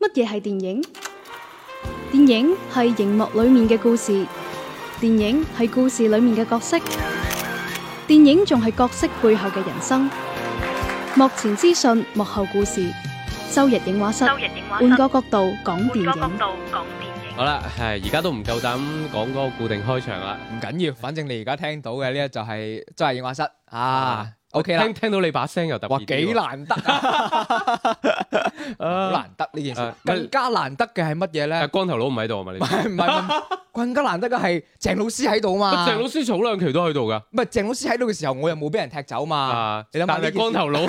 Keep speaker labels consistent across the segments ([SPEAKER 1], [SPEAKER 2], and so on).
[SPEAKER 1] 乜嘢係電影？電影係熒幕裏面嘅故事，電影係故事裏面嘅角色，電影仲係角色背後嘅人生。幕前資訊，幕後故事。周日影畫室，換個角度講電影。
[SPEAKER 2] 好啦，系而家都唔夠膽講嗰個固定開場啦。
[SPEAKER 3] 唔緊要，反正你而家聽到嘅呢一就係周日映畫室
[SPEAKER 2] 啊
[SPEAKER 3] 啊，OK 啦
[SPEAKER 2] 聽。聽到你把聲又特
[SPEAKER 3] 哇，
[SPEAKER 2] 別啲喎，
[SPEAKER 3] 幾難得啊！ 好難得呢件
[SPEAKER 2] 啊
[SPEAKER 3] 事，
[SPEAKER 2] 咩
[SPEAKER 3] 更加難得嘅係乜嘢
[SPEAKER 2] 啊！
[SPEAKER 3] 咧？
[SPEAKER 2] 光頭佬唔喺度啊嘛？你
[SPEAKER 3] 唔係唔係，唔係更加難得嘅係鄭老師喺度嘛。
[SPEAKER 2] 啊鄭老師早兩期都喺度噶，
[SPEAKER 3] 唔係鄭老師喺度嘅時候，我又冇俾人踢走嘛，
[SPEAKER 2] 啊！
[SPEAKER 3] 你諗下
[SPEAKER 2] 但
[SPEAKER 3] 呢
[SPEAKER 2] 係
[SPEAKER 3] 件事
[SPEAKER 2] 光 頭佬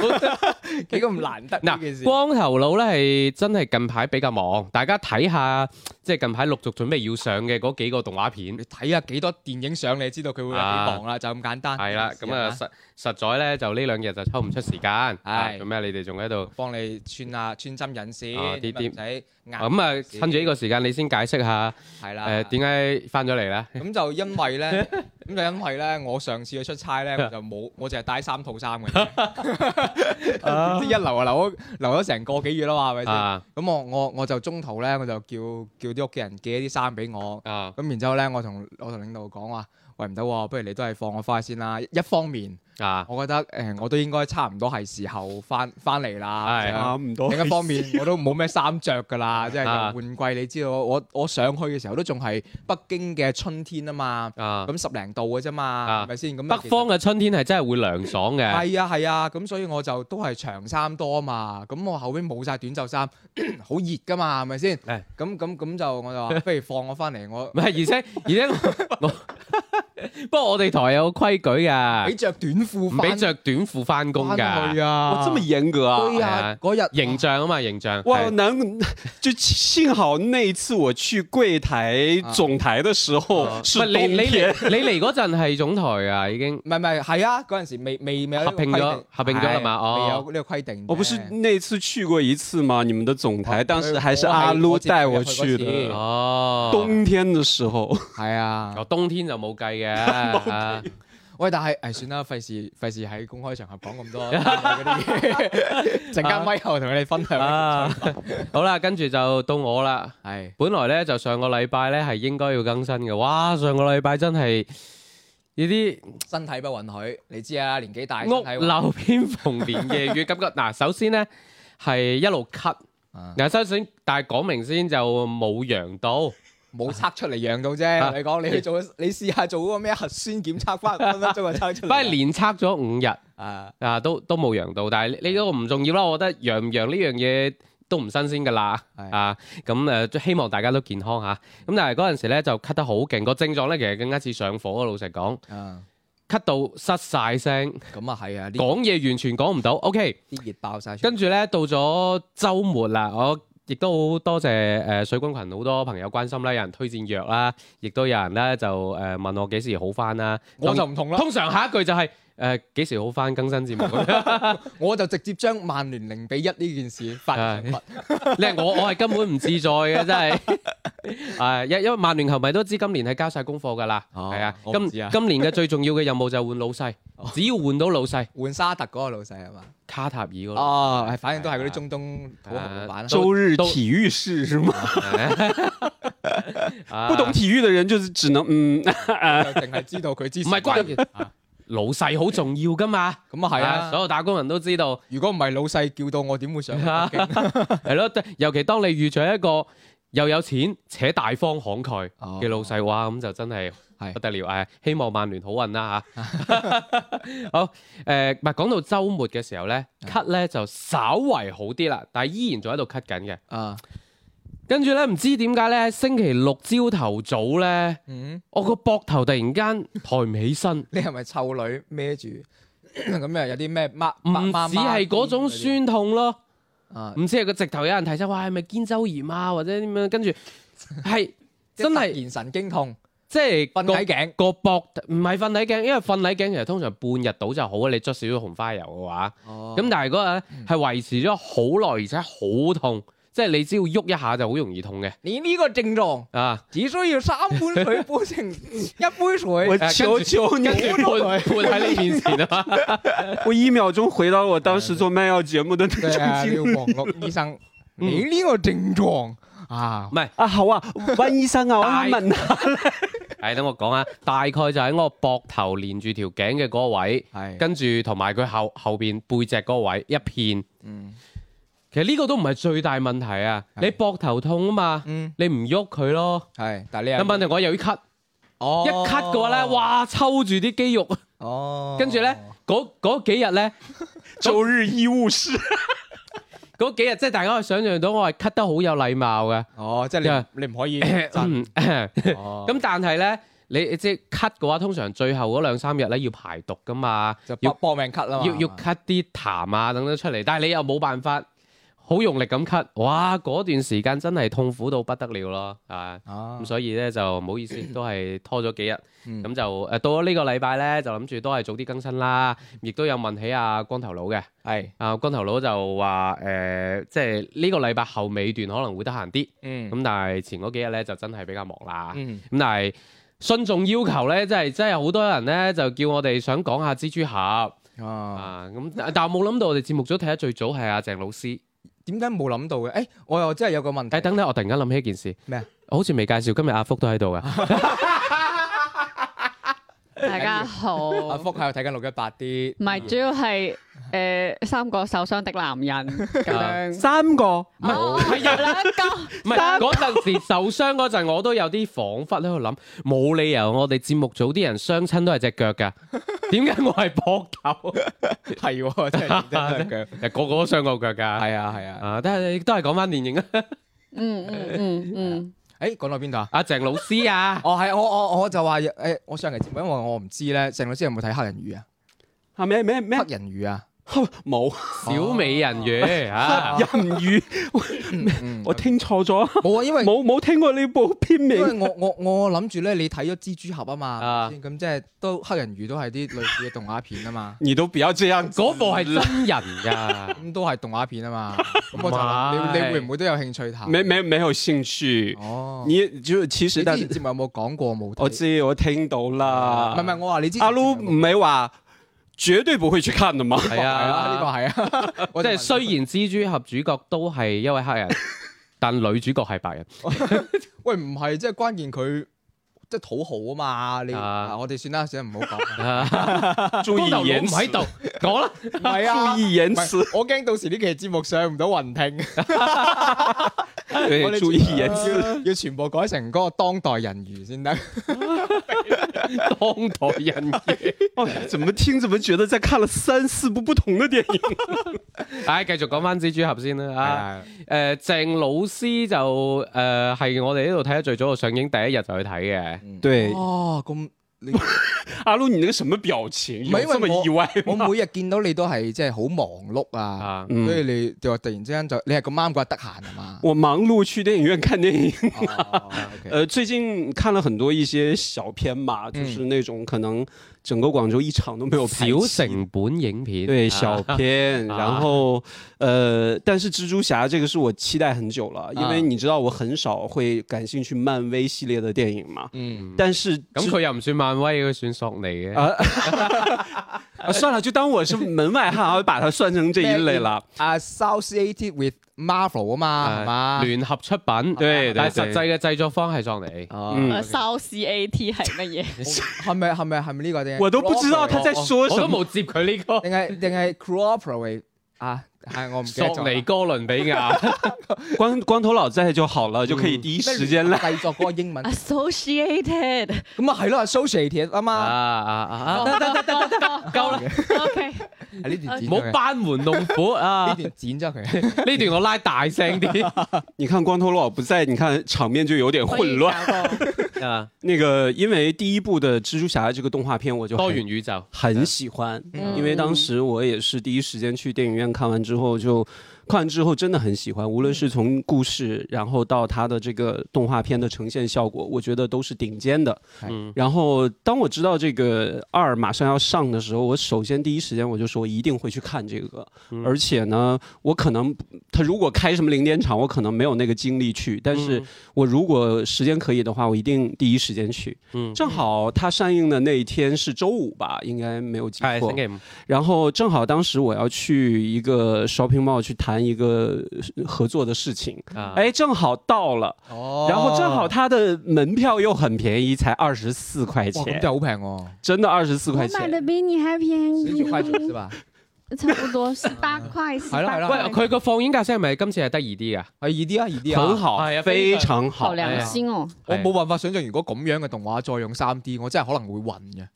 [SPEAKER 3] 幾咁難得呢件
[SPEAKER 2] 嗱，
[SPEAKER 3] 事。
[SPEAKER 2] 光頭佬咧係真係近排比較忙，大家睇下即係近排陸續準備要上嘅嗰幾個動畫片
[SPEAKER 3] 你。睇下幾多電影相，你知道佢會有幾忙啦，就咁簡單。
[SPEAKER 2] 啊係啦，咁啊
[SPEAKER 3] 係嘛，
[SPEAKER 2] 實實在咧就呢兩日就抽唔出時間，啊
[SPEAKER 3] 係
[SPEAKER 2] 做咩？你哋仲喺度
[SPEAKER 3] 幫你穿啊穿針引線，
[SPEAKER 2] 啊啲啲
[SPEAKER 3] 咁啊
[SPEAKER 2] 啊
[SPEAKER 3] 唔使
[SPEAKER 2] 咁啊？趁住呢個時間，你先解釋下
[SPEAKER 3] 係啦。
[SPEAKER 2] 誒點解翻咗嚟咧？
[SPEAKER 3] 咁就因為咧， 咁就因為咧，我上次去出差 咧，我就冇，我淨係帶三套衫嘅 啫，一留啊留咗留咗成個幾月啦嘛，係咪先？
[SPEAKER 2] 啊
[SPEAKER 3] 咁我我我就中途咧，我就叫叫啲屋企人寄一啲衫俾我，
[SPEAKER 2] 啊！
[SPEAKER 3] 咁然之後咧，我同我同領導講話，喂唔得喎，不如你都係放我翻去先啦。一方面，
[SPEAKER 2] 啊！
[SPEAKER 3] 我覺得誒、我都應該差唔多係時候翻翻嚟啦。
[SPEAKER 2] 係
[SPEAKER 3] 咁樣
[SPEAKER 4] 啊，唔 到。
[SPEAKER 3] 另一方面，我都冇咩衫着 㗎啦，即係
[SPEAKER 2] 啊
[SPEAKER 3] 換季，你知道我我上去嘅時候都仲係北京嘅春天啊嘛，
[SPEAKER 2] 啊，
[SPEAKER 3] 咁十零度嘅啫嘛，
[SPEAKER 2] 啊
[SPEAKER 3] 係咪先？咁
[SPEAKER 2] 北方嘅春天係真係會涼爽嘅。
[SPEAKER 3] 係啊係啊，咁所以我就都係長衫多啊嘛，咁我後邊冇晒短袖衫， 好熱㗎嘛，係咪先？
[SPEAKER 2] 係
[SPEAKER 3] 咁咁咁就我就 話，不如放我翻嚟，我
[SPEAKER 2] 唔係，而 且而且我 我不過我哋台有規矩㗎，
[SPEAKER 3] 俾着短褲
[SPEAKER 2] 唔
[SPEAKER 3] 返，
[SPEAKER 2] 俾着短褲翻工
[SPEAKER 3] 返去
[SPEAKER 2] 㗎，
[SPEAKER 3] 啊！
[SPEAKER 4] 哇，这么严格啊！
[SPEAKER 3] 對
[SPEAKER 2] 係啊
[SPEAKER 3] 啊，嗰日
[SPEAKER 2] 形象啊嘛，形象。
[SPEAKER 4] 哇，
[SPEAKER 2] 係
[SPEAKER 4] 难 就幸好那一次我去柜台
[SPEAKER 3] 啊
[SPEAKER 4] 总台的时
[SPEAKER 3] 啊
[SPEAKER 4] 候是
[SPEAKER 2] 唔係
[SPEAKER 4] 冬
[SPEAKER 2] 你你
[SPEAKER 4] 天，
[SPEAKER 2] 嚟你嚟嗰陣係總台㗎，已經
[SPEAKER 3] 唔係唔係係啊，嗰陣時未未未有呢個
[SPEAKER 2] 合併咗
[SPEAKER 3] 規定
[SPEAKER 2] 合併咗係嘛
[SPEAKER 3] 係
[SPEAKER 2] 哦
[SPEAKER 3] 未有呢個規定啫。
[SPEAKER 4] 我不是那次去过一次吗？你们的总台
[SPEAKER 3] 哦
[SPEAKER 4] 当时
[SPEAKER 3] 我
[SPEAKER 4] 还是
[SPEAKER 3] 我
[SPEAKER 4] 阿
[SPEAKER 3] 还
[SPEAKER 4] 撸
[SPEAKER 3] 我记得
[SPEAKER 4] 带
[SPEAKER 3] 我
[SPEAKER 4] 我
[SPEAKER 3] 去
[SPEAKER 4] 去
[SPEAKER 3] 过一次
[SPEAKER 4] 的，
[SPEAKER 2] 哦。
[SPEAKER 4] 冬天的时候，
[SPEAKER 3] 係啊
[SPEAKER 2] 哦，。冬天就冇 計嘅。啊
[SPEAKER 3] 喂， 但係誒算啦，費事費事喺公開場合講咁 多嗰啲嘢， 陣間咪後同你哋分享。
[SPEAKER 2] 啊，好啦，跟住就到我啦。
[SPEAKER 3] 係
[SPEAKER 2] 本來咧就上個禮拜咧係應該要更新嘅，哇！上個禮拜真係呢啲。
[SPEAKER 3] 身體不允許，你知啊，年紀大身
[SPEAKER 2] 屋
[SPEAKER 3] 體允
[SPEAKER 2] 漏偏逢連夜雨，感覺嗱，首先咧係一路咳，
[SPEAKER 3] 啊
[SPEAKER 2] 嗱首先，但係講明先就冇陽 到，
[SPEAKER 3] 冇測出嚟養到
[SPEAKER 2] 啊
[SPEAKER 3] 啫。你講你去 做，你試下做嗰個咩核酸檢測翻分分鐘就測出
[SPEAKER 2] 不
[SPEAKER 3] 嚟啦。
[SPEAKER 2] 過連測咗五日
[SPEAKER 3] 啊，
[SPEAKER 2] 啊，都都冇陽到，但係呢個唔重要啦，我覺得陽唔陽呢樣嘢都唔新鮮噶啦，
[SPEAKER 3] 係
[SPEAKER 2] 啊，咁誒、呃希望大家都健康嚇，咁但係嗰陣時咧就咳得好勁，個症狀咧其實更加似上火啊，老實講，
[SPEAKER 3] 啊
[SPEAKER 2] 咳到失晒聲，
[SPEAKER 3] 咁啊係啊，呢
[SPEAKER 2] 講嘢完全講唔到，OK。
[SPEAKER 3] 啲熱爆晒出嚟。
[SPEAKER 2] 跟住咧，到咗週末啦，我亦都好多謝誒、呃水軍群好多朋友關心啦，有人推薦藥啦，亦都有人咧就誒、呃、問我幾時好翻啦。
[SPEAKER 3] 我就唔同啦，
[SPEAKER 2] 通常下一句就係誒幾時好翻更新節目咁 樣。
[SPEAKER 3] 我就直接將曼聯零比一呢件 事發
[SPEAKER 2] 啊
[SPEAKER 3] 現
[SPEAKER 2] 你係我我係根本唔自在嘅，真 係。誒，因因為曼聯球迷都知今年係交晒功課㗎啦，係、
[SPEAKER 3] 哦
[SPEAKER 2] 啊。
[SPEAKER 3] 我唔
[SPEAKER 2] 今
[SPEAKER 3] 知啊
[SPEAKER 2] 今年嘅最重要嘅任務就係換老細，只要換到老細，
[SPEAKER 3] 換沙特嗰個老細係 嘛？
[SPEAKER 2] 卡塔爾嗰度。
[SPEAKER 3] 哦，係，反正都係嗰啲中東土豪老闆啦。
[SPEAKER 4] 周日
[SPEAKER 2] 都
[SPEAKER 4] 体育室是吗？
[SPEAKER 2] 啊
[SPEAKER 4] 不懂体育的人就是只能嗯，
[SPEAKER 3] 就淨係知道佢之
[SPEAKER 2] 唔係關鍵，老細好重要㗎嘛。
[SPEAKER 3] 咁啊係啊
[SPEAKER 2] 所。有打工人都知 道，
[SPEAKER 3] 如果唔係老細叫到我，點會上去 北京？
[SPEAKER 2] 係咯，尤其當你遇着一個又有錢且大方慷慨
[SPEAKER 3] 哦
[SPEAKER 2] 嘅老細，哇，咁就真係
[SPEAKER 3] 係
[SPEAKER 2] 不得了，誒，希望曼聯好運啦 嚇。 好，誒，唔係講到週末嘅時候咧，
[SPEAKER 3] 啊
[SPEAKER 2] 咳咧就稍為好啲啦，但係依然仲喺度咳緊嘅。
[SPEAKER 3] 啊，
[SPEAKER 2] 跟住咧，唔知點解咧，星期六朝頭早咧，
[SPEAKER 3] 嗯，
[SPEAKER 2] 我個膊頭突然間抬唔起身。
[SPEAKER 3] 你係咪臭女孭住？咁又有啲咩孖
[SPEAKER 2] 唔
[SPEAKER 3] 孖孖
[SPEAKER 2] 止係嗰
[SPEAKER 3] 嗯
[SPEAKER 2] 種酸痛咯，
[SPEAKER 3] 啊？
[SPEAKER 2] 唔知係個直頭有人提出，哇係咪肩周炎啊，或者點樣？ 跟住係真係
[SPEAKER 3] 言神經痛，
[SPEAKER 2] 即係
[SPEAKER 3] 瞓底頸
[SPEAKER 2] 個個膊唔係瞓底頸，因為瞓底頸其實通常半日到就好啊，你捽少少紅花油嘅話，咁、
[SPEAKER 3] 咁
[SPEAKER 2] 但係嗰日
[SPEAKER 3] 嗯
[SPEAKER 2] 咧係維持咗好耐，而且好痛，即係你只要喐一下就好容易痛嘅
[SPEAKER 3] 你呢個症狀
[SPEAKER 2] 啊！
[SPEAKER 3] 只需要三杯水 煲成一杯
[SPEAKER 4] 我
[SPEAKER 3] 水，哎
[SPEAKER 4] 求求你
[SPEAKER 2] 跟，住 判判喺你面前啊嘛，
[SPEAKER 4] 我一秒钟回到我当时做卖药节目的那
[SPEAKER 3] 即係啊
[SPEAKER 4] 种
[SPEAKER 3] 呢
[SPEAKER 4] 经
[SPEAKER 3] 個
[SPEAKER 4] 历。
[SPEAKER 3] 黃綠醫生。
[SPEAKER 2] 嗯
[SPEAKER 3] 你呢個症狀啊
[SPEAKER 2] 唔，係，
[SPEAKER 4] 啊好啊，關醫生啊，我
[SPEAKER 2] 大
[SPEAKER 4] 想問啊，
[SPEAKER 2] 係等我講啊，大概就喺我膊頭連住條頸嘅嗰個位，
[SPEAKER 3] 係
[SPEAKER 2] 跟住同埋佢後後邊背脊嗰個位一片。
[SPEAKER 3] 嗯
[SPEAKER 2] 其實呢個都唔係最大問題啊，
[SPEAKER 3] 係
[SPEAKER 2] 你膊頭痛啊嘛，
[SPEAKER 3] 嗯
[SPEAKER 2] 你唔喐佢咯。
[SPEAKER 3] 係，但係
[SPEAKER 2] 咁
[SPEAKER 3] 呢
[SPEAKER 2] 問題我又要咳，
[SPEAKER 3] 哦
[SPEAKER 2] 一咳嘅話咧，哇抽住啲肌肉，
[SPEAKER 3] 哦，
[SPEAKER 2] 跟住咧嗰嗰幾日咧，
[SPEAKER 4] 周日醫務室。
[SPEAKER 2] 嗰幾日即係大家可以想象到我係咳得好有禮貌嘅。
[SPEAKER 3] 哦，即係你你唔可以
[SPEAKER 2] 嗯
[SPEAKER 3] 震哦
[SPEAKER 2] 咁但係咧，你即係咳嘅話，通常最後嗰兩三日咧要排毒噶嘛，
[SPEAKER 3] 就
[SPEAKER 2] 要
[SPEAKER 3] 搏搏命咳啦嘛，
[SPEAKER 2] 要要咳啲痰啊等等出嚟，但係你又冇辦法好用力咁咳，哇！嗰段時間真係痛苦到不得了咯，啊！
[SPEAKER 3] 啊
[SPEAKER 2] 咁，所以咧就唔好意思，都係拖咗幾日，
[SPEAKER 3] 嗯
[SPEAKER 2] 咁就誒到咗呢個禮拜咧，就諗住都係早啲更新啦，亦都有問起阿光頭佬嘅，
[SPEAKER 3] 係
[SPEAKER 2] 啊光頭佬就話誒、呃即係呢個禮拜後尾段可能會得閒啲，
[SPEAKER 3] 嗯
[SPEAKER 2] 咁但係前嗰幾日咧就真係比較忙啦，
[SPEAKER 3] 嗯
[SPEAKER 2] 咁但係信眾要求咧，真係真係好多人咧就叫我哋想講下蜘蛛俠。
[SPEAKER 3] 啊，
[SPEAKER 2] 啊，咁但但我冇諗到我哋節目組睇得最早係阿鄭老師。
[SPEAKER 3] 點解冇諗到嘅？誒，我又真係有個問
[SPEAKER 2] 誒，
[SPEAKER 3] 題，
[SPEAKER 2] 等等，我突然間諗起一件事，
[SPEAKER 3] 咩啊？
[SPEAKER 2] 好似未介紹，今日阿福都喺 度噶。
[SPEAKER 5] 大家好，
[SPEAKER 3] 阿福
[SPEAKER 5] 唔
[SPEAKER 3] 喺度睇緊六一八啲，
[SPEAKER 5] 係主要係诶三個受傷的男人咁樣，
[SPEAKER 4] 三個
[SPEAKER 5] 唔係有兩個，
[SPEAKER 2] 唔係嗰陣時受傷嗰陣，我都有啲恍惚喺度諗，冇理由我哋節目組啲人傷親都係隻 腳㗎，點解我係膊頭？
[SPEAKER 3] 係喎，真係真係佢，
[SPEAKER 2] 誒， 個個都傷過腳㗎。
[SPEAKER 3] 係啊係啊，
[SPEAKER 2] 啊，但係都係講翻電影 啊，
[SPEAKER 5] 嗯嗯嗯嗯，
[SPEAKER 3] 誒，講到邊度啊？
[SPEAKER 2] 阿鄭老師啊，
[SPEAKER 3] 哦，係我我我就話誒，我上期節目，因為我唔知咧，鄭老師有冇睇黑人魚啊？
[SPEAKER 4] 係咩咩咩
[SPEAKER 3] 黑？人魚啊？
[SPEAKER 4] 冇
[SPEAKER 2] 小美人魚 啊，
[SPEAKER 4] 人魚，
[SPEAKER 3] 嗯
[SPEAKER 4] 我聽錯咗，
[SPEAKER 3] 冇啊，因為
[SPEAKER 4] 冇冇聽過呢部片
[SPEAKER 3] 因為
[SPEAKER 4] 名。
[SPEAKER 3] 我我我諗住咧，你睇咗蜘蛛俠啊嘛
[SPEAKER 2] 啊，
[SPEAKER 3] 咁即係都黑人魚都係啲類似嘅動畫片啊嘛。
[SPEAKER 4] 你都不要這樣子
[SPEAKER 2] 嗰部係真人 㗎。
[SPEAKER 3] 咁都係動畫片啊嘛，咁我就
[SPEAKER 2] 唔係
[SPEAKER 3] 諗你你會唔會都有興趣睇？
[SPEAKER 4] 沒沒没有興趣。
[SPEAKER 3] 哦，你
[SPEAKER 4] 你就其實
[SPEAKER 3] 之
[SPEAKER 4] 但
[SPEAKER 3] 前節目有冇講過冇睇？
[SPEAKER 4] 我知我聽到啦
[SPEAKER 3] 唔係唔係，，我話你之前
[SPEAKER 4] 啊阿 Lu
[SPEAKER 3] 節目有冇
[SPEAKER 4] 唔係話絕對不會去看的嘛。
[SPEAKER 2] 係
[SPEAKER 3] 係啊，呢個
[SPEAKER 2] 啊，
[SPEAKER 3] 係啊，我
[SPEAKER 2] 即
[SPEAKER 3] 就
[SPEAKER 2] 係
[SPEAKER 3] 問
[SPEAKER 2] 雖然蜘蛛俠主角都係一位黑人，但女主角係白人。
[SPEAKER 3] 喂唔係，即係關鍵佢即係土豪啊嘛，你
[SPEAKER 2] 啊。
[SPEAKER 3] 啊我哋算啦，算啦唔好 講
[SPEAKER 2] 光
[SPEAKER 4] 注
[SPEAKER 2] 頭
[SPEAKER 4] 意
[SPEAKER 2] 佬
[SPEAKER 4] 言
[SPEAKER 2] 唔
[SPEAKER 4] 辭
[SPEAKER 2] 喺，度，講啦。
[SPEAKER 3] 唔係啊
[SPEAKER 4] 注。意言
[SPEAKER 3] 唔
[SPEAKER 4] 辭，
[SPEAKER 3] 係我驚到時呢期節目上唔到雲聽，我哋
[SPEAKER 4] 對，注意言辭。
[SPEAKER 3] 要要全部改成嗰個當代人魚先得。
[SPEAKER 2] 當代人嘅，
[SPEAKER 4] 哦，怎麼聽怎麼覺得在看了三四部不同的電影。
[SPEAKER 2] 唉，繼續講翻蜘蛛俠先啦。啊，誒，鄭老師就誒係我哋呢度睇得最早，上映第一日就去睇嘅。
[SPEAKER 4] 對，
[SPEAKER 3] 哦，咁你
[SPEAKER 4] 阿 Lu 你那個什麼表情？
[SPEAKER 3] 唔係
[SPEAKER 4] 有這麼意
[SPEAKER 3] 因為
[SPEAKER 4] 外
[SPEAKER 3] 我
[SPEAKER 4] 嗎？
[SPEAKER 3] 每日見到你都係即係好忙碌 啊。
[SPEAKER 2] 啊，
[SPEAKER 4] 嗯
[SPEAKER 3] 所以你就突然之間就你係咁啱嗰日得閒啊嘛？
[SPEAKER 4] 我忙碌去電影院看電影。
[SPEAKER 3] 哦，OK
[SPEAKER 4] 呃，最近看了很多一些小片嘛，就是那种可能整个廣州一场都没有排
[SPEAKER 2] 小
[SPEAKER 4] 期
[SPEAKER 2] 成本影片。
[SPEAKER 4] 对
[SPEAKER 2] 啊
[SPEAKER 4] 嗯小片，
[SPEAKER 2] 啊
[SPEAKER 4] 然后呃，但是蜘蛛俠这个是我期待很久了，因
[SPEAKER 3] 啊
[SPEAKER 4] 为你知道我很少会感兴趣漫威系列的电影嘛。
[SPEAKER 3] 嗯，
[SPEAKER 4] 但是
[SPEAKER 2] 咁
[SPEAKER 4] 蜘
[SPEAKER 2] 佢又唔算漫威，佢算索尼嘅。
[SPEAKER 4] 啊算了，就当我是门外汉，我把它算成这一类了。
[SPEAKER 3] 啊 associated with Marvel 啊嘛，係嘛？
[SPEAKER 2] 聯合出品，
[SPEAKER 4] 對對
[SPEAKER 2] 但係實
[SPEAKER 4] 對
[SPEAKER 2] 際嘅製作方係索尼。
[SPEAKER 4] 嗯
[SPEAKER 5] 誒 South CAT 係乜嘢？
[SPEAKER 3] 啊係咪係咪係咪呢個啫？
[SPEAKER 4] 我都不知道他在说
[SPEAKER 2] 我
[SPEAKER 4] 什
[SPEAKER 2] 都
[SPEAKER 4] 么。
[SPEAKER 2] 冇接佢呢個。
[SPEAKER 3] 定係定係 cooperate 啊？係我唔記
[SPEAKER 2] 索
[SPEAKER 3] 得咗啦。
[SPEAKER 2] 尼哥倫比亞
[SPEAKER 4] 光光頭佬在就好了，就可以第一时间来。
[SPEAKER 3] 製作嗰個英
[SPEAKER 5] 啊
[SPEAKER 3] 文，
[SPEAKER 5] Associated
[SPEAKER 3] 咁啊係咯，associated 啊
[SPEAKER 2] 啊
[SPEAKER 3] 嘛，
[SPEAKER 2] 啊啊！得得得得得，夠啦，
[SPEAKER 5] OK，
[SPEAKER 3] 係呢段
[SPEAKER 2] 唔
[SPEAKER 3] 剪
[SPEAKER 2] 好
[SPEAKER 3] 咗佢，
[SPEAKER 2] 班門弄斧啊
[SPEAKER 3] 呢！段剪咗佢。
[SPEAKER 2] 呢段我拉大聲啲
[SPEAKER 4] 你看光頭佬不在，你看场面就有点混乱。
[SPEAKER 5] 亂。
[SPEAKER 2] 啊！
[SPEAKER 4] 那个，因为第一部的蜘蛛侠这个动画片，我就
[SPEAKER 2] 多
[SPEAKER 4] 很
[SPEAKER 2] 元宇宙，
[SPEAKER 4] 很喜欢，
[SPEAKER 5] 嗯
[SPEAKER 4] 因为当时我也是第一时间去电影院看完之后就，看完之后真的很喜欢，无论是从故事，然后到它的这个动画片的呈现效果，我觉得都是顶尖的。
[SPEAKER 2] 嗯
[SPEAKER 4] 然后当我知道这个二马上要上的时候，我首先第一时间我就说我一定会去看这个，
[SPEAKER 2] 嗯
[SPEAKER 4] 而且呢，我可能他如果开什么零点场，我可能没有那个精力去，但
[SPEAKER 2] 嗯
[SPEAKER 4] 是我如果时间可以的话，我一定第一时间去。
[SPEAKER 2] 嗯，
[SPEAKER 4] 正好它上映的那一天是周五吧，应该没有记
[SPEAKER 2] 係
[SPEAKER 4] 错
[SPEAKER 2] 星。期五，
[SPEAKER 4] 然后正好当时我要去一个 shopping mall 去谈谈一个呃合作的事情，
[SPEAKER 2] 啊，
[SPEAKER 4] 哎，正好到了，
[SPEAKER 3] 哦
[SPEAKER 4] 然后正好他的门票又很便宜，才二十四块
[SPEAKER 3] 哇，咁真
[SPEAKER 4] 钱
[SPEAKER 3] 係，好平喎，
[SPEAKER 4] 真的二十四
[SPEAKER 5] 我
[SPEAKER 4] 块
[SPEAKER 5] 买
[SPEAKER 4] 钱。
[SPEAKER 5] 的比你还便
[SPEAKER 3] 十
[SPEAKER 5] 宜
[SPEAKER 3] 九，块錢是吧？
[SPEAKER 5] 差不多十八块，十
[SPEAKER 3] 係啦係
[SPEAKER 5] 八
[SPEAKER 3] 啦
[SPEAKER 2] 喂，
[SPEAKER 5] 块。
[SPEAKER 2] 佢個放映價先係咪今次係得意啲噶？
[SPEAKER 3] 係易啲啊，易啲啊，
[SPEAKER 4] 很好
[SPEAKER 2] 哎呀，
[SPEAKER 4] 非常好
[SPEAKER 5] 好。良心哦，
[SPEAKER 3] 我冇辦法想象，如果咁樣嘅動畫再用三 D，我真係可能會暈嘅。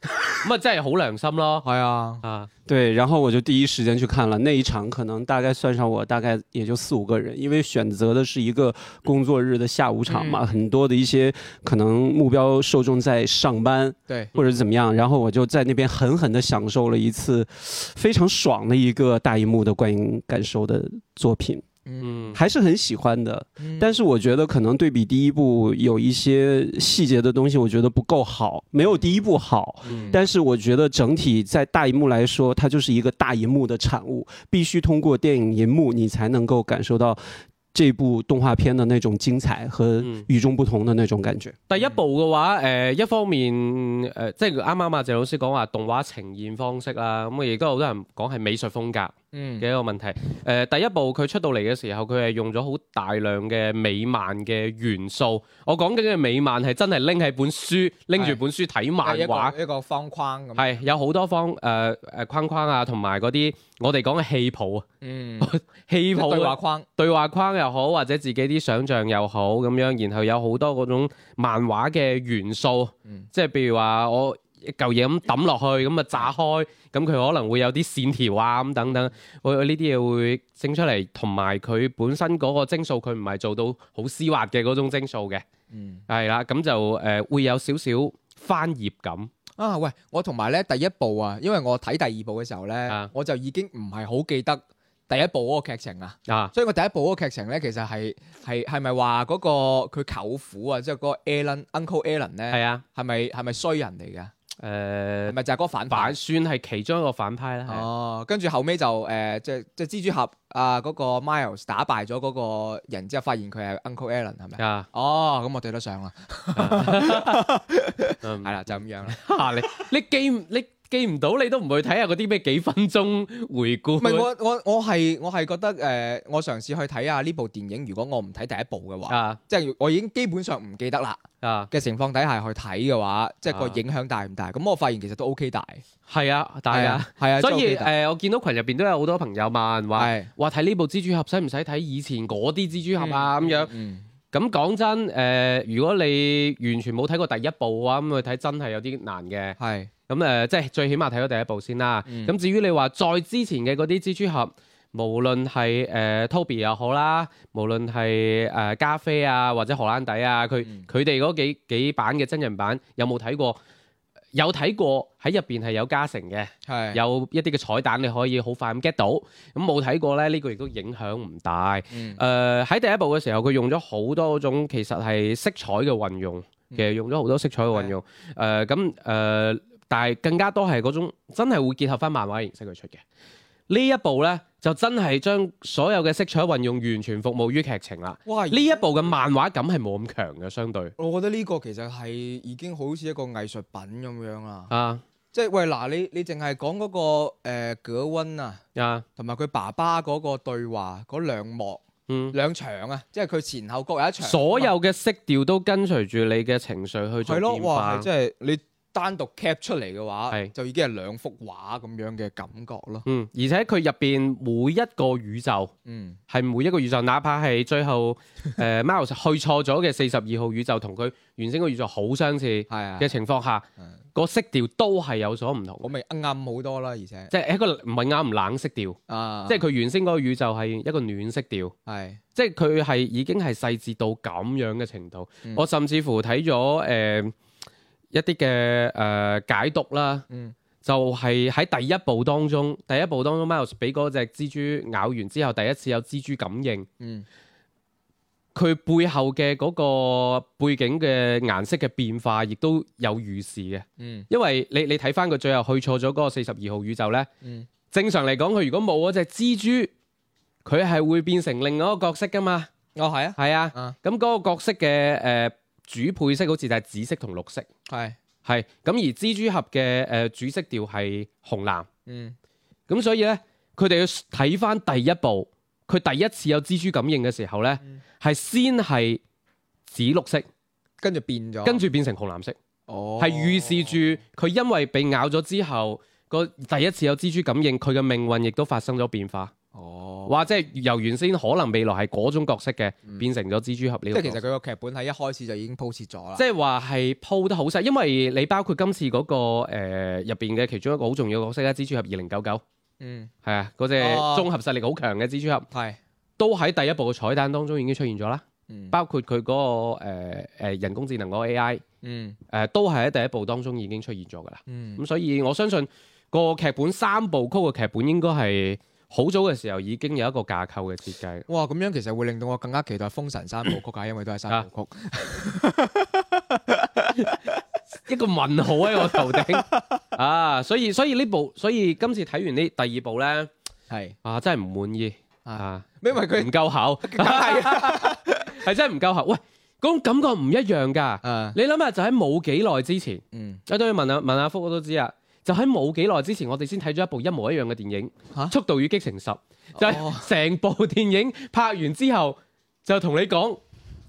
[SPEAKER 2] 咁啊，真係好良心咯。
[SPEAKER 3] 係啊，
[SPEAKER 2] 啊，
[SPEAKER 4] 对，然后我就第一时间去看了那一场，可能大概算上我大概也就四五个人，因为选择的是一个工作日的下午场嘛，很多的一些可能目标受众在上班
[SPEAKER 3] 對，
[SPEAKER 4] 或者怎么样，然后我就在那边狠狠的享受了一次非常爽的一个大荧幕的观影感受的作品，
[SPEAKER 3] 嗯，
[SPEAKER 2] 嗯，
[SPEAKER 4] 还是很喜欢的。但
[SPEAKER 3] 是
[SPEAKER 4] 是我觉得可能对比第一部有一些细节的东西，我觉得不够好，没有第一部好。
[SPEAKER 2] 嗯
[SPEAKER 4] 但是我觉得整体在大荧幕来说，它就是一个大荧幕的产物，必须通过电影荧幕你才能够感受到这部动画片的那种精彩和
[SPEAKER 2] 嗯
[SPEAKER 4] 与众不同的那种感觉。
[SPEAKER 2] 第一部嘅話，誒、一方面誒、呃即係啱啱啊謝老師講話動畫呈現方式啦，咁啊亦都好多人講係美術風格
[SPEAKER 3] 嗯
[SPEAKER 2] 嘅一個問題。誒、第一部佢出到嚟嘅時候，佢係用咗好大量嘅美漫嘅元素。我講緊嘅美漫係真係拎喺本書，拎住本書睇漫
[SPEAKER 3] 一個
[SPEAKER 2] 畫，
[SPEAKER 3] 一個方框咁，
[SPEAKER 2] 係有好多方誒誒、呃框框啊，同埋嗰啲我哋講嘅戲譜啊，
[SPEAKER 3] 嗯，
[SPEAKER 2] 戲
[SPEAKER 3] 即係
[SPEAKER 2] 譜
[SPEAKER 3] 對
[SPEAKER 2] 啊
[SPEAKER 3] 話框，
[SPEAKER 2] 對話框又好，或者自己啲想像又好咁樣，然後有好多嗰種漫畫嘅元素，
[SPEAKER 3] 嗯
[SPEAKER 2] 即係譬如話我一嚿嘢咁抌落去，咁啊炸
[SPEAKER 3] 嗯
[SPEAKER 2] 開，咁佢可能會有啲線條啊咁等等，我我呢啲嘢會整出嚟，同埋佢本身嗰個幀數佢唔係做到好絲滑嘅嗰種幀數嘅，
[SPEAKER 3] 嗯。
[SPEAKER 2] 係啦，咁就誒、呃、會有少少翻頁感，
[SPEAKER 3] 啊喂！我同埋咧第一部啊，因為我睇第二部嘅時候咧，
[SPEAKER 2] 啊
[SPEAKER 3] 我就已經唔係好記得第一部嗰個劇情啦。
[SPEAKER 2] 啊
[SPEAKER 3] 所以我第一部嗰個劇情咧，其實係係係咪話嗰個佢舅父啊，即係嗰個 Alan Uncle Alan
[SPEAKER 2] 係
[SPEAKER 3] 咧，
[SPEAKER 2] 啊，
[SPEAKER 3] 係咪係咪衰人嚟嘅？
[SPEAKER 2] 誒、
[SPEAKER 3] 係咪就係嗰個反派
[SPEAKER 2] 反？算係其中一個反派啦，係啊
[SPEAKER 3] 哦，跟住後尾就誒、呃即係即係蜘蛛俠啊嗰、個 Miles 打敗咗嗰個人之後，發現佢係 Uncle Alan 係咪？
[SPEAKER 2] 啊，
[SPEAKER 3] 哦，咁我對得上啦，
[SPEAKER 2] 嗯
[SPEAKER 3] 係啦，就咁樣啦。
[SPEAKER 2] 嚇你你記唔你記唔到，你都唔去睇下嗰啲咩幾分鐘回顧。
[SPEAKER 3] 唔係我我我係我係覺得誒、呃我嘗試去睇下呢部電影，如果我唔睇第一部嘅話，
[SPEAKER 2] 啊
[SPEAKER 3] 即係我已經基本上唔記得啦
[SPEAKER 2] 啊，
[SPEAKER 3] 嘅情況底下去睇嘅話，即係個
[SPEAKER 2] 啊
[SPEAKER 3] 影響大唔大？咁我發現其實都 OK 大，
[SPEAKER 2] 係啊，大
[SPEAKER 3] 係
[SPEAKER 2] 啊。，
[SPEAKER 3] 係啊，
[SPEAKER 2] 所以
[SPEAKER 3] 真係 OK
[SPEAKER 2] 誒、
[SPEAKER 3] 大
[SPEAKER 2] 呃我見到群入邊都有好多朋友問話，
[SPEAKER 3] 係
[SPEAKER 2] 話睇呢部蜘蛛俠使唔使睇以前嗰啲蜘蛛俠啊咁樣？
[SPEAKER 3] 嗯
[SPEAKER 2] 咁講真，誒、如果你完全冇睇過第一部嘅話，咁去睇真係有啲難嘅。
[SPEAKER 3] 嗯係
[SPEAKER 2] 咁誒、呃即係最起碼睇咗第一部先啦。
[SPEAKER 3] 嗯
[SPEAKER 2] 咁、至於你話再之前嘅嗰啲蜘蛛俠，無論係誒、呃 Toby 又好啦，無論係誒、呃加菲啊或者荷蘭弟啊，佢
[SPEAKER 3] 嗯
[SPEAKER 2] 佢哋嗰幾幾版嘅真人版有冇睇過？有睇過喺入邊係有加成嘅，
[SPEAKER 3] 係
[SPEAKER 2] 有一啲嘅彩蛋你可以好快咁 get 到。咁冇睇過咧，呢、個亦都影響唔大。誒、
[SPEAKER 3] 嗯
[SPEAKER 2] 呃喺第一部嘅時候，佢用咗好多種其實係色彩嘅運用，其實用咗好多色彩嘅運用。誒咁誒，但係更加多係嗰種真係會結合翻漫畫形式去出嘅。呢一部咧就真係將所有嘅色彩運用完全服務於劇情啦。
[SPEAKER 3] 哇
[SPEAKER 2] 呢一部嘅漫畫感係冇咁強嘅，相對
[SPEAKER 3] 我覺得呢個其實係已經好似一個藝術品咁樣啦，
[SPEAKER 2] 啊
[SPEAKER 3] 即係喂嗱，你你淨係講嗰個誒葛温啊，
[SPEAKER 2] 啊
[SPEAKER 3] 同埋佢爸爸嗰個對話嗰兩幕
[SPEAKER 2] 嗯，
[SPEAKER 3] 兩場啊，即係佢前後各有一場，
[SPEAKER 2] 所有嘅色調都跟隨住你嘅情緒去做
[SPEAKER 3] 係咯，
[SPEAKER 2] 變
[SPEAKER 3] 哇，
[SPEAKER 2] 化
[SPEAKER 3] 係。即係你單獨 cap 出嚟嘅話，
[SPEAKER 2] 係
[SPEAKER 3] 就已經係兩幅畫咁樣嘅感覺咯，
[SPEAKER 2] 嗯，而且佢入邊每一個宇宙
[SPEAKER 3] 嗯，
[SPEAKER 2] 係每一個宇宙，哪怕係最 後誒 Miles 去錯咗嘅四十二號宇宙，同佢原先個宇宙好相似
[SPEAKER 3] 係啊
[SPEAKER 2] 嘅，情況下
[SPEAKER 3] 嗯，
[SPEAKER 2] 個色調都係有所唔同，
[SPEAKER 3] 我咪啱好多啦，而且
[SPEAKER 2] 即係一個唔係啱唔冷色調，
[SPEAKER 3] 啊，
[SPEAKER 2] 即係佢原先嗰個宇宙係一個暖色調。
[SPEAKER 3] 係
[SPEAKER 2] 即係佢係已經係細緻到咁樣嘅程度。
[SPEAKER 3] 嗯
[SPEAKER 2] 我甚至乎睇咗誒一啲嘅誒解讀啦，
[SPEAKER 3] 嗯
[SPEAKER 2] 就係喺第一部當中，第一部當中 Miles 俾嗰隻蜘蛛咬完之後，第一次有蜘蛛感應，
[SPEAKER 3] 嗯
[SPEAKER 2] 佢背後嘅嗰個背景嘅顏色嘅變化，亦都有預示嘅。
[SPEAKER 3] 嗯
[SPEAKER 2] 因為你你睇翻佢最後去錯咗嗰個四十二號宇宙呢，
[SPEAKER 3] 嗯
[SPEAKER 2] 正常嚟講，佢如果冇嗰隻蜘蛛，佢係會變成另外一個角色噶嘛。
[SPEAKER 3] 哦係啊，
[SPEAKER 2] 係啊。
[SPEAKER 3] 啊
[SPEAKER 2] 咁嗰個角色嘅誒、呃主配色好似就係紫色同綠色，
[SPEAKER 3] 係，
[SPEAKER 2] 係咁而蜘蛛俠嘅誒主色調係紅藍，
[SPEAKER 3] 嗯
[SPEAKER 2] 咁所以咧佢哋要睇翻第一部佢第一次有蜘蛛感應嘅時候咧，
[SPEAKER 3] 嗯
[SPEAKER 2] 係先係紫綠色，
[SPEAKER 3] 跟住變咗，
[SPEAKER 2] 跟住變成紅藍色，
[SPEAKER 3] 哦
[SPEAKER 2] 係預示住佢因為被咬咗之後，個第一次有蜘蛛感應，佢嘅命運亦都發生咗變化。
[SPEAKER 3] 哦。
[SPEAKER 2] 哇！即係由原先可能未來係嗰種角色嘅，
[SPEAKER 3] 嗯
[SPEAKER 2] 變成咗蜘蛛俠呢個角
[SPEAKER 3] 即係其實
[SPEAKER 2] 色
[SPEAKER 3] 佢個劇本喺一開始就已經鋪設咗啦。
[SPEAKER 2] 即係話係鋪得好細，因為你包括今次嗰、個入邊嘅其中一個好重要嘅角色咧，蜘蛛俠二零九九
[SPEAKER 3] 嗯，
[SPEAKER 2] 係啊，嗰只
[SPEAKER 3] 哦
[SPEAKER 2] 綜合實力好強嘅蜘蛛俠，
[SPEAKER 3] 係，
[SPEAKER 2] 都喺第一部嘅彩蛋當中已經出現咗啦。
[SPEAKER 3] 嗯，
[SPEAKER 2] 包括佢嗰、個、呃呃人工智能嗰個 AI 誒、
[SPEAKER 3] 嗯
[SPEAKER 2] 呃都係喺第一部當中已經出現咗㗎啦。
[SPEAKER 3] 嗯
[SPEAKER 2] 咁所以我相信個劇本三部曲嘅劇本應該係好早嘅時候已經有一個架構嘅設計。
[SPEAKER 3] 哇，咁樣其實會令到我更加期待《封神三部曲》啊，因為都係三部曲。
[SPEAKER 2] 一個問號喺我頭 頂啊！所以所以呢部，所以今次睇完呢第二部咧，
[SPEAKER 3] 係，
[SPEAKER 2] 啊真係唔滿意啊，
[SPEAKER 3] 因為
[SPEAKER 2] 唔
[SPEAKER 3] 佢
[SPEAKER 2] 夠 厚，係真 係唔夠厚。喂，嗰種感覺唔一樣㗎。
[SPEAKER 3] 啊，
[SPEAKER 2] 你諗下，就喺冇幾耐之前，
[SPEAKER 3] 嗯，
[SPEAKER 2] 我都要問下問阿福，我都知啊。就喺冇幾耐之前，我哋先睇咗一部一模一樣嘅電影
[SPEAKER 3] 嚇
[SPEAKER 2] 《速度與激情十》，就
[SPEAKER 3] 哦
[SPEAKER 2] 係成部電影拍完之後，就同你講：，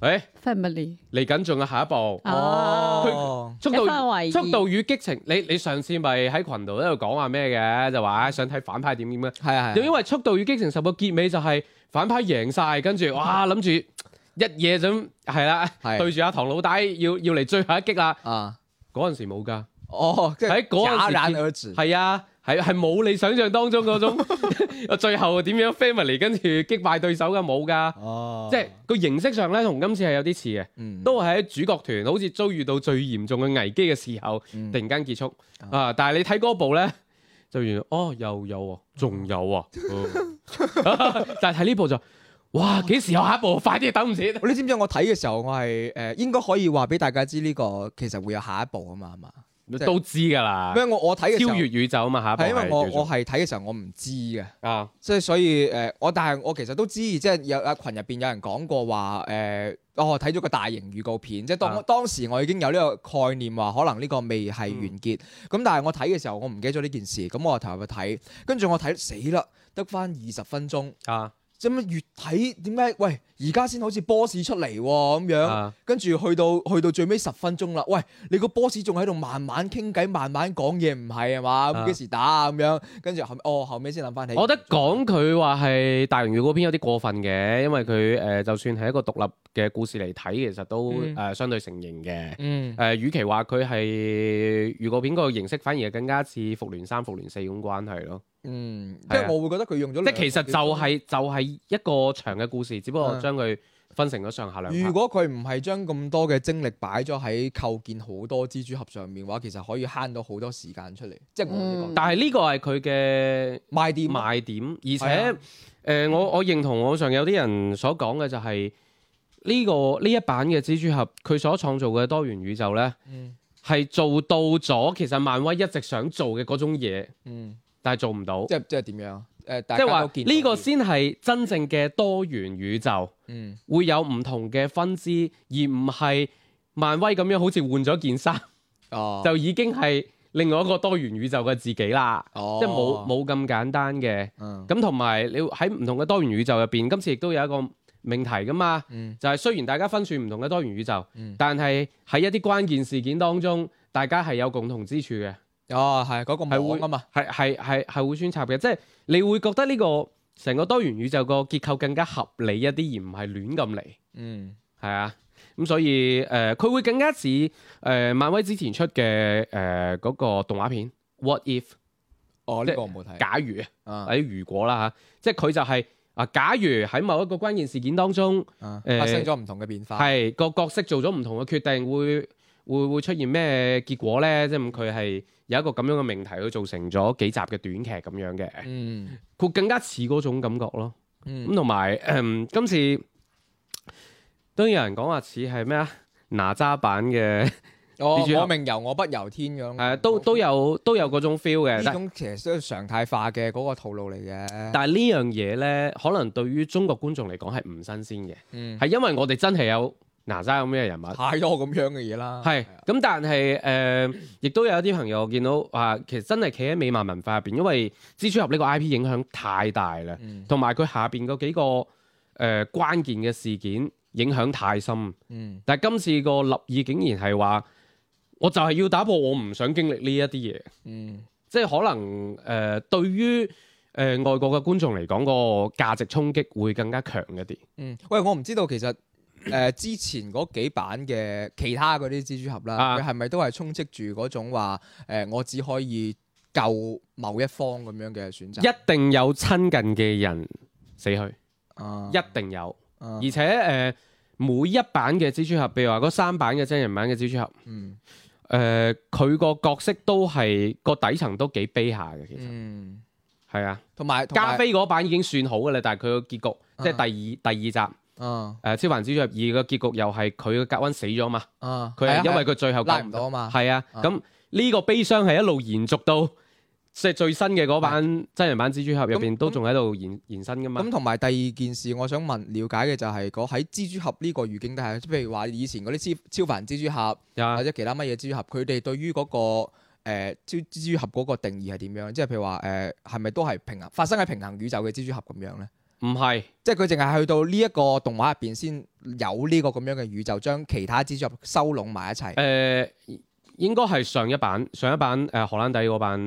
[SPEAKER 2] 誒
[SPEAKER 5] ，family
[SPEAKER 2] 嚟緊仲有下一部。
[SPEAKER 3] 哦，
[SPEAKER 2] 速
[SPEAKER 5] 一
[SPEAKER 2] 度
[SPEAKER 5] 番為意
[SPEAKER 2] 速度與激情，你你上次咪喺群度喺度講話咩嘅，就話唉想睇反派點點嘅，
[SPEAKER 3] 係啊，
[SPEAKER 2] 就因為速度與激情十個結尾就係反派贏晒，跟住哇諗住一夜就咁係啦，
[SPEAKER 3] 係
[SPEAKER 2] 對住阿唐老大要要嚟最後一擊啦，
[SPEAKER 3] 啊，
[SPEAKER 2] 嗰陣時冇㗎，
[SPEAKER 3] 哦，即係
[SPEAKER 2] 喺嗰陣時
[SPEAKER 3] 戛
[SPEAKER 2] 見
[SPEAKER 3] 然而止。
[SPEAKER 2] 係啊。係係冇你想象當中嗰種，最後點樣 family 跟住擊敗對手嘅冇㗎，
[SPEAKER 3] 哦
[SPEAKER 2] 即係個形式上咧同今次係有啲似嘅，
[SPEAKER 3] 嗯
[SPEAKER 2] 都係喺主角團好似遭遇到最嚴重嘅危機嘅時候，
[SPEAKER 3] 嗯
[SPEAKER 2] 突然間結束
[SPEAKER 3] 啊
[SPEAKER 2] 啊！但係你睇嗰部咧， 就原來哦又有喎，仲有啊，
[SPEAKER 3] 嗯
[SPEAKER 2] 哦 但係睇呢部就哇
[SPEAKER 3] 哦
[SPEAKER 2] 幾時有下一部？ 快啲等唔切！
[SPEAKER 3] 你知唔知我睇嘅時候，我係誒應該可以話俾大家知呢個其實會有下一步啊嘛，係嘛？係
[SPEAKER 2] 都知㗎啦
[SPEAKER 3] 因，為我我睇嘅時候
[SPEAKER 2] 啊超越宇宙啊嘛，下一部
[SPEAKER 3] 係因為
[SPEAKER 2] 係
[SPEAKER 3] 我
[SPEAKER 2] 叫做
[SPEAKER 3] 我係睇嘅時候我唔知嘅，
[SPEAKER 2] 啊
[SPEAKER 3] 即係所以誒、呃我但係我其實都知，即係有啊群入邊有人講過話誒、呃哦睇咗個大型預告片，即係當、
[SPEAKER 2] 啊嗯
[SPEAKER 3] 當時我已經有呢個概念話，可能呢個未係完結。咁、但係我睇嘅時候，我唔記得咗呢件事，咁我就投入去睇，跟住我睇死啦，得翻二十分鐘，
[SPEAKER 2] 啊
[SPEAKER 3] 咁樣越睇點解？喂，而家先好似 boss 出嚟喎咁樣。
[SPEAKER 2] 啊
[SPEAKER 3] 跟住去到去到最尾十分鐘啦，喂，你個 boss 仲喺度慢慢傾偈，慢慢講嘢，唔係啊嘛？
[SPEAKER 2] 啊
[SPEAKER 3] 咁幾時打啊？咁樣跟住後哦後尾先諗翻起，
[SPEAKER 2] 我覺得講佢話係大型預告片有啲過分嘅，因為佢誒、呃就算係一個獨立嘅故事嚟睇，其實都誒、
[SPEAKER 3] 嗯
[SPEAKER 2] 呃相對成型嘅。
[SPEAKER 3] 嗯
[SPEAKER 2] 誒、與其話佢係預告片個形式，反而係更加似復聯三、復聯四咁關係咯。
[SPEAKER 3] 嗯，即
[SPEAKER 2] 係啊
[SPEAKER 3] 係我會覺得佢用咗
[SPEAKER 2] 即係其實就
[SPEAKER 3] 兩個
[SPEAKER 2] 係、就係、一個長嘅故事，只不過將佢分成咗上下兩
[SPEAKER 3] 啊幾鐘。
[SPEAKER 2] 拍。
[SPEAKER 3] 如果佢唔係將咁多嘅精力擺咗喺構建好多蜘蛛俠上面嘅話，其實可以慳到好多時間出嚟。即係我哋覺
[SPEAKER 5] 嗯
[SPEAKER 3] 得
[SPEAKER 2] 但係呢個係佢嘅
[SPEAKER 3] 賣點啊，
[SPEAKER 2] 賣點，而且
[SPEAKER 3] 係
[SPEAKER 2] 誒
[SPEAKER 3] 啊、
[SPEAKER 2] 呃我我認同網上有啲人所講嘅就係、呢、個呢一版嘅蜘蛛俠，佢所創造嘅多元宇宙呢，
[SPEAKER 3] 嗯
[SPEAKER 2] 係做到咗其實漫威一直想做嘅嗰種嘢，
[SPEAKER 3] 嗯，
[SPEAKER 2] 但係做唔到。
[SPEAKER 3] 即係即係點樣啊？誒，即
[SPEAKER 2] 即係話呢個先係真正嘅多元宇宙。
[SPEAKER 3] 嗯
[SPEAKER 2] 會有唔同嘅分支，而唔係漫威咁樣好似換咗件衫、
[SPEAKER 3] 哦
[SPEAKER 2] 就已經係另外一個多元宇宙嘅自己啦，
[SPEAKER 3] 哦
[SPEAKER 2] 即係冇冇咁簡單嘅。
[SPEAKER 3] 嗯
[SPEAKER 2] 咁同埋你喺唔同嘅多元宇宙入邊，今次亦都有一個命題噶嘛，
[SPEAKER 3] 嗯
[SPEAKER 2] 就係、雖然大家分處唔同嘅多元宇宙，
[SPEAKER 3] 嗯
[SPEAKER 2] 但係喺一啲關鍵事件當中，大家係有共同之處嘅，
[SPEAKER 3] 哦係嗰個
[SPEAKER 2] 係會
[SPEAKER 3] 網啊嘛，
[SPEAKER 2] 係係係係會穿插嘅，即係你會覺得呢個成個多元宇宙個結構更加合理一啲，而唔係亂咁嚟。
[SPEAKER 3] 嗯
[SPEAKER 2] 係啊，咁所以誒，呃佢、會更加似誒、呃漫威之前出嘅誒嗰個動畫片《What If
[SPEAKER 3] 哦
[SPEAKER 2] 即
[SPEAKER 3] 呢
[SPEAKER 2] 係
[SPEAKER 3] 個我冇睇》，
[SPEAKER 2] 假如啊
[SPEAKER 3] 啊
[SPEAKER 2] 或者如果啦嚇，即係佢就係、啊，假如喺某一個關鍵事件當中，
[SPEAKER 3] 啊
[SPEAKER 2] 誒
[SPEAKER 3] 發生咗唔同嘅變化。
[SPEAKER 2] 係個角色做咗唔同嘅決定，會會會出現咩結果咧？即係咁佢係有一個咁樣嘅命題，去做成咗幾集嘅短劇咁樣嘅，
[SPEAKER 3] 嗯
[SPEAKER 2] 佢更加似嗰種感覺咯。咁
[SPEAKER 3] 嗯，
[SPEAKER 2] 同埋誒，今次當然有人講話似係咩啊？哪吒版嘅。
[SPEAKER 3] 我
[SPEAKER 2] 蜘蛛俠
[SPEAKER 3] 哦我命由我不由天咁。
[SPEAKER 2] 誒、啊都都有都有嗰種 feel 嘅，
[SPEAKER 3] 哦呢
[SPEAKER 2] 但
[SPEAKER 3] 種其實都係常態化嘅嗰個套路嚟嘅。
[SPEAKER 2] 但係呢樣嘢咧，可能對於中國觀眾嚟講係唔新鮮嘅，
[SPEAKER 3] 嗯啊
[SPEAKER 2] 係因為我哋真係有哪吒咁嘅人物。
[SPEAKER 3] 太多咁樣嘅嘢啦。
[SPEAKER 2] 係咁，但係誒、呃亦都有一啲朋友我見到啊，其實真係企喺美漫文化入邊，因為蜘蛛俠呢個 IP 影響太大啦，
[SPEAKER 3] 嗯
[SPEAKER 2] 同埋佢下邊嗰幾個誒、呃、關鍵嘅事件影響太深。
[SPEAKER 3] 嗯
[SPEAKER 2] 但係今次個立意竟然係話，我就係要打破我唔想經歷呢一啲嘢，
[SPEAKER 3] 嗯
[SPEAKER 2] 即係可能誒、呃、對於誒、呃外國嘅觀眾嚟講，個價值衝擊會更加強一啲。
[SPEAKER 3] 嗯。喂，我唔知道其實誒之前嗰幾版嘅其他嗰啲蜘蛛俠啦，
[SPEAKER 2] 啊
[SPEAKER 3] 佢係咪都係充斥住嗰種話誒我只可以救某一方咁樣嘅選擇？
[SPEAKER 2] 一定有親近嘅人死去，
[SPEAKER 3] 啊
[SPEAKER 2] 一定有。
[SPEAKER 3] 啊
[SPEAKER 2] 而且誒、呃每一版嘅蜘蛛俠，譬如話嗰三版嘅真人版嘅蜘蛛俠，
[SPEAKER 3] 嗯
[SPEAKER 2] 誒佢個角色都係個底層都幾悲下嘅，其實
[SPEAKER 3] 嗯，
[SPEAKER 2] 係、啊。
[SPEAKER 3] 同埋同埋
[SPEAKER 2] 加菲嗰版已經算好嘅啦，但係佢個結局即係第二第二集誒《
[SPEAKER 3] 啊
[SPEAKER 2] 呃超凡蜘蛛俠二》嘅結局又係佢嘅格温死咗嘛，
[SPEAKER 3] 啊，
[SPEAKER 2] 佢
[SPEAKER 3] 係啊
[SPEAKER 2] 係因為
[SPEAKER 3] 係啊
[SPEAKER 2] 佢最後
[SPEAKER 3] 拉
[SPEAKER 2] 救
[SPEAKER 3] 唔到啊嘛，
[SPEAKER 2] 係啊，
[SPEAKER 3] 啊
[SPEAKER 2] 咁呢個悲傷係一路延續到即係最新嘅嗰版真人版蜘蛛俠入邊
[SPEAKER 3] 咁
[SPEAKER 2] 都仲喺度延延伸噶嘛
[SPEAKER 3] 咁。同埋第二件事，我想問了解嘅就係嗰喺蜘蛛俠呢個語境底下，即譬如話以前嗰啲超超凡蜘蛛俠
[SPEAKER 2] 啊
[SPEAKER 3] 或者其他乜嘢蜘蛛俠，佢哋對於嗰、個呃蜘、蜘蛛俠嗰個定義係點樣？即係譬如話誒，係、咪都係平衡發生喺平衡宇宙嘅蜘蛛俠咁樣咧？
[SPEAKER 2] 唔係
[SPEAKER 3] 即係佢淨係去到呢一個動畫入邊先有呢個咁樣嘅宇宙，將其他蜘蛛俠收攏埋一齊。
[SPEAKER 2] 誒，應該係上一版上一版誒、呃荷蘭底嗰版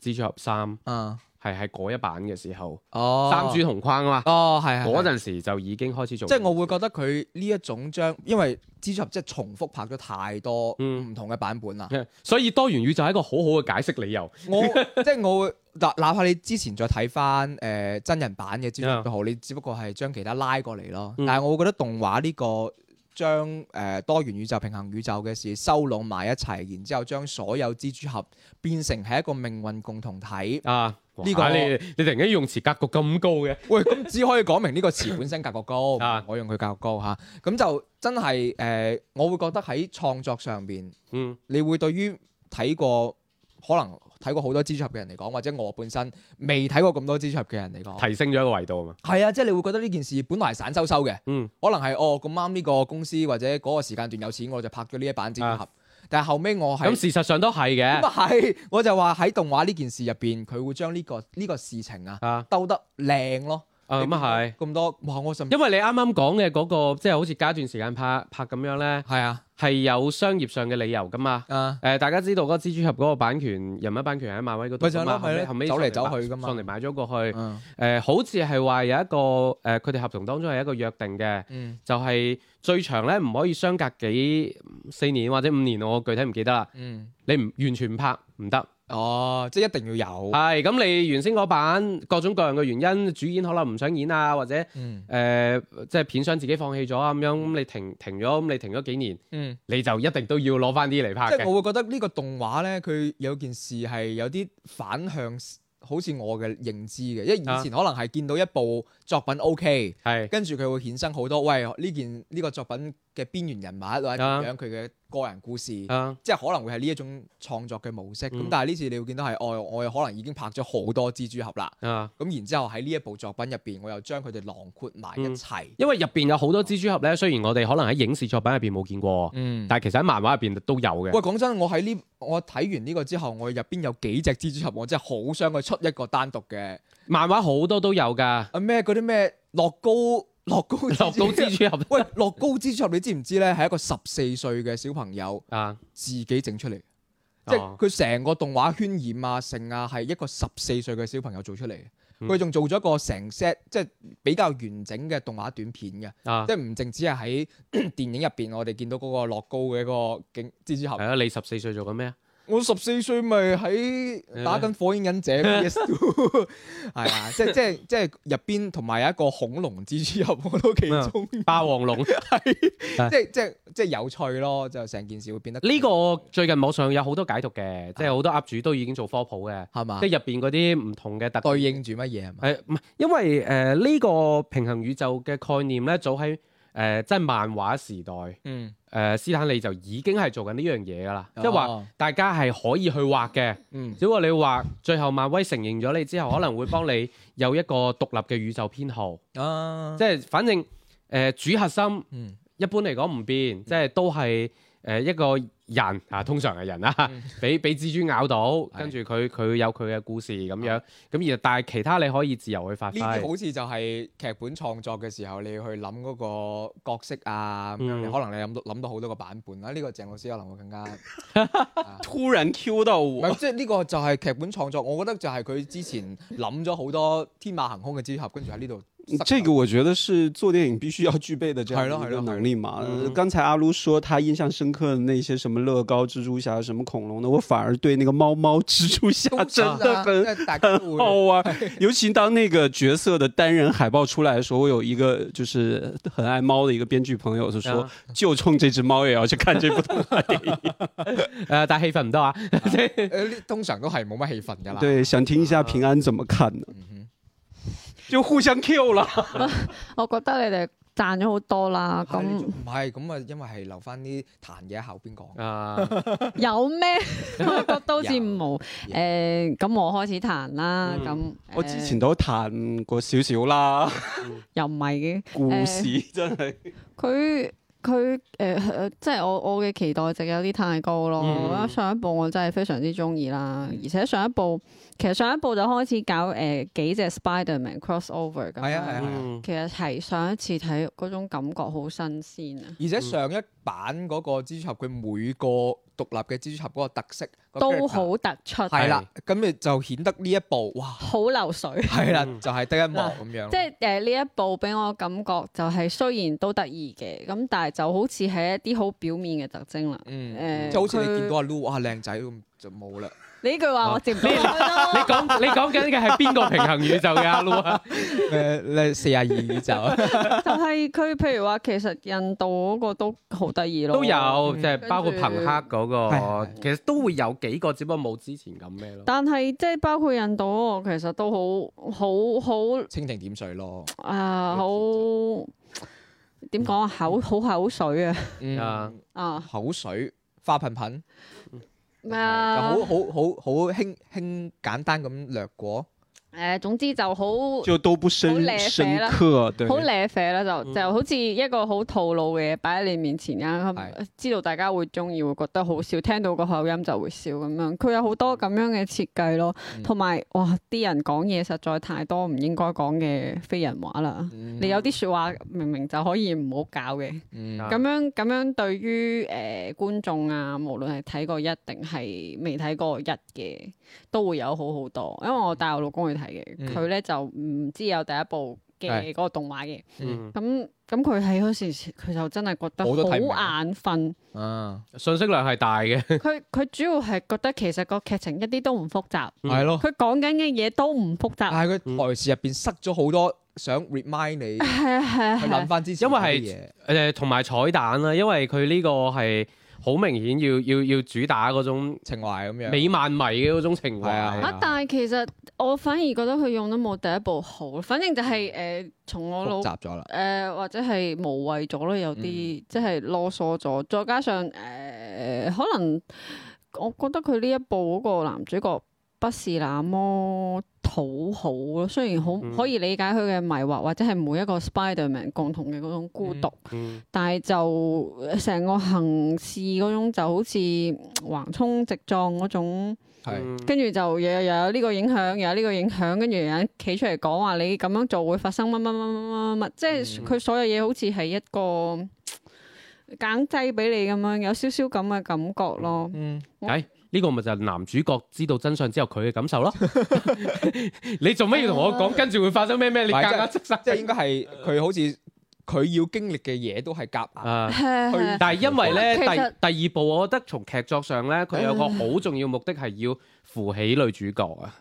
[SPEAKER 2] 蜘蛛俠三
[SPEAKER 3] 嗯，
[SPEAKER 2] 係係嗰一版嘅時候，
[SPEAKER 3] 哦，
[SPEAKER 2] 三珠同框啊嘛，
[SPEAKER 3] 哦，係係係
[SPEAKER 2] 嗰陣時就已經開始做。
[SPEAKER 3] 即係我會覺得佢呢一種將，因為蜘蛛俠即係重複拍咗太多
[SPEAKER 2] 嗯
[SPEAKER 3] 唔同嘅版本啦。
[SPEAKER 2] 所以多元宇宙係一個好好嘅解釋理由。
[SPEAKER 3] 我 即係我會哪哪怕你之前再睇翻誒真人版嘅蜘蛛俠都好，你只不過係將其他拉過嚟咯。
[SPEAKER 2] 啊嗯
[SPEAKER 3] 但係我會覺得動畫呢、個將誒、呃多元宇宙、平衡宇宙嘅事收攏埋一齊，然之後將所有蜘蛛俠變成係一個命運共同 體。
[SPEAKER 2] 啊！
[SPEAKER 3] 呢個
[SPEAKER 2] 哇你你突然間用詞格局咁高嘅，
[SPEAKER 3] 喂，咁只可以講明呢個詞本身格局高，
[SPEAKER 2] 啊
[SPEAKER 3] 我用佢格局高嚇。咁就真係誒、呃我會覺得喺創作上邊。
[SPEAKER 2] 嗯
[SPEAKER 3] 你會對於睇過可能睇過好多蜘蛛俠嘅人嚟講，或者我本身未睇過咁多蜘蛛俠嘅人嚟講，
[SPEAKER 2] 提升咗一個維度啊嘛。
[SPEAKER 3] 係啊，即係你會覺得呢件事本來係散收收嘅，
[SPEAKER 2] 嗯
[SPEAKER 3] 可能係哦咁啱呢個公司或者嗰個時間段有錢，我就拍咗呢一版蜘蛛俠。但係後尾我係
[SPEAKER 2] 啊咁事實上都係
[SPEAKER 3] 咁
[SPEAKER 2] 嘅。
[SPEAKER 3] 啊係，我就話喺動畫呢件事入邊，佢會將呢、個呢、個事情啊
[SPEAKER 2] 啊
[SPEAKER 3] 兜得靚咯。
[SPEAKER 2] 啊咁啊係，
[SPEAKER 3] 咁多哇！我甚至
[SPEAKER 2] 因為你啱啱講嘅嗰個即係好似加段時間拍拍咁樣咧，
[SPEAKER 3] 係啊
[SPEAKER 2] 係有商業上嘅理由噶嘛。
[SPEAKER 3] 啊
[SPEAKER 2] 誒、大家知道嗰個蜘蛛俠嗰個版權人物版權喺漫威嗰度
[SPEAKER 3] 咪就係
[SPEAKER 2] 㗎
[SPEAKER 3] 咯
[SPEAKER 2] 嘛，
[SPEAKER 3] 咪咯
[SPEAKER 2] 後尾
[SPEAKER 3] 走
[SPEAKER 2] 上
[SPEAKER 3] 嚟走
[SPEAKER 2] 買
[SPEAKER 3] 去㗎嘛
[SPEAKER 2] 上嚟買咗過去。誒、
[SPEAKER 3] 嗯
[SPEAKER 2] 好似係話有一個誒，佢、哋合同當中係一個約定嘅，
[SPEAKER 3] 嗯
[SPEAKER 2] 就係、最長咧唔可以相隔幾四年或者五年，我具體唔記得啦。
[SPEAKER 3] 嗯
[SPEAKER 2] 你唔完全唔拍唔得，
[SPEAKER 3] 哦，即係一定要有
[SPEAKER 2] 係咁你原先嗰版各種各樣嘅原因，主演可能唔想演啊，或者誒、
[SPEAKER 3] 嗯
[SPEAKER 2] 呃即係片商自己放棄咗啊咁樣，咁你停停咗，咁你停咗幾年，
[SPEAKER 3] 嗯。
[SPEAKER 2] 你就一定都要攞翻啲嚟拍
[SPEAKER 3] 即係
[SPEAKER 2] 嘅。
[SPEAKER 3] 我會覺得呢個動畫咧，佢有件事係有啲反向，好似我嘅認知嘅，因為以前
[SPEAKER 2] 啊
[SPEAKER 3] 可能係見到一部作品 OK，
[SPEAKER 2] 係
[SPEAKER 3] 跟住佢會衍生好多，喂呢件呢個作品嘅邊緣人物或者點
[SPEAKER 2] 啊
[SPEAKER 3] 樣佢嘅個人故事，
[SPEAKER 2] 啊，
[SPEAKER 3] 即係可能會係呢一種創作嘅模式。咁、
[SPEAKER 2] 嗯
[SPEAKER 3] 但係呢次你會見到係，哦，我又可能已經拍咗好多蜘蛛俠啦，
[SPEAKER 2] 啊
[SPEAKER 3] 咁然之後喺呢一部作品入邊，我又將佢哋囊括埋
[SPEAKER 2] 嗯
[SPEAKER 3] 一齊。
[SPEAKER 2] 因為入邊有好多蜘蛛俠咧，雖然我哋可能喺影視作品入邊冇見過，
[SPEAKER 3] 嗯
[SPEAKER 2] 但係其實喺漫畫入邊都有
[SPEAKER 3] 喂，
[SPEAKER 2] 嘅。
[SPEAKER 3] 講真，我喺呢我睇完呢個之後，我入邊有幾隻蜘蛛俠，我真係好想佢出一個單獨嘅
[SPEAKER 2] 漫畫好多都有㗎，
[SPEAKER 3] 啊咩嗰啲咩樂高樂高
[SPEAKER 2] 落
[SPEAKER 3] 樂
[SPEAKER 2] 到蜘蛛俠
[SPEAKER 3] 喂樂高蜘蛛俠，你知唔知咧？係一個十四歲嘅小朋友
[SPEAKER 2] 啊，
[SPEAKER 3] 自己整出嚟嘅，即係
[SPEAKER 2] 哦
[SPEAKER 3] 佢成個動畫渲染啊、成啊，係一個十四歲嘅小朋友做出嚟嘅。
[SPEAKER 2] 嗯
[SPEAKER 3] 佢仲做咗一個成 set 即係比較完整嘅動畫短片嘅，
[SPEAKER 2] 啊
[SPEAKER 3] 即，係唔淨只係喺 電影入邊我哋見到嗰個樂高嘅一個景蜘蛛俠
[SPEAKER 2] 係。啊，你十四歲做緊咩啊？
[SPEAKER 3] 我十四歲咪喺
[SPEAKER 2] 嗯
[SPEAKER 3] 打緊火影 忍者 PS Two，係啊，即係即係即係入邊同埋有一個恐龍蜘蛛俠，我都幾中意，
[SPEAKER 2] 霸王龍呢
[SPEAKER 3] 即係即係即係有趣咯，就成件事會變得
[SPEAKER 2] 個最近網上有好多解讀嘅，即係好多 up 主都已經做科普嘅，
[SPEAKER 3] 係嘛
[SPEAKER 2] 即，係入邊嗰啲唔同嘅特
[SPEAKER 3] 對應住乜嘢係嘛？
[SPEAKER 2] 誒唔係，因為誒呢個平衡宇宙嘅概念咧，早喺誒即係漫畫時代。
[SPEAKER 3] 嗯，
[SPEAKER 2] 誒斯坦利就已經係做緊呢樣嘢㗎啦，即係話
[SPEAKER 3] 哦
[SPEAKER 2] 大家係可以去畫嘅，
[SPEAKER 3] 嗯
[SPEAKER 2] 只不過你畫最後漫威承認咗你之後，可能會幫你有一個獨立嘅宇宙編號，
[SPEAKER 3] 啊，
[SPEAKER 2] 即係反正誒、呃主核心
[SPEAKER 3] 嗯
[SPEAKER 2] 一般嚟講唔變，即係都係誒一個人啊，通常係人啦， 俾俾蜘蛛咬到，跟住佢佢有佢嘅故事咁樣，咁而但係其他你可以自由去發
[SPEAKER 3] 呢啲
[SPEAKER 2] 揮，啊
[SPEAKER 3] 好似就係劇本創作嘅時候，你要去諗嗰個角色啊，咁樣
[SPEAKER 2] 嗯
[SPEAKER 3] 你可能你諗到諗到好多個版本啦。呢個鄭老師可能會更加，唔
[SPEAKER 4] 突然 Q 到我，
[SPEAKER 3] 係即係呢個就係劇本創作。我覺得就係佢之前諗咗好多天馬行空嘅之合，跟住喺呢度塞
[SPEAKER 4] 这
[SPEAKER 3] 入
[SPEAKER 4] 个我觉得是做电影必须要具备的这样
[SPEAKER 3] 海浪
[SPEAKER 4] 的一
[SPEAKER 3] 海
[SPEAKER 4] 个
[SPEAKER 3] 浪海
[SPEAKER 4] 能
[SPEAKER 3] 浪
[SPEAKER 4] 力嘛。呃
[SPEAKER 2] 嗯
[SPEAKER 4] 刚才阿撸说他印象深刻的那些什么乐高、蜘蛛侠、什么恐龙的，我反而对那个猫猫蜘蛛侠
[SPEAKER 3] 都真
[SPEAKER 4] 真的
[SPEAKER 3] 啊
[SPEAKER 4] 很
[SPEAKER 3] 即係大家都
[SPEAKER 4] 很
[SPEAKER 3] 會
[SPEAKER 4] 好玩。尤其当那个角色的单人海报出来的时候，我有一个就是很爱猫的一个编剧朋友就说
[SPEAKER 2] 啊，
[SPEAKER 4] 就冲这只猫也要去看这部动画电影。
[SPEAKER 2] 誒但係氣氛唔多啊，
[SPEAKER 3] 誒呢通常都係冇乜氣氛㗎啦。
[SPEAKER 4] 对，想听一下平安怎么看呢？
[SPEAKER 3] 嗯
[SPEAKER 4] 就互相 Q 了。
[SPEAKER 5] 我覺得你哋賺咗好多啦，
[SPEAKER 3] 哼，
[SPEAKER 5] 咁
[SPEAKER 3] 咁唔係咁啊，因為係留翻啲彈嘢喺後邊講。
[SPEAKER 2] 啊
[SPEAKER 5] 有咩？我覺得好似冇
[SPEAKER 3] 有
[SPEAKER 5] 誒，咁我開始彈啦，
[SPEAKER 2] 嗯
[SPEAKER 5] 咁
[SPEAKER 4] 我
[SPEAKER 5] 誒
[SPEAKER 4] 之前都谈过少少啦，
[SPEAKER 5] 又唔係嘅。
[SPEAKER 4] 故
[SPEAKER 5] 呃
[SPEAKER 4] 事真系。
[SPEAKER 5] 佢佢誒 即係我我嘅期待值有啲太高咯。
[SPEAKER 2] 嗯
[SPEAKER 5] 我覺得上一部我真係非常之中意啦，
[SPEAKER 3] 嗯
[SPEAKER 5] 而且上一部其實上一部就開始搞誒、呃、幾隻 Spider-Man crossover 咁樣。
[SPEAKER 3] 係啊係啊
[SPEAKER 2] 嗯
[SPEAKER 5] 其實係上一次睇嗰種感覺好新鮮啊，
[SPEAKER 3] 而且上一版嗰個蜘蛛俠，佢每個獨立嘅蜘蛛俠嗰個特色個
[SPEAKER 5] 都
[SPEAKER 3] character
[SPEAKER 5] 好突出，啊
[SPEAKER 3] 係啦，咁你就顯得呢一部哇，
[SPEAKER 5] 好流水。
[SPEAKER 3] 係啦，
[SPEAKER 2] 嗯
[SPEAKER 3] 就係得一幕咁樣。
[SPEAKER 5] 即係誒呢一部俾我感覺就係雖然都得意嘅，咁但係就好似係一啲好表面嘅特徵啦。
[SPEAKER 3] 嗯，
[SPEAKER 5] 誒
[SPEAKER 3] 即係好似你
[SPEAKER 5] 佢
[SPEAKER 3] 見到阿啊 Lu 哇靚仔咁就冇啦。
[SPEAKER 5] 呢句話我接唔到
[SPEAKER 2] 你
[SPEAKER 5] 開
[SPEAKER 2] 你
[SPEAKER 5] 咯。
[SPEAKER 2] 講你講緊嘅係邊個平衡宇宙嘅阿 Lu 啊？
[SPEAKER 3] 誒誒，四廿二宇宙，
[SPEAKER 5] 就係佢譬如話，其實印度嗰個都好得意咯。
[SPEAKER 2] 都有，
[SPEAKER 3] 嗯
[SPEAKER 2] 即係包括
[SPEAKER 5] 跟
[SPEAKER 2] 朋
[SPEAKER 5] 住
[SPEAKER 2] 克嗰個
[SPEAKER 3] 係，
[SPEAKER 2] 其實都會有幾個，只不過冇之前咁咩咯。
[SPEAKER 5] 但係即係包括印度嗰個，其實都好好好
[SPEAKER 3] 蜻蜓點水咯。
[SPEAKER 5] 啊，好點講啊，口好口水啊
[SPEAKER 2] 啊
[SPEAKER 3] 嗯，
[SPEAKER 5] 啊
[SPEAKER 3] 口水花噴噴，
[SPEAKER 5] 咩啊
[SPEAKER 3] 就好好好好輕輕簡單咁略過。
[SPEAKER 5] 誒，總之就好
[SPEAKER 4] 就都不
[SPEAKER 5] 好
[SPEAKER 4] 深
[SPEAKER 5] 咧啡
[SPEAKER 4] 深
[SPEAKER 5] 啦
[SPEAKER 4] 刻，对，
[SPEAKER 5] 好瀨啡啦，就
[SPEAKER 2] 嗯
[SPEAKER 5] 就好似一個好套路嘅嘢擺喺你面前
[SPEAKER 3] 係
[SPEAKER 5] 啊，咁知道大家會中意，會覺得好笑，聽到個口音就會笑咁樣。佢有好多咁樣嘅設計咯
[SPEAKER 3] 嗯，
[SPEAKER 5] 同埋哇，啲人講嘢實在太多唔應該講嘅非人話啦。你
[SPEAKER 2] 嗯
[SPEAKER 3] 你
[SPEAKER 5] 有啲説話明明就可以唔好搞嘅，
[SPEAKER 3] 嗯
[SPEAKER 2] 啊
[SPEAKER 5] 咁樣咁樣對於誒、呃、觀眾啊，無論係睇過一定係未睇過一嘅，都會有好好多。因為我帶我老公去睇
[SPEAKER 3] 嗯
[SPEAKER 5] 嘅，佢咧、就唔知有第一部
[SPEAKER 3] 係
[SPEAKER 5] 嘅嗰個動畫嘅，
[SPEAKER 2] 嗯，
[SPEAKER 5] 咁咁佢睇嗰時佢就真係覺得
[SPEAKER 3] 我都睇唔明
[SPEAKER 5] 好眼 瞓。
[SPEAKER 3] 啊，
[SPEAKER 2] 信息量係大嘅，
[SPEAKER 5] 佢佢主要係覺得其實個劇情一啲都唔複雜，
[SPEAKER 2] 嗯
[SPEAKER 3] 係咯。
[SPEAKER 5] 佢啊講緊嘅嘢都唔複雜。
[SPEAKER 3] 哦但係佢台詞入邊塞咗好多想 remind 你去
[SPEAKER 5] 係啊係啊係
[SPEAKER 3] 諗
[SPEAKER 5] 啊，
[SPEAKER 3] 翻之前
[SPEAKER 2] 因為
[SPEAKER 3] 嗰
[SPEAKER 2] 係
[SPEAKER 3] 啲嘢。
[SPEAKER 2] 誒呃同埋彩蛋啦，因為佢呢個係好明顯要要要主打嗰種
[SPEAKER 3] 情懷咁樣。
[SPEAKER 2] 美漫迷嘅嗰種情懷
[SPEAKER 3] 係啊係
[SPEAKER 5] 啊！但係其實我反而覺得佢用得冇第一部好，反正就係、誒、從我老
[SPEAKER 3] 複雜咗啦
[SPEAKER 5] 誒、。呃或者係無謂咗咯，有啲、
[SPEAKER 2] 嗯
[SPEAKER 5] 即係囉嗦咗，再加上誒、呃可能我覺得佢呢一部嗰個男主角不是那麼討好咯，雖然好、
[SPEAKER 2] 嗯
[SPEAKER 5] 可以理解佢嘅迷惑，或者係每一個 Spiderman 共同嘅嗰種孤獨，
[SPEAKER 2] 嗯
[SPEAKER 5] 但係就呃成個行事嗰種就好似嗯橫衝直撞嗰種。
[SPEAKER 3] 係
[SPEAKER 2] 嗯
[SPEAKER 5] 跟住就又又有呢個影響，又有呢個影響，跟住有人企出嚟講話你咁樣做會發生乜乜乜乜乜乜乜，即係佢所有嘢好似係一個揀制俾你咁樣，有少少咁嘅感覺 咯。
[SPEAKER 3] 嗯，
[SPEAKER 2] 呢個咪就係男主角知道真相之後佢嘅感 受咯。 你做咩要同我講跟住會發生咩咩？你
[SPEAKER 3] 唔係
[SPEAKER 2] 夾硬塞晒
[SPEAKER 3] 即係應該係佢好似佢要經歷嘅嘢都係夾硬。
[SPEAKER 2] 啊！
[SPEAKER 5] 係係
[SPEAKER 2] 但係因為咧，
[SPEAKER 5] 其實
[SPEAKER 2] 第第二部我覺得從劇作上咧，佢有個好重要目的係要扶起女主角啊，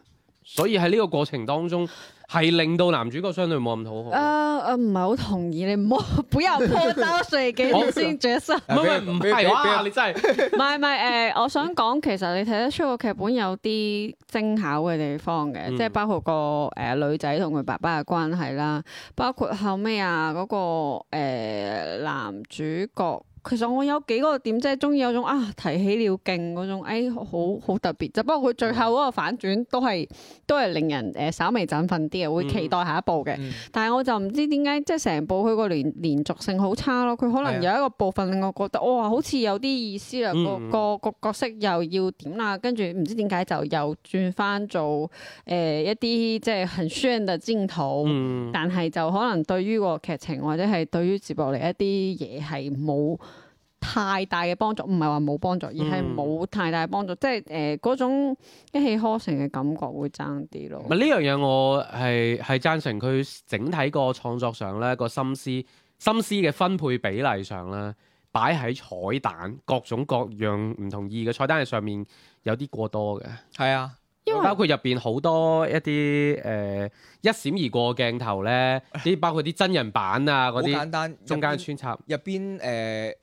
[SPEAKER 2] 所以喺呢個過程當中係令到男主角相對冇咁討好。
[SPEAKER 5] 啊啊，唔係好同意你，唔好 不要潑到水給
[SPEAKER 2] 我
[SPEAKER 5] 你先着手。
[SPEAKER 2] 唔係唔係唔
[SPEAKER 3] 啊俾
[SPEAKER 2] 係
[SPEAKER 3] 俾
[SPEAKER 2] 哇！你真係
[SPEAKER 5] 唔係唔係誒，我想講其實你睇得出個劇本有啲精巧嘅地方嘅，
[SPEAKER 2] 嗯
[SPEAKER 5] 即係包括個誒、呃女仔同佢爸爸嘅關係啦，包括後尾啊嗰個、呃、男主角其實我有幾個點即係中意有種啊提起了勁嗰種，哎好好特別。就不過佢最後嗰個反轉都係都係令人誒、呃稍微振奮啲嘅，會期待下一步嘅。
[SPEAKER 3] 嗯
[SPEAKER 5] 但係我就唔知點解即係成部佢個連連續性好差咯。佢可能
[SPEAKER 3] 係啊
[SPEAKER 5] 有一個部分令我覺得哇好似有啲意思啦，個
[SPEAKER 2] 嗯
[SPEAKER 5] 個個角色又要點啦，跟住唔知點解就又轉翻做誒、呃一啲即係很炫嘅鏡頭。
[SPEAKER 2] 嗯，
[SPEAKER 5] 但係就可能對於個劇情或者係對於接落嚟一啲嘢係冇太大嘅幫助，唔係話冇幫助，而
[SPEAKER 2] 嗯
[SPEAKER 5] 係冇太大嘅幫助，即係誒嗰種一氣呵成嘅感覺會爭啲咯
[SPEAKER 2] 唔。係呢樣嘢，我係係贊成佢整體個創作上咧個心思心思嘅分配比例上咧，擺喺彩蛋各種各樣唔同意嘅彩蛋嘅上面有啲過多嘅，
[SPEAKER 3] 係啊，
[SPEAKER 5] 因為
[SPEAKER 2] 包括入邊好多一啲誒、呃一閃而過嘅鏡頭咧，啲包括啲真人版啊
[SPEAKER 3] 好
[SPEAKER 2] 嗰啲
[SPEAKER 3] 簡單。
[SPEAKER 2] 中間
[SPEAKER 3] 入邊
[SPEAKER 2] 穿插
[SPEAKER 3] 入邊誒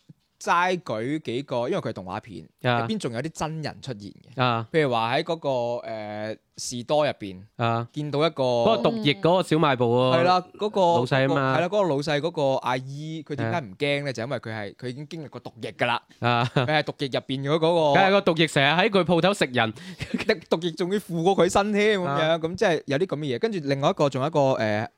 [SPEAKER 3] 齋舉幾個，因為佢係動畫片，入
[SPEAKER 2] 啊
[SPEAKER 3] 邊仲有啲真人出現嘅，
[SPEAKER 2] 啊
[SPEAKER 3] 譬如話喺嗰個誒士多入邊
[SPEAKER 2] 啊！
[SPEAKER 3] 見到一個
[SPEAKER 2] 嗰、個毒液嗰個小賣部啊，
[SPEAKER 3] 哦係啦，嗰個
[SPEAKER 2] 老細啊嘛
[SPEAKER 3] 嗰個係啦，嗰個老細嗰個阿姨，佢點解唔驚咧？就因為佢係佢已經經歷過毒液 㗎啦，
[SPEAKER 2] 啊，
[SPEAKER 3] 佢係毒液入邊嗰
[SPEAKER 2] 梗係
[SPEAKER 3] 嗰
[SPEAKER 2] 個毒液成日喺佢鋪頭食人，
[SPEAKER 3] 個 毒毒液仲要附過佢身添咁
[SPEAKER 2] 啊
[SPEAKER 3] 樣，咁即係有啲咁嘅嘢。跟住另外一個仲有一個誒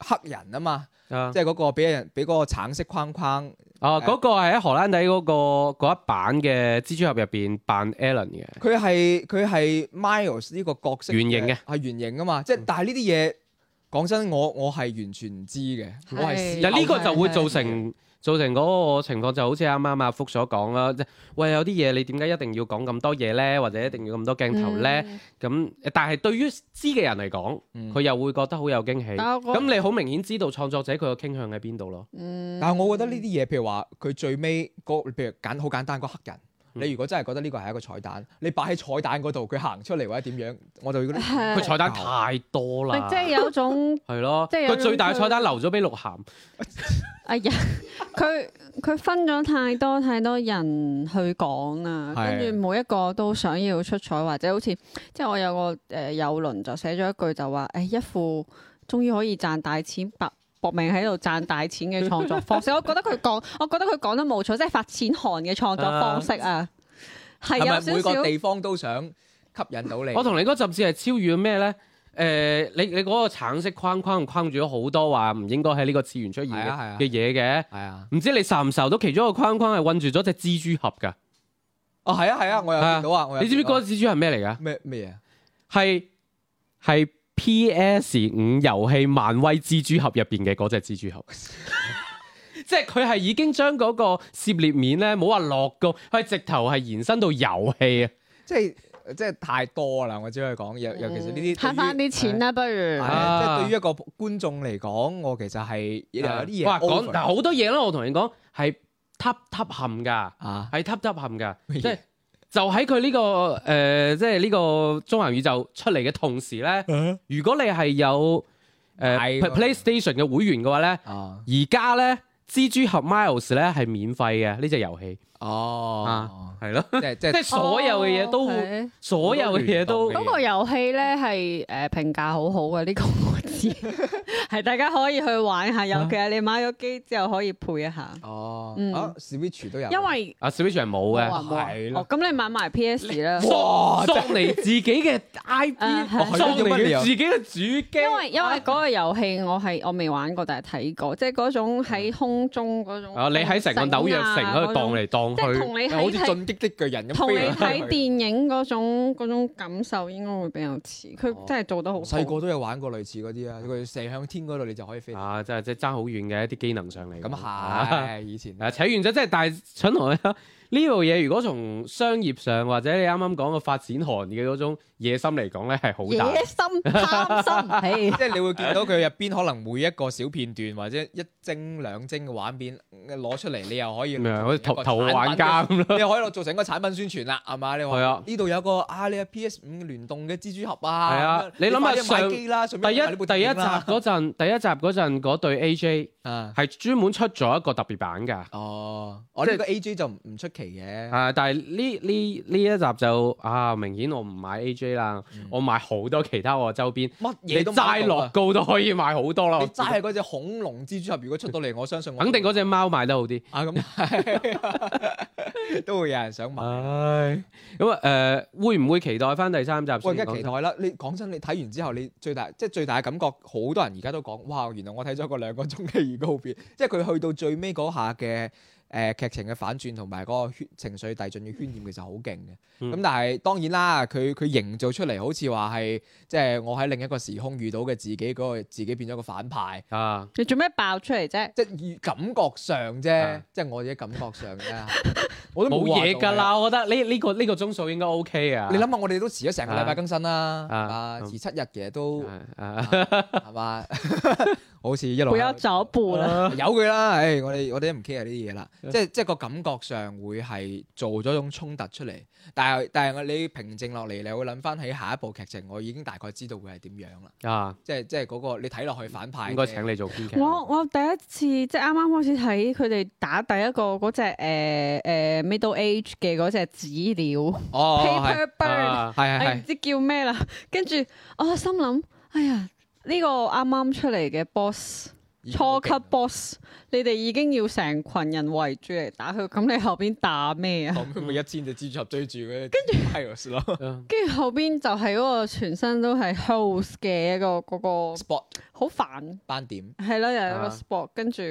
[SPEAKER 3] 黑人啊嘛，
[SPEAKER 2] 啊
[SPEAKER 3] 即係嗰個俾人俾嗰個橙色框框
[SPEAKER 2] 哦，嗰、個係喺荷蘭底嗰、個嗰一版嘅蜘蛛俠入邊扮 Alan 嘅，
[SPEAKER 3] 佢係佢係 Miles 呢個角色
[SPEAKER 2] 圓形嘅，嗯
[SPEAKER 3] 係圓形啊嘛，即係但係呢啲嘢講真，我我係完全唔知嘅，我係
[SPEAKER 5] 係
[SPEAKER 3] 事
[SPEAKER 2] 就
[SPEAKER 3] 後
[SPEAKER 2] 呢個就會
[SPEAKER 5] 哦係係
[SPEAKER 2] 造成造成嗰個情況就好似啱啱阿福所講啦，即係喂有啲嘢你點解一定要講咁多嘢咧，或者一定要咁多鏡頭咧？
[SPEAKER 5] 嗯
[SPEAKER 2] 咁、但係對於知嘅人嚟講，
[SPEAKER 3] 嗯
[SPEAKER 2] 佢又會覺得好有驚喜。
[SPEAKER 5] 但我覺
[SPEAKER 2] 咁你好明顯知道創作者佢嘅傾向喺邊度咯。
[SPEAKER 5] 嗯
[SPEAKER 3] 但係我覺得呢啲嘢，譬如話佢最尾嗰，譬如簡好簡單嗰黑人，
[SPEAKER 2] 嗯
[SPEAKER 3] 你如果真係覺得呢個係一個彩蛋，你擺喺彩蛋嗰度，佢行出嚟或者點樣，我就會覺得
[SPEAKER 5] 係
[SPEAKER 2] 佢彩蛋太多
[SPEAKER 5] 咪
[SPEAKER 2] 啦
[SPEAKER 5] 即，係有一種
[SPEAKER 2] 係咯。
[SPEAKER 5] 即係有
[SPEAKER 2] 佢最大嘅
[SPEAKER 5] 種
[SPEAKER 2] 彩蛋留咗俾鹿晗。
[SPEAKER 5] 哎 呀，佢佢分咗太多太多人去講啦，
[SPEAKER 3] 係
[SPEAKER 5] 跟住每一個都想要出彩，或者好似即係我有個誒、呃、友鄰就寫咗一句就話，誒、一副終於可以賺大錢白。搏命喺度賺大錢嘅創作 方式，我覺得佢講，我覺得佢講得冇錯，即係發錢寒嘅創作方式啊，
[SPEAKER 3] 係
[SPEAKER 5] 係
[SPEAKER 3] 咪
[SPEAKER 5] 有
[SPEAKER 3] 每
[SPEAKER 5] 少少
[SPEAKER 3] 個地方都想吸引到你？
[SPEAKER 2] 我同你嗰陣時係超越咗咩咧？誒、你你嗰個橙色框框框住咗好多話唔應該喺呢個次元出現
[SPEAKER 3] 係啊係啊
[SPEAKER 2] 嘅嘅嘢嘅。
[SPEAKER 3] 係啊，
[SPEAKER 2] 唔知你受唔受到其中一個框框係困住咗隻蜘蛛俠㗎？
[SPEAKER 3] 哦係啊係啊，我有見到啊，我有
[SPEAKER 2] 你知唔知
[SPEAKER 3] 見到
[SPEAKER 2] 嗰
[SPEAKER 3] 啊
[SPEAKER 2] 隻蜘蛛係咩嚟㗎？
[SPEAKER 3] 咩咩嘢啊？
[SPEAKER 2] 係係 P.S. 五遊戲漫威蜘蛛俠入邊嘅嗰隻蜘 蛛俠。即係佢係已經將嗰個涉獵面咧，冇話落個，佢係直頭係延伸到遊戲啊！
[SPEAKER 3] 即係即係太多啦！我只可以講，尤尤其是呢啲
[SPEAKER 5] 嗯慳翻
[SPEAKER 3] 對於
[SPEAKER 5] 啲錢啦，不
[SPEAKER 3] 係
[SPEAKER 5] 如
[SPEAKER 3] 啊即係
[SPEAKER 2] 啊
[SPEAKER 3] 對於一個觀眾嚟講，我其實係有啲嘢
[SPEAKER 2] 哇，講
[SPEAKER 3] over
[SPEAKER 2] 嗱好多嘢啦，我同你講係揼揼冚㗎，
[SPEAKER 3] 啊，
[SPEAKER 2] 係揼揼冚㗎，
[SPEAKER 3] 咩嘢
[SPEAKER 2] 即係就喺佢呢個誒、呃即係呢個中環宇宙出嚟嘅同時咧，如果你係有誒、呃
[SPEAKER 3] 買嗰個
[SPEAKER 2] PlayStation 嘅會員嘅話咧。
[SPEAKER 3] 啊
[SPEAKER 2] 而家咧，蜘蛛俠 Miles 咧係免費嘅呢只遊戲，
[SPEAKER 3] 哦，
[SPEAKER 2] 係咯，
[SPEAKER 3] 即係即
[SPEAKER 2] 啊即
[SPEAKER 3] 係
[SPEAKER 2] 係所有嘅嘢都
[SPEAKER 5] 哦
[SPEAKER 2] 會，
[SPEAKER 5] ，OK
[SPEAKER 2] 所有嘅嘢都
[SPEAKER 3] 好多聯動嘅
[SPEAKER 5] 嗰個遊戲咧係誒評價好好嘅，呢、個我 知，係大家可以去玩下，尤其係你買咗機之後可以配一下，
[SPEAKER 3] 哦
[SPEAKER 5] 嗯
[SPEAKER 3] 啊 Switch 都有，
[SPEAKER 5] 因為
[SPEAKER 2] 啊 Switch 係冇
[SPEAKER 5] 我話
[SPEAKER 2] 嘅，
[SPEAKER 5] 冇啊
[SPEAKER 3] 係咯
[SPEAKER 5] 哦，咁你買埋 PS 啦。
[SPEAKER 2] 哇！索尼自己嘅 IP，
[SPEAKER 5] 啊係
[SPEAKER 2] 索尼嘅自己嘅主機，
[SPEAKER 5] 因為因為嗰個遊戲我係我未玩過，但係睇過，即係嗰種喺空中嗰種
[SPEAKER 2] 啊你喺成個紐約城嗰度盪嚟
[SPEAKER 5] 即係
[SPEAKER 2] 盪去，
[SPEAKER 5] 同你
[SPEAKER 3] 好
[SPEAKER 5] 喺
[SPEAKER 3] 似
[SPEAKER 5] 睇
[SPEAKER 3] 進擊的巨人咁
[SPEAKER 5] 同你
[SPEAKER 3] 飛
[SPEAKER 2] 啊
[SPEAKER 3] 嚟飛去
[SPEAKER 5] 睇電影嗰種嗰種感受應該會比較似，佢真係做得好好。
[SPEAKER 3] 細個都有玩過類似嗰啲啊，佢射向天嗰度你就可以飛。咁
[SPEAKER 2] 啊，真係即係爭好遠嘅一啲機能上嚟，啊
[SPEAKER 3] 係以前
[SPEAKER 2] 誒扯完咗，即係但係蠢同學呢樣嘢，如果從商業上或者你啱啱講嘅發展行業嘅嗰種野心嚟講咧，係好大
[SPEAKER 5] 野。心貪心，唉
[SPEAKER 3] 即係你會見到佢入邊可能每一個小片段或者一帧兩帧嘅畫面呃攞出嚟，你又可以
[SPEAKER 2] 咁啊樣好似
[SPEAKER 3] 做成一個
[SPEAKER 2] 頭頭號玩家咁
[SPEAKER 3] 產品嘅你可以做成一個產品宣傳啦，係嘛？你話
[SPEAKER 2] 係啊
[SPEAKER 3] 呢度有個啊，你有 PS 五聯動嘅蜘蛛俠啊，
[SPEAKER 2] 係啊
[SPEAKER 3] 咁樣
[SPEAKER 2] 你諗下
[SPEAKER 3] 快啲買
[SPEAKER 2] 上
[SPEAKER 3] 機啦，順
[SPEAKER 2] 第
[SPEAKER 3] 便
[SPEAKER 2] 一
[SPEAKER 3] 買呢部
[SPEAKER 2] 第一
[SPEAKER 3] 電
[SPEAKER 2] 集
[SPEAKER 3] 影啦
[SPEAKER 2] 嗰陣，第一集嗰陣嗰對 AJ
[SPEAKER 3] 啊，
[SPEAKER 2] 係專門出咗一個特別版㗎，
[SPEAKER 3] 哦哦，我呢個 A J 就唔唔出奇期嘅，
[SPEAKER 2] 啊！但係呢呢呢一集就啊，明顯我唔買 AJ 啦，我買好多其他我周邊，
[SPEAKER 3] 乜
[SPEAKER 2] 你
[SPEAKER 3] 嗯嘢都買
[SPEAKER 2] 齋
[SPEAKER 3] 到
[SPEAKER 2] 樂
[SPEAKER 3] 啊！
[SPEAKER 2] 高都可以買好多啦。
[SPEAKER 3] 你
[SPEAKER 2] 我
[SPEAKER 3] 齋係嗰只恐龍蜘蛛俠，如果出到嚟，我相信我
[SPEAKER 2] 肯定嗰只貓賣得好啲。
[SPEAKER 3] 啊咁， 都會有人想買。
[SPEAKER 2] 唉，咁啊誒，會唔會期待翻第三集先？
[SPEAKER 3] 喂，梗係期待啦！你講真，你睇完之後，你最大即係最大嘅感覺，好多人而家都講：哇！原來我睇咗個兩個鐘嘅預告片，即係佢去到最尾嗰下嘅誒、呃、劇情嘅反轉同埋嗰個圈情緒遞進嘅渲染，其實好勁嘅。咁、
[SPEAKER 2] 嗯
[SPEAKER 3] 但係當然啦，佢佢營造出嚟好似話係即係我喺另一個時空遇到嘅自己嗰、個自己變咗個反派。
[SPEAKER 2] 啊，
[SPEAKER 5] 你做咩爆出嚟啫？
[SPEAKER 3] 即係感覺上啫
[SPEAKER 2] 啊，
[SPEAKER 3] 即係我自己感覺上啫， 我都
[SPEAKER 2] 冇
[SPEAKER 3] 話
[SPEAKER 2] 嘢
[SPEAKER 3] 到
[SPEAKER 2] 㗎
[SPEAKER 3] 係
[SPEAKER 2] 啦，我覺得呢呢個呢個鐘數應該 OK 啊。
[SPEAKER 3] 你諗下，我哋都遲咗成個禮拜更新啦，
[SPEAKER 2] 啊
[SPEAKER 3] 啊，
[SPEAKER 2] 嗯
[SPEAKER 3] 遲七日嘅都
[SPEAKER 2] 啊
[SPEAKER 3] 係嘛？ 好似一路
[SPEAKER 5] 不要找补啦。
[SPEAKER 3] 有佢啦，唉，我哋我哋都唔 care 呢啲嘢啦，即係即係個感覺上會係做咗種衝突出嚟，但係但係你平靜落嚟，你會諗翻起下一部劇情，我已經大概知道會係點樣啦，
[SPEAKER 2] 啊，
[SPEAKER 3] 即係即係嗰個你睇落去反派嘅，哦
[SPEAKER 2] 應該請你做編劇。
[SPEAKER 5] 我我第一次即係啱啱開始睇佢哋打第一個嗰只誒誒 Middle Age 嘅嗰只紙料
[SPEAKER 3] 哦，係
[SPEAKER 5] Paper Bird，
[SPEAKER 2] 啊
[SPEAKER 3] 係係
[SPEAKER 5] 哎
[SPEAKER 3] 係
[SPEAKER 5] 唔。知叫咩啦。跟住我心諗，哎呀，呢個啱啱出嚟嘅 boss。
[SPEAKER 3] 已經好勁
[SPEAKER 5] 初級 boss，你哋已經要成群人圍住嚟打佢，咁你後邊打咩啊？
[SPEAKER 3] 咁佢咪一千隻蜘蛛俠追住佢，跟住 Virus 咯
[SPEAKER 2] 啊
[SPEAKER 5] 跟住後邊就係嗰個全身都係 hose 嘅一個嗰、個
[SPEAKER 3] ，Spot
[SPEAKER 5] 好煩，
[SPEAKER 3] 斑點，
[SPEAKER 5] 係咯，又有一個
[SPEAKER 2] 啊
[SPEAKER 5] spot，跟住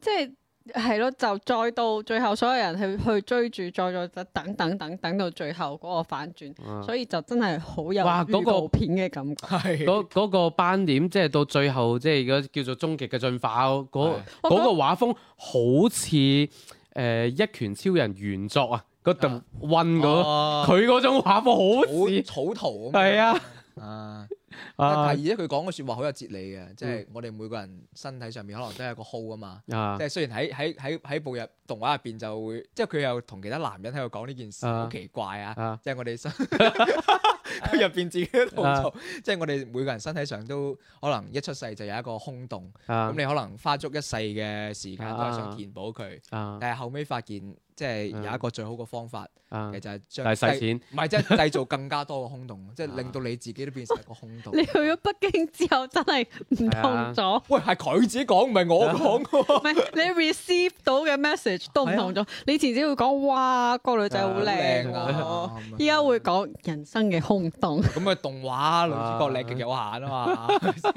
[SPEAKER 5] 即係係咯，就再到最後所有人去去追住，再再等等等等到最後嗰個反轉，
[SPEAKER 2] 啊
[SPEAKER 5] 所以就真係好有
[SPEAKER 2] 哇嗰
[SPEAKER 5] 預
[SPEAKER 2] 個
[SPEAKER 5] 告片嘅感 覺。
[SPEAKER 3] 係
[SPEAKER 2] 嗰嗰個斑點，即係到最後，即係嗰叫做終極嘅進化嗰嗰
[SPEAKER 5] 我覺
[SPEAKER 2] 嗰
[SPEAKER 5] 得
[SPEAKER 2] 個畫風，好似誒、呃一拳超人原作啊，嗰度
[SPEAKER 3] 啊
[SPEAKER 2] One 嗰
[SPEAKER 3] 哦
[SPEAKER 2] 佢嗰種畫風
[SPEAKER 3] 草草
[SPEAKER 2] 好
[SPEAKER 3] 圖咁
[SPEAKER 2] 似係
[SPEAKER 3] 樣
[SPEAKER 2] 啊
[SPEAKER 3] 啊！但
[SPEAKER 2] 啊嗯
[SPEAKER 3] 係而且佢講嘅説話好有哲理嘅，即係我哋每個人身體上面可能都有一個號啊嘛。
[SPEAKER 2] 啊
[SPEAKER 3] 即係雖然喺喺喺喺部入動畫入邊就會，即係佢又同其他男人喺度講呢件事，
[SPEAKER 2] 啊
[SPEAKER 3] 好奇怪啊！
[SPEAKER 2] 啊
[SPEAKER 3] 即係我 哋身 佢入邊自己都吐槽，即係我哋每個人身體上都可能一出世就有一個空洞，咁
[SPEAKER 2] 啊
[SPEAKER 3] 你可能花足一世嘅時間都係想填補佢，
[SPEAKER 2] 啊
[SPEAKER 3] 但係後尾發現即係有一個最好嘅方法，
[SPEAKER 2] 啊
[SPEAKER 3] 其！實就係
[SPEAKER 2] 就
[SPEAKER 3] 將
[SPEAKER 2] 係使錢
[SPEAKER 3] 唔係，即係製造更加多嘅空洞，即係
[SPEAKER 2] 啊
[SPEAKER 3] 令到你自己都變成一個 空洞。
[SPEAKER 5] 你去咗北京之後，真係唔同
[SPEAKER 2] 啊
[SPEAKER 5] 咗。
[SPEAKER 3] 喂，係佢自己講，唔 係我講
[SPEAKER 5] 唔係你 receive 到嘅 message 都唔同
[SPEAKER 2] 啊
[SPEAKER 5] 咗。你以前只會講哇個女仔好靚
[SPEAKER 3] 啊
[SPEAKER 5] 喎， 依家會講人生嘅空洞。
[SPEAKER 3] 咁啊，動畫女主角力極有限啊 嘛，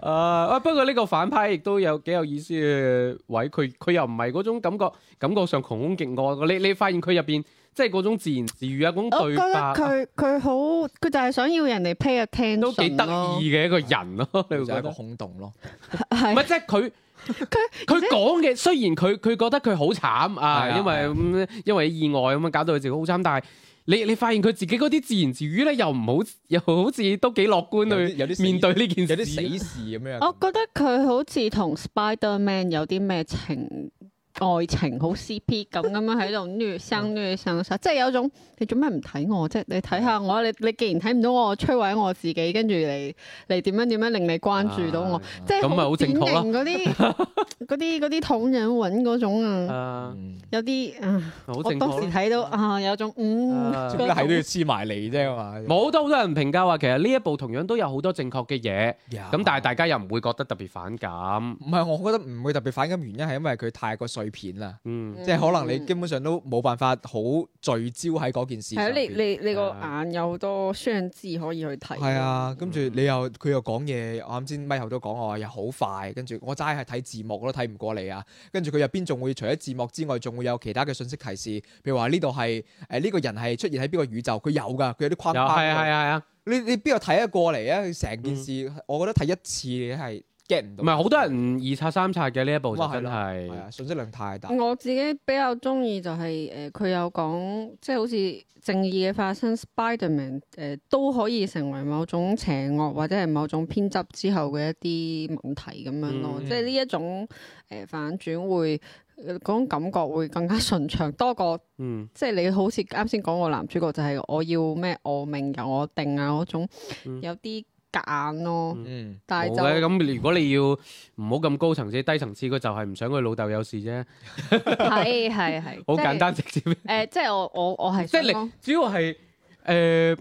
[SPEAKER 2] 啊！啊不過呢個反派亦都有幾有意思嘅位，佢佢又唔係嗰種感覺，感覺上窮兇極惡。你你發現佢入邊即係嗰種自言自語啊，嗰種對白啊
[SPEAKER 5] 佢好，佢就係想要人哋 pay attention
[SPEAKER 2] 都幾得
[SPEAKER 5] 咯，
[SPEAKER 2] 意嘅一個人咯， 你會
[SPEAKER 3] 就係
[SPEAKER 2] 覺
[SPEAKER 3] 一個
[SPEAKER 2] 得。
[SPEAKER 3] 空洞咯。
[SPEAKER 2] 唔係
[SPEAKER 5] 係
[SPEAKER 2] 即係佢
[SPEAKER 5] 佢
[SPEAKER 2] 佢
[SPEAKER 5] 而且
[SPEAKER 2] 講嘅，雖然佢佢覺得佢好慘啊，
[SPEAKER 3] 係啊
[SPEAKER 2] 因為咁因為意外咁樣搞到佢自己好慘，但係你你發現佢自己嗰啲自言自語咧，又唔好又好似都幾樂觀
[SPEAKER 3] 有啲有啲
[SPEAKER 2] 去
[SPEAKER 3] 死
[SPEAKER 2] 面對呢件
[SPEAKER 3] 有啲
[SPEAKER 2] 事。
[SPEAKER 3] 死事咁樣。
[SPEAKER 5] 我覺得佢好似同 Spider Man 有啲咩情愛情好 CP 咁咁樣喺度虐生虐生殺，即係有種你做咩唔睇我啫？你睇下我，你你既然睇唔到我，摧毀我自己，跟住你你點樣點樣令你關注到我？
[SPEAKER 2] 啊
[SPEAKER 5] 即係
[SPEAKER 2] 咁咪好正
[SPEAKER 5] 典
[SPEAKER 2] 確咯
[SPEAKER 5] 型嗰啲嗰啲嗰啲捅人揾嗰種啊，
[SPEAKER 2] 啊，
[SPEAKER 3] 嗯
[SPEAKER 5] 有啲啊，
[SPEAKER 2] 好
[SPEAKER 5] 我
[SPEAKER 2] 正
[SPEAKER 5] 當時
[SPEAKER 2] 確
[SPEAKER 5] 睇到啊有種嗯
[SPEAKER 2] 啊
[SPEAKER 5] 嗰
[SPEAKER 3] 點解係都要
[SPEAKER 5] 種
[SPEAKER 3] 黐埋嚟啫嘛？
[SPEAKER 2] 冇好多好多人評價話，其實呢一部同樣都有好多正確嘅嘢，咁
[SPEAKER 5] 啊
[SPEAKER 3] 咁
[SPEAKER 2] 但係大家又唔會覺得特別反感。
[SPEAKER 3] 唔係，我覺得唔會特別反感，原因係因為佢太過碎片啦，
[SPEAKER 2] 嗯，
[SPEAKER 3] 即係可能你基本上都冇辦法好聚焦喺嗰件事上
[SPEAKER 5] 係啊，你
[SPEAKER 3] 邊。
[SPEAKER 5] 你你個
[SPEAKER 2] 啊
[SPEAKER 5] 眼有好多雙字可以去睇。
[SPEAKER 3] 係啊，跟住你又佢又講嘢，我啱先咪後都講我話又好快，跟住我齋係睇字幕我都睇唔過你啊。跟住佢入邊仲會除咗字幕之外，仲會有其他嘅信息提示，譬如話呢度係誒呢個人係出現喺邊個宇宙，佢有㗎，佢有啲框
[SPEAKER 2] 又係
[SPEAKER 3] 框
[SPEAKER 2] 係係
[SPEAKER 3] 㗎。
[SPEAKER 2] 啊，嗯
[SPEAKER 3] 你你邊度睇得過嚟啊？成件事、我覺得睇一次你係 get 唔
[SPEAKER 2] 唔
[SPEAKER 3] 到。
[SPEAKER 2] 係好多人二刷三刷嘅呢一部就
[SPEAKER 3] 哇係
[SPEAKER 2] 真
[SPEAKER 3] 咯
[SPEAKER 2] 係
[SPEAKER 3] 係啊，信息量太
[SPEAKER 2] 嗯
[SPEAKER 3] 大。
[SPEAKER 5] 我自己比較中意就係、誒，佢、有講即係好似正義嘅化身 Spiderman 誒、都可以成為某種邪惡或者係某種偏執之後嘅一啲問題咁樣咯，
[SPEAKER 2] 嗯
[SPEAKER 5] 即係呢一種誒、呃反轉會呃嗰種感覺會更加順暢多過
[SPEAKER 2] 嗯
[SPEAKER 5] 即係你好似啱先講個男主角就係我要咩我命由我定啊嗰種
[SPEAKER 2] 嗯
[SPEAKER 5] 有啲夾硬咯。
[SPEAKER 2] 嗯
[SPEAKER 3] 嗯，
[SPEAKER 5] 但係
[SPEAKER 2] 冇
[SPEAKER 5] 就
[SPEAKER 2] 嘅，咁如果你要唔好咁高層次，低層次佢就係唔想佢老豆有事啫，
[SPEAKER 5] 係 係係，
[SPEAKER 2] 好
[SPEAKER 5] 即係
[SPEAKER 2] 簡。單直接。
[SPEAKER 5] 誒，即係我我我係
[SPEAKER 2] 即係
[SPEAKER 5] 想
[SPEAKER 2] 你
[SPEAKER 5] 講
[SPEAKER 2] 主要係誒、呃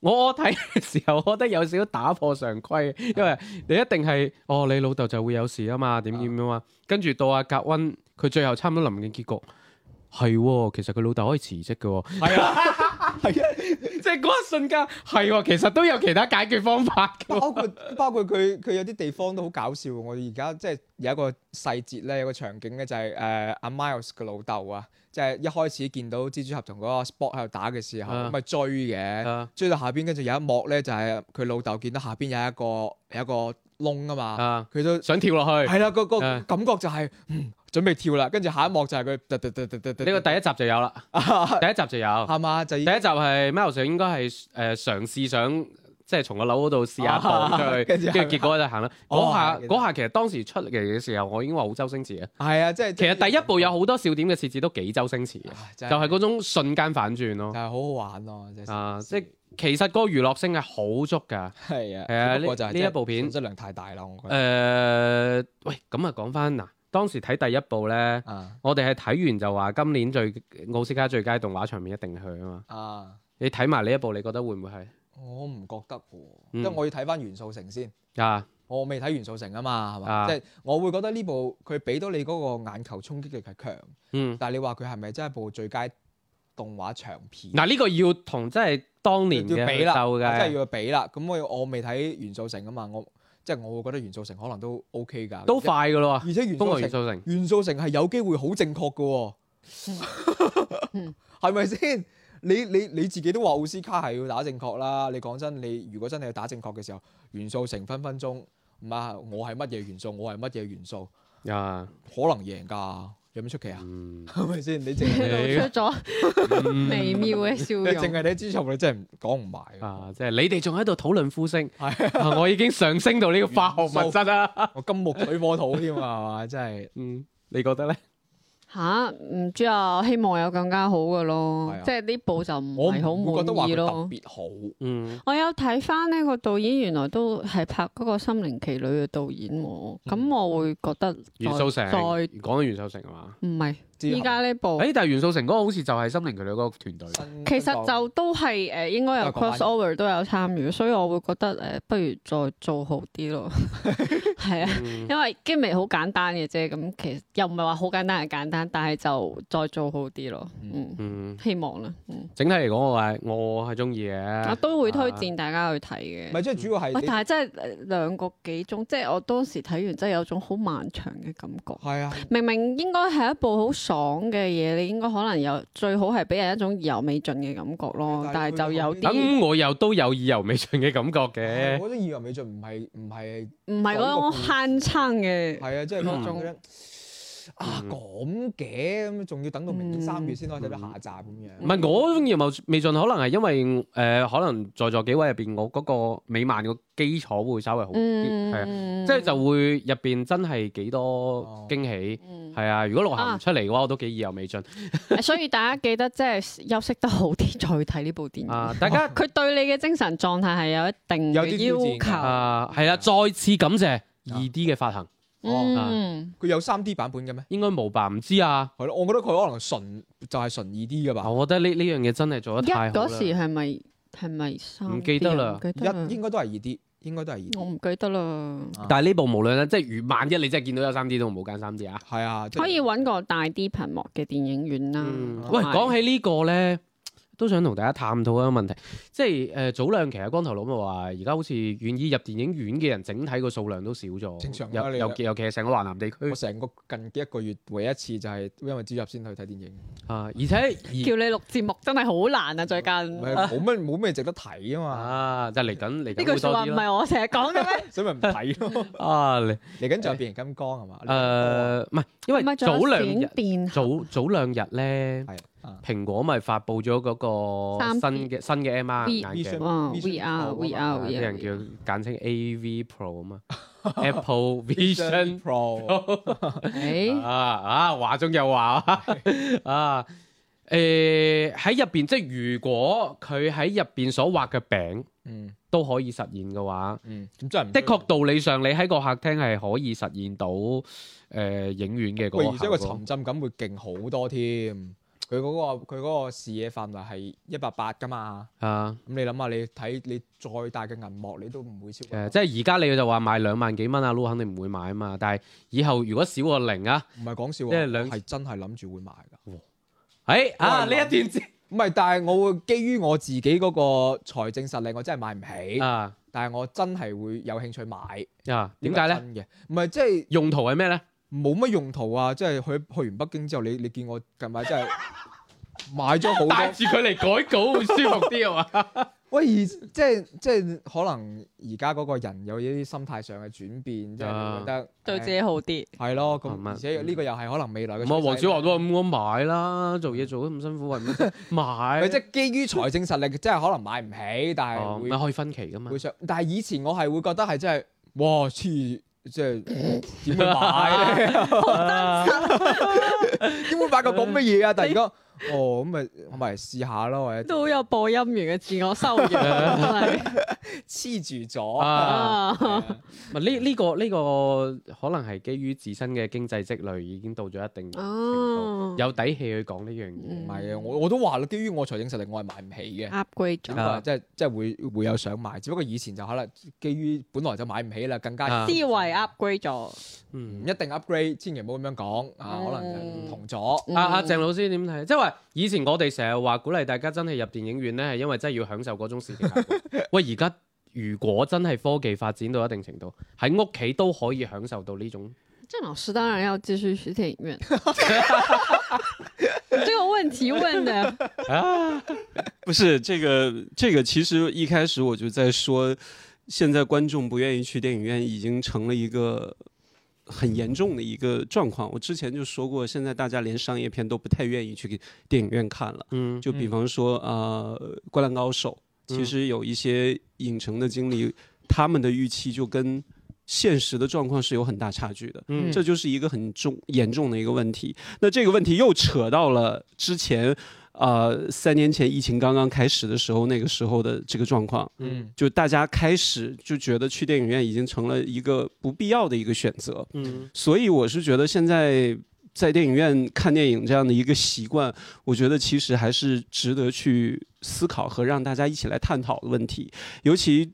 [SPEAKER 2] 我我睇嘅時候，我覺得有少少打破常規，因為你一定係哦，你老豆就會有事啊嘛，點點啊嘛，跟住到阿格温，佢最後差唔多臨近結局。係喎，其實佢老豆可以辭職嘅喎，
[SPEAKER 3] 係啊，係啊，
[SPEAKER 2] 即係嗰一瞬間係喎，其實都有其他解決方法嘅喎。
[SPEAKER 3] 包括包括佢佢有啲地方都好搞笑。我而家即係有一個細節咧，有個場景咧就係誒呃阿 Miles 嘅老豆啊，即係一開始見到蜘蛛俠同嗰個 Spot 喺度打嘅時候，
[SPEAKER 2] 啊
[SPEAKER 3] 咁咪追嘅。
[SPEAKER 2] 啊
[SPEAKER 3] 追到下邊，跟住有一幕咧，就係佢老豆見到下邊有一個有一個窿啊嘛，
[SPEAKER 2] 啊，
[SPEAKER 3] 佢都
[SPEAKER 2] 想跳落去
[SPEAKER 3] 係啦，個個
[SPEAKER 2] 啊
[SPEAKER 3] 感覺就係嗯準備跳啦，跟住下一幕就係佢突突突突突突
[SPEAKER 2] 呢個第一集就有 啦，第一集就有。
[SPEAKER 3] 係嘛，就已
[SPEAKER 2] 第一集係 Miles 應該係誒、呃、嘗試想即係從個樓嗰度試下放出去，
[SPEAKER 3] 啊跟住
[SPEAKER 2] 跟住結果就行啦。
[SPEAKER 3] 哦
[SPEAKER 2] 嗰下
[SPEAKER 3] 係
[SPEAKER 2] 嗰下其實當時出嚟嘅時候，我已經話好周星馳嘅。
[SPEAKER 3] 係啊，即係
[SPEAKER 2] 其實第一部有好多笑點嘅設置都幾周星馳嘅，
[SPEAKER 3] 唉
[SPEAKER 2] 就
[SPEAKER 3] 真係
[SPEAKER 2] 係嗰種瞬間反轉咯
[SPEAKER 3] 就。係好好玩咯，真係
[SPEAKER 2] 啊，即係其實嗰個娛樂性係好足㗎。
[SPEAKER 3] 係啊，
[SPEAKER 2] 係啊
[SPEAKER 3] 只不過就係
[SPEAKER 2] 呢呢一部片
[SPEAKER 3] 真係信息量太大啦，我
[SPEAKER 2] 誒、
[SPEAKER 3] 覺得
[SPEAKER 2] 喂，咁啊講翻嗱，當時睇第一部咧，
[SPEAKER 3] 啊
[SPEAKER 2] 我哋係睇完就話今年最奧斯卡最佳動畫場面一定係佢啊嘛。
[SPEAKER 3] 啊，
[SPEAKER 2] 你睇埋呢一部，你覺得會唔會係
[SPEAKER 3] 我唔覺得喎，
[SPEAKER 2] 嗯
[SPEAKER 3] 因為我要睇翻元素城先。
[SPEAKER 2] 啊？
[SPEAKER 3] 我未睇元素城啊嘛，係嘛？
[SPEAKER 2] 啊
[SPEAKER 3] 即係我會覺得呢部佢俾到你嗰個眼球衝擊力係強，
[SPEAKER 2] 嗯。
[SPEAKER 3] 但係你話佢係咪真係部最佳動畫長片？
[SPEAKER 2] 嗱，呢個要同真係當年
[SPEAKER 3] 要
[SPEAKER 2] 嘅
[SPEAKER 3] 比
[SPEAKER 2] 去
[SPEAKER 3] 啦，啊
[SPEAKER 2] 鬥
[SPEAKER 3] 真係
[SPEAKER 2] 嘅，
[SPEAKER 3] 要比啦。咁我我未睇元素城啊嘛，我即係我會覺得元素城可能都 OK 㗎，
[SPEAKER 2] 都快噶咯
[SPEAKER 3] 而且。而且元
[SPEAKER 2] 瘋狂
[SPEAKER 3] 素
[SPEAKER 2] 元
[SPEAKER 3] 城
[SPEAKER 2] 素城
[SPEAKER 3] 元素城係有機會好正確㗎喎
[SPEAKER 5] 嗯，
[SPEAKER 3] 係咪先？你你你自己都話奧斯卡係要打正確啦。你講真，你如果真係要打正確嘅時候，元素城分分鐘唔係我係乜嘢元素，我係乜嘢元素。
[SPEAKER 2] 啊，
[SPEAKER 3] 可能贏㗎，有咩出奇啊？
[SPEAKER 2] 嗯，
[SPEAKER 3] 係咪先？你淨係
[SPEAKER 2] 你
[SPEAKER 5] 露出咗微妙嘅笑
[SPEAKER 3] 你淨嗯
[SPEAKER 5] 容。
[SPEAKER 3] 係睇蜘蛛俠，你真係講唔埋㗎。
[SPEAKER 2] 啊，即係你哋仲喺度討論呼聲，啊我已經上升到呢個化學物質啦。
[SPEAKER 3] 我金木水火土添啊，係嘛？真係
[SPEAKER 2] 嗯，你覺得咧？
[SPEAKER 5] 吓，唔知啊，我希望有更加好嘅
[SPEAKER 3] 係
[SPEAKER 5] 咯
[SPEAKER 3] 啊，
[SPEAKER 5] 即係呢部就唔
[SPEAKER 3] 我
[SPEAKER 5] 係好
[SPEAKER 3] 唔會覺得話
[SPEAKER 5] 滿意
[SPEAKER 3] 佢特
[SPEAKER 5] 咯。
[SPEAKER 3] 別好。
[SPEAKER 2] 嗯，
[SPEAKER 5] 我有睇翻呢個導演原來都係拍嗰個《心靈奇旅》嘅導演喎，咁、
[SPEAKER 3] 嗯
[SPEAKER 5] 我會覺得
[SPEAKER 2] 元素城
[SPEAKER 5] 再
[SPEAKER 2] 講到元素城係嘛？
[SPEAKER 5] 唔係
[SPEAKER 3] 蜘蛛俠
[SPEAKER 5] 依家呢部，
[SPEAKER 2] 誒，但係元素城嗰個好似就係心靈佢哋嗰個團隊。
[SPEAKER 3] 新
[SPEAKER 5] 其實就都係誒、呃、應該有
[SPEAKER 3] 都係講
[SPEAKER 5] cross over 都有參與，所以我會覺得誒、呃不如再做好啲 咯，係啊。
[SPEAKER 2] 嗯
[SPEAKER 5] 因為 g a 好簡單嘅啫，咁其實又唔係話好簡單係簡單，但係就再做好啲咯。嗯，
[SPEAKER 2] 嗯，
[SPEAKER 5] 希望啦。嗯，
[SPEAKER 2] 整體嚟講，我係我係中意
[SPEAKER 5] 我
[SPEAKER 2] 嘅。
[SPEAKER 5] 都會推
[SPEAKER 2] 啊
[SPEAKER 5] 薦大家去睇
[SPEAKER 3] 唔
[SPEAKER 5] 嘅。
[SPEAKER 3] 係即係主要係
[SPEAKER 5] 喂，
[SPEAKER 3] 你
[SPEAKER 5] 但係真係呃兩個幾鐘，即係我當時睇完真係有種好漫長嘅感覺。
[SPEAKER 3] 係啊，
[SPEAKER 5] 明明應該係一部好爽嘅嘢，你應該可能有最好係俾人一種意猶未盡嘅感覺咯。
[SPEAKER 3] 但係佢
[SPEAKER 5] 但係就有啲
[SPEAKER 2] 咁我又都有意猶未盡嘅感覺嘅。
[SPEAKER 3] 我覺得意猶未盡唔係唔係
[SPEAKER 5] 唔係嗰種慳撐嘅，
[SPEAKER 3] 係啊，即係嗰
[SPEAKER 5] 嗯
[SPEAKER 3] 種
[SPEAKER 2] 嗯
[SPEAKER 3] 啊咁嘅咁，仲要等到明年三月先可以睇到下集咁
[SPEAKER 2] 唔
[SPEAKER 3] 樣。
[SPEAKER 2] 係我中意未未盡，可能係因為誒、呃可能在座幾位入邊，我嗰個美漫個基礎會稍微好啲，係啊、
[SPEAKER 5] 嗯，
[SPEAKER 2] 即係就會入邊真係幾多
[SPEAKER 3] 哦
[SPEAKER 2] 驚喜，
[SPEAKER 5] 嗯
[SPEAKER 2] 係啊！如果六行
[SPEAKER 5] 啊
[SPEAKER 2] 唔出嚟嘅話，我都幾意猶未盡
[SPEAKER 5] 所以大家記得即係休息得好啲再睇呢部電影。
[SPEAKER 2] 啊！大 家
[SPEAKER 5] 佢對你嘅精神狀態係有一定
[SPEAKER 3] 有啲
[SPEAKER 5] 嘅
[SPEAKER 3] 挑戰㗎
[SPEAKER 5] 要求。
[SPEAKER 2] 啊係啊，再次感謝二 D 嘅發行，哦啊
[SPEAKER 5] 嗯，
[SPEAKER 3] 佢有三 D 版本嘅咩？
[SPEAKER 2] 應該冇吧？唔知啊，
[SPEAKER 3] 係咯，我覺得佢可能純就係純二 D 嘅吧。
[SPEAKER 2] 我覺得呢呢樣嘢真係做
[SPEAKER 5] 一
[SPEAKER 2] 得太好
[SPEAKER 5] 嗰
[SPEAKER 2] 啦。
[SPEAKER 5] 時係咪係咪三 D 啊？
[SPEAKER 2] 唔記得啦
[SPEAKER 5] 唔記得啦
[SPEAKER 3] 一應該都係二 D，應該都係二 D
[SPEAKER 5] 我。唔記得啦。
[SPEAKER 2] 但係呢部無論咧，即係如萬一你真係見到有三 D 都唔好揀三 D 啊！
[SPEAKER 3] 係啊，即係
[SPEAKER 5] 可以揾個大啲屏幕嘅電影院啦。
[SPEAKER 2] 嗯，
[SPEAKER 5] 同
[SPEAKER 2] 喂，
[SPEAKER 5] 埋
[SPEAKER 2] 講起呢個咧，都想同大家探討一個問題，即係誒、呃早兩期啊，光頭佬咪話，而家好似願意入電影院嘅人，整體個數量都少咗，
[SPEAKER 3] 正常啦
[SPEAKER 2] 尤
[SPEAKER 3] 你啊
[SPEAKER 2] 尤其尤其係成個華南地區
[SPEAKER 3] 我成個近一個月唯一一次就係因為蜘蛛俠先去睇電影，
[SPEAKER 2] 啊，而且而
[SPEAKER 5] 叫你錄節目真係好難啊！最近
[SPEAKER 3] 唔
[SPEAKER 5] 呢
[SPEAKER 3] 係冇乜冇咩值得睇啊
[SPEAKER 2] 嗯 啊，就嚟緊嚟緊
[SPEAKER 5] 句
[SPEAKER 2] 會
[SPEAKER 5] 説
[SPEAKER 2] 多啲
[SPEAKER 5] 話唔
[SPEAKER 2] 咯
[SPEAKER 5] 係我成日 講嘅咩？
[SPEAKER 3] 嘛，所以咪唔睇 咯。
[SPEAKER 2] 啊，嚟
[SPEAKER 3] 嚟緊就有變形金剛係嘛？
[SPEAKER 2] 誒唔係，因
[SPEAKER 5] 唔係
[SPEAKER 2] 為
[SPEAKER 5] 仲有
[SPEAKER 2] 早兩
[SPEAKER 5] 閃
[SPEAKER 2] 日
[SPEAKER 5] 電
[SPEAKER 2] 早早兩日咧，
[SPEAKER 3] 係啊
[SPEAKER 2] 蘋果咪發布咗嗰個
[SPEAKER 5] 3D
[SPEAKER 2] 新嘅新嘅 MR 眼
[SPEAKER 5] V-
[SPEAKER 2] 鏡，
[SPEAKER 5] 哇
[SPEAKER 3] Vision Pro
[SPEAKER 5] ！VR
[SPEAKER 3] 啊
[SPEAKER 2] 啊
[SPEAKER 3] 嘛
[SPEAKER 2] 啲
[SPEAKER 5] VR
[SPEAKER 2] 人
[SPEAKER 5] VR
[SPEAKER 2] 叫簡稱 AV Pro 啊 嘛，Apple Vision
[SPEAKER 3] Pro
[SPEAKER 5] 誒
[SPEAKER 2] 啊啊，話中有話啊 啊！誒喺入邊，即係如果佢喺入邊所畫嘅餅
[SPEAKER 3] 嗯
[SPEAKER 2] 都可以實現嘅話，
[SPEAKER 3] 嗯，咁真係唔
[SPEAKER 2] 的確道理上你喺個客廳係可以實現到誒、呃影院嘅
[SPEAKER 3] 喂，而
[SPEAKER 2] 嗰
[SPEAKER 3] 且
[SPEAKER 2] 個
[SPEAKER 3] 個
[SPEAKER 2] 效果。
[SPEAKER 3] 沉浸感會勁好多添。佢嗰、個佢嗰個視野範圍係一百八噶嘛，
[SPEAKER 2] 啊
[SPEAKER 3] 咁你諗下，你睇你再大嘅銀幕，你都唔會超
[SPEAKER 2] 誒、
[SPEAKER 3] 過。
[SPEAKER 2] 呃即係而家你就話賣兩萬幾蚊啊，Lu 肯定唔會買啊嘛。但係以後如果少個零啊，
[SPEAKER 3] 唔係講
[SPEAKER 2] 即
[SPEAKER 3] 笑
[SPEAKER 2] 係
[SPEAKER 3] 喎，
[SPEAKER 2] 兩
[SPEAKER 3] 係真係諗住會買㗎。
[SPEAKER 2] 誒、啊
[SPEAKER 3] 我
[SPEAKER 2] 呢
[SPEAKER 3] 係
[SPEAKER 2] 一段先
[SPEAKER 3] 唔係，但係我會基於我自己嗰個財政實力，我真係買唔起，
[SPEAKER 2] 啊
[SPEAKER 3] 但係我真係會有興趣買。
[SPEAKER 2] 啊，點解
[SPEAKER 3] 呢個係
[SPEAKER 2] 咧？
[SPEAKER 3] 真嘅，唔係即係
[SPEAKER 2] 用途係咩咧？
[SPEAKER 3] 冇乜用途啊！即係去去完北京之後，你你見我近排真係買 咗好
[SPEAKER 2] 帶
[SPEAKER 3] 多。
[SPEAKER 2] 住佢嚟改稿會舒服啲啊嘛。
[SPEAKER 3] 喂，而即係即係可能而家嗰個人有啲心態上嘅轉變，即係
[SPEAKER 2] 啊
[SPEAKER 3] 你覺得
[SPEAKER 5] 對自己好啲。
[SPEAKER 3] 唉係咯。
[SPEAKER 2] 慢
[SPEAKER 3] 咁
[SPEAKER 2] 慢
[SPEAKER 3] 而且呢個又係可能未來嘅趨
[SPEAKER 2] 唔
[SPEAKER 3] 勢。
[SPEAKER 2] 係黃小華都話咁，我買啦，做嘢做得咁辛苦，為 乜買？
[SPEAKER 3] 嗯佢即係基於財政實力， 即係可能買唔起，但
[SPEAKER 2] 哦
[SPEAKER 3] 係會
[SPEAKER 2] 咪可以分期噶嘛
[SPEAKER 3] 會？想，但係以前我係會覺得係真係，哇黐，即係點會買咧？點會買個咁嘅嘢啊？突然間，哦咁咪我咪試下咯，或者
[SPEAKER 5] 都好有播音員嘅自我修 養，真係
[SPEAKER 3] 黐住咗。
[SPEAKER 2] 啊，
[SPEAKER 5] 啊！
[SPEAKER 2] 咪呢呢個呢個可能係基於自身嘅經濟積累已經到咗一定程度，
[SPEAKER 5] 哦，
[SPEAKER 2] 有底氣去講呢樣嘢。
[SPEAKER 5] 嗯
[SPEAKER 3] 唔係啊，我我都話啦，基於我財政實力，我係買唔起嘅。
[SPEAKER 5] upgrade 咗
[SPEAKER 3] 咁啊，即係即係會會有想買，只不過以前就可能基於本來就買唔起啦，更加
[SPEAKER 2] 啊
[SPEAKER 5] 思維 upgrade 咗。
[SPEAKER 3] 唔
[SPEAKER 2] 嗯
[SPEAKER 3] 一定 upgrade，千祈唔好咁樣講啊，
[SPEAKER 5] 嗯
[SPEAKER 3] 可能就唔同咗。
[SPEAKER 2] 啊啊，鄭老師點睇？即係話以前我哋成日話鼓勵大家真係入電影院咧，係因為真係要享受嗰種視聽效 果。喂，而家如果真係科技發展到一定程度，喺屋企都可以享受到呢種。
[SPEAKER 5] 郑老师当然要继续去电影院。 你这个问题问的，
[SPEAKER 4] 不是这个，这个其实一开始我就在说，现在观众不愿意去电影院，已经成了一个很严重的一个状况。我之前就说过，现在大家连商业片都不太愿意去给电影院看了。
[SPEAKER 2] 嗯，
[SPEAKER 4] 就比方说，呃，《灌篮高手》，其
[SPEAKER 2] 嗯
[SPEAKER 4] 实有一些影城的经理，他们的预期就跟现实的状况是有很大差距的。
[SPEAKER 2] 嗯
[SPEAKER 4] 这就是一个很重严重的一个问题。那这个问题又扯到了之前，呃，三年前疫情刚刚开始的时候，那个时候的这个状况，
[SPEAKER 3] 嗯，
[SPEAKER 4] 就大家开始就觉得去电影院已经成了一个不必要的一个选择。
[SPEAKER 2] 嗯
[SPEAKER 4] 所以我是觉得现在在电影院看电影这样的一个习惯， 我觉得其实还是值得去思考和让大家一起来探讨的问题。尤其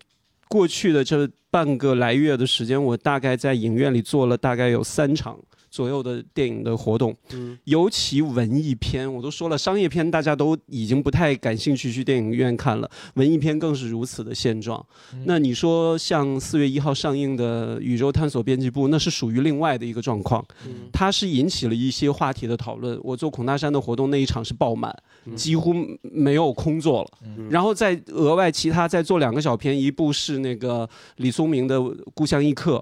[SPEAKER 4] 过去的这半个来月的时间，我大概在影院里做了大概有三场。左右的电影的活动，
[SPEAKER 2] 嗯
[SPEAKER 4] 尤其文艺片，我都说了，商业片大家都已经不太感兴趣去电影院看了，文艺片更是如此的现状。那你说像四月一号上映的《宇宙探索编辑部》，那是属于另外的一个状况，
[SPEAKER 2] 嗯
[SPEAKER 4] 它是引起了一些话题的讨论。我做孔大山的活动那一场是爆满，
[SPEAKER 2] 嗯
[SPEAKER 4] 几乎没有空座了。
[SPEAKER 2] 嗯
[SPEAKER 4] 然后再额外其他再做两个小片，一部是那个李松明的《故乡异客》。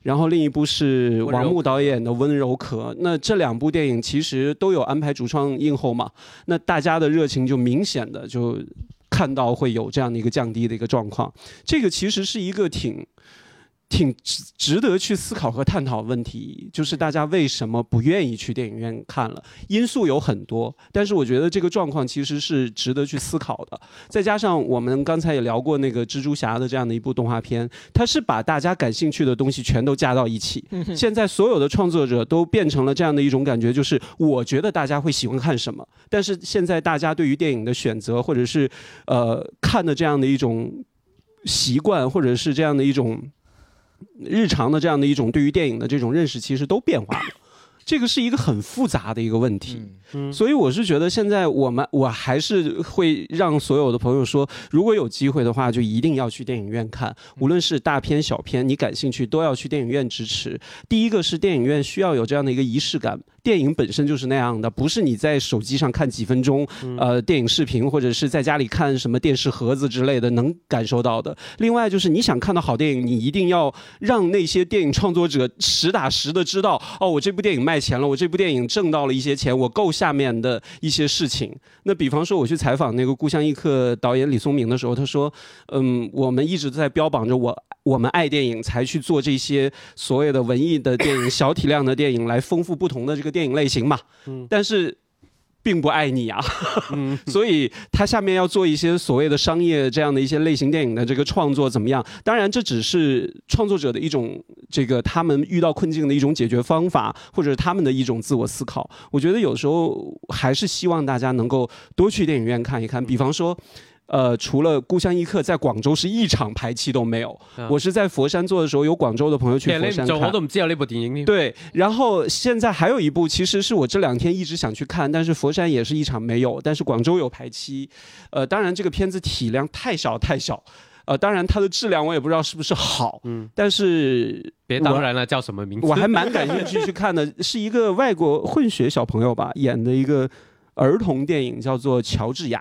[SPEAKER 4] 然后另一部是王牧导演的《温柔壳》，那这两部电影其实都有安排主创映后嘛，那大家的热情就明显的就看到会有这样的一个降低的一个状况。这个其实是一个挺挺值值得去思考和探讨的问题，就是大家为什么不愿意去电影院看了？因素有很多，但是我觉得这个状况其实是值得去思考的。再加上我们刚才也聊过那个蜘蛛侠的这样的一部动画片，它是把大家感兴趣的东西全都加到一起。现在所有的创作者都变成了这样的一种感觉，就是我觉得大家会喜欢看什么，但是现在大家对于电影的选择，或者是呃看的这样的一种习惯，或者是这样的一种日常的这样的一种对于电影的这种认识，其实都变化了。这个是一个很复杂的一个问题。
[SPEAKER 3] 嗯
[SPEAKER 4] 所以我是觉得现在我们我还是会让所有的朋友说，如果有机会的话，就一定要去电影院看，无论是大片小片，你感兴趣都要去电影院支持。第一个是电影院需要有这样的一个仪式感，电影本身就是那样的，不是你在手机上看几分钟，呃，电影视频或者是在家里看什么电视盒子之类的能感受到的。另外就是你想看到好电影，你一定要让那些电影创作者实打实的知道，哦，我这部电影卖钱了，我这部电影挣到了一些钱，我够下面的一些事情。那比方说，我去采访那个《故乡异客》导演李松明的时候，他说，嗯，我们一直在标榜着我。我们爱电影，才去做这些所谓的文艺的电影、小体量的电影，来丰富不同的这个电影类型嘛。但是并不爱你啊，
[SPEAKER 2] 嗯，
[SPEAKER 4] 所以他下面要做一些所谓的商业这样的一些类型电影的这个创作怎么样？当然，这只是创作者的一种这个他们遇到困境的一种解决方法，或者是他们的一种自我思考。我觉得有时候还是希望大家能够多去电影院看一看，比方说。呃，除了《故乡异客》在广州是一场排期都没有，
[SPEAKER 2] 嗯
[SPEAKER 4] 我是在佛山做的时候，有广州的朋友
[SPEAKER 2] 其
[SPEAKER 4] 去
[SPEAKER 2] 實
[SPEAKER 4] 佛
[SPEAKER 2] 你
[SPEAKER 4] 山
[SPEAKER 2] 唔做我
[SPEAKER 4] 看
[SPEAKER 2] 都。唔知有呢部電影添。
[SPEAKER 4] 对，然后现在还有一部，其实是我这两天一直想去看，但是佛山也是一场没有，但是广州有排期。呃，当然这个片子体量太少太少，呃，当然它的质量我也不知道是不是好，
[SPEAKER 2] 嗯，
[SPEAKER 4] 但是
[SPEAKER 2] 别
[SPEAKER 4] 我
[SPEAKER 2] 当然了，叫什麼名字？
[SPEAKER 4] 我还蛮感兴趣去看的，是一个外国混血小朋友吧演的一个儿童电影，叫做《乔治亚》。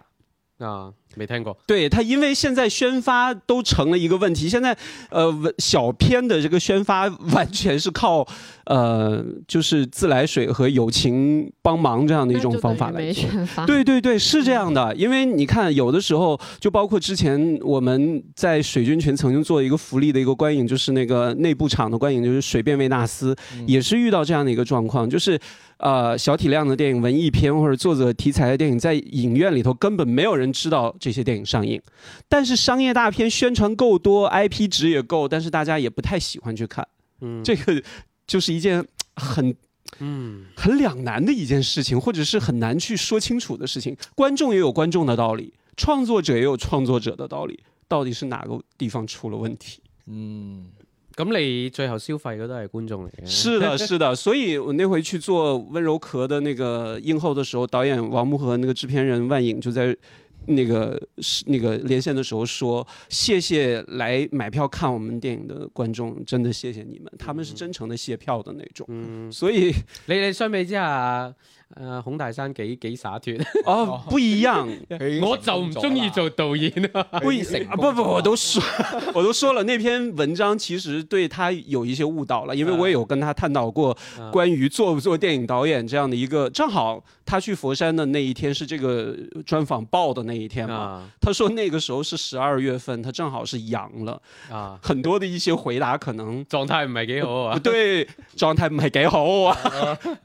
[SPEAKER 2] 啊，未聽過。
[SPEAKER 4] 对他，因为现在宣发都成了一个问题。现在，呃，文小片的这个宣发完全是靠，呃，就是自来水和友情帮忙这样的一种方法来
[SPEAKER 5] 没
[SPEAKER 4] 做。
[SPEAKER 5] 选法。
[SPEAKER 4] 对对对，是这样的，因为你看，有的时候就包括之前我们在水军群曾经做一个福利的一个观影，就是那个内部场的观影，就是《水变维纳斯》，也是遇到这样的一个状况，就是。呃，小体量的电影、文艺片或者作者题材的电影，在影院里头根本没有人知道这些电影上映，但是商业大片宣传够多，IP 值也够，但是大家也不太喜欢去看，
[SPEAKER 2] 嗯，
[SPEAKER 4] 这个就是一件很
[SPEAKER 2] 嗯
[SPEAKER 4] 很两难的一件事情，或者是很难去说清楚的事情。观众也有观众的道理，创作者也有创作者的道理，到底是哪个地方出了问题？
[SPEAKER 3] 嗯，
[SPEAKER 2] 咁你最後消費嘅都係觀眾嚟嘅。
[SPEAKER 4] 是的，是的。所以我那回去做《温柔壳》的那个映后的时候，导演王木和那个制片人万颖就在。那个是那个连线的时候说，谢谢来买票看我们电影的观众，真的谢谢你们，他们是真诚的谢票的那种。
[SPEAKER 2] 嗯，
[SPEAKER 4] 所以
[SPEAKER 2] 你你相比之下，誒、孔大山幾幾灑 脱。
[SPEAKER 4] 哦，不一样，
[SPEAKER 2] 嗯
[SPEAKER 3] 嗯
[SPEAKER 2] 我就唔中意做導演啊。
[SPEAKER 4] 不一
[SPEAKER 3] 已成
[SPEAKER 4] 啊
[SPEAKER 3] 功
[SPEAKER 4] 不不，
[SPEAKER 3] 咗
[SPEAKER 4] 我都说，我都说了，那篇文章其实对他有一些误导了，因为我也有跟他探讨过
[SPEAKER 2] 嗯
[SPEAKER 4] 关于做不做电影导演这样的一个，正好他去佛山的那一天是这个专访报的那一天嘛，
[SPEAKER 2] 啊
[SPEAKER 4] 他说那个时候是十二月份，他正好是阳了，
[SPEAKER 2] 啊！
[SPEAKER 4] 很多的一些回答可能。
[SPEAKER 2] 狀態唔係幾好啊
[SPEAKER 4] 不。 对，状态唔系几好啊。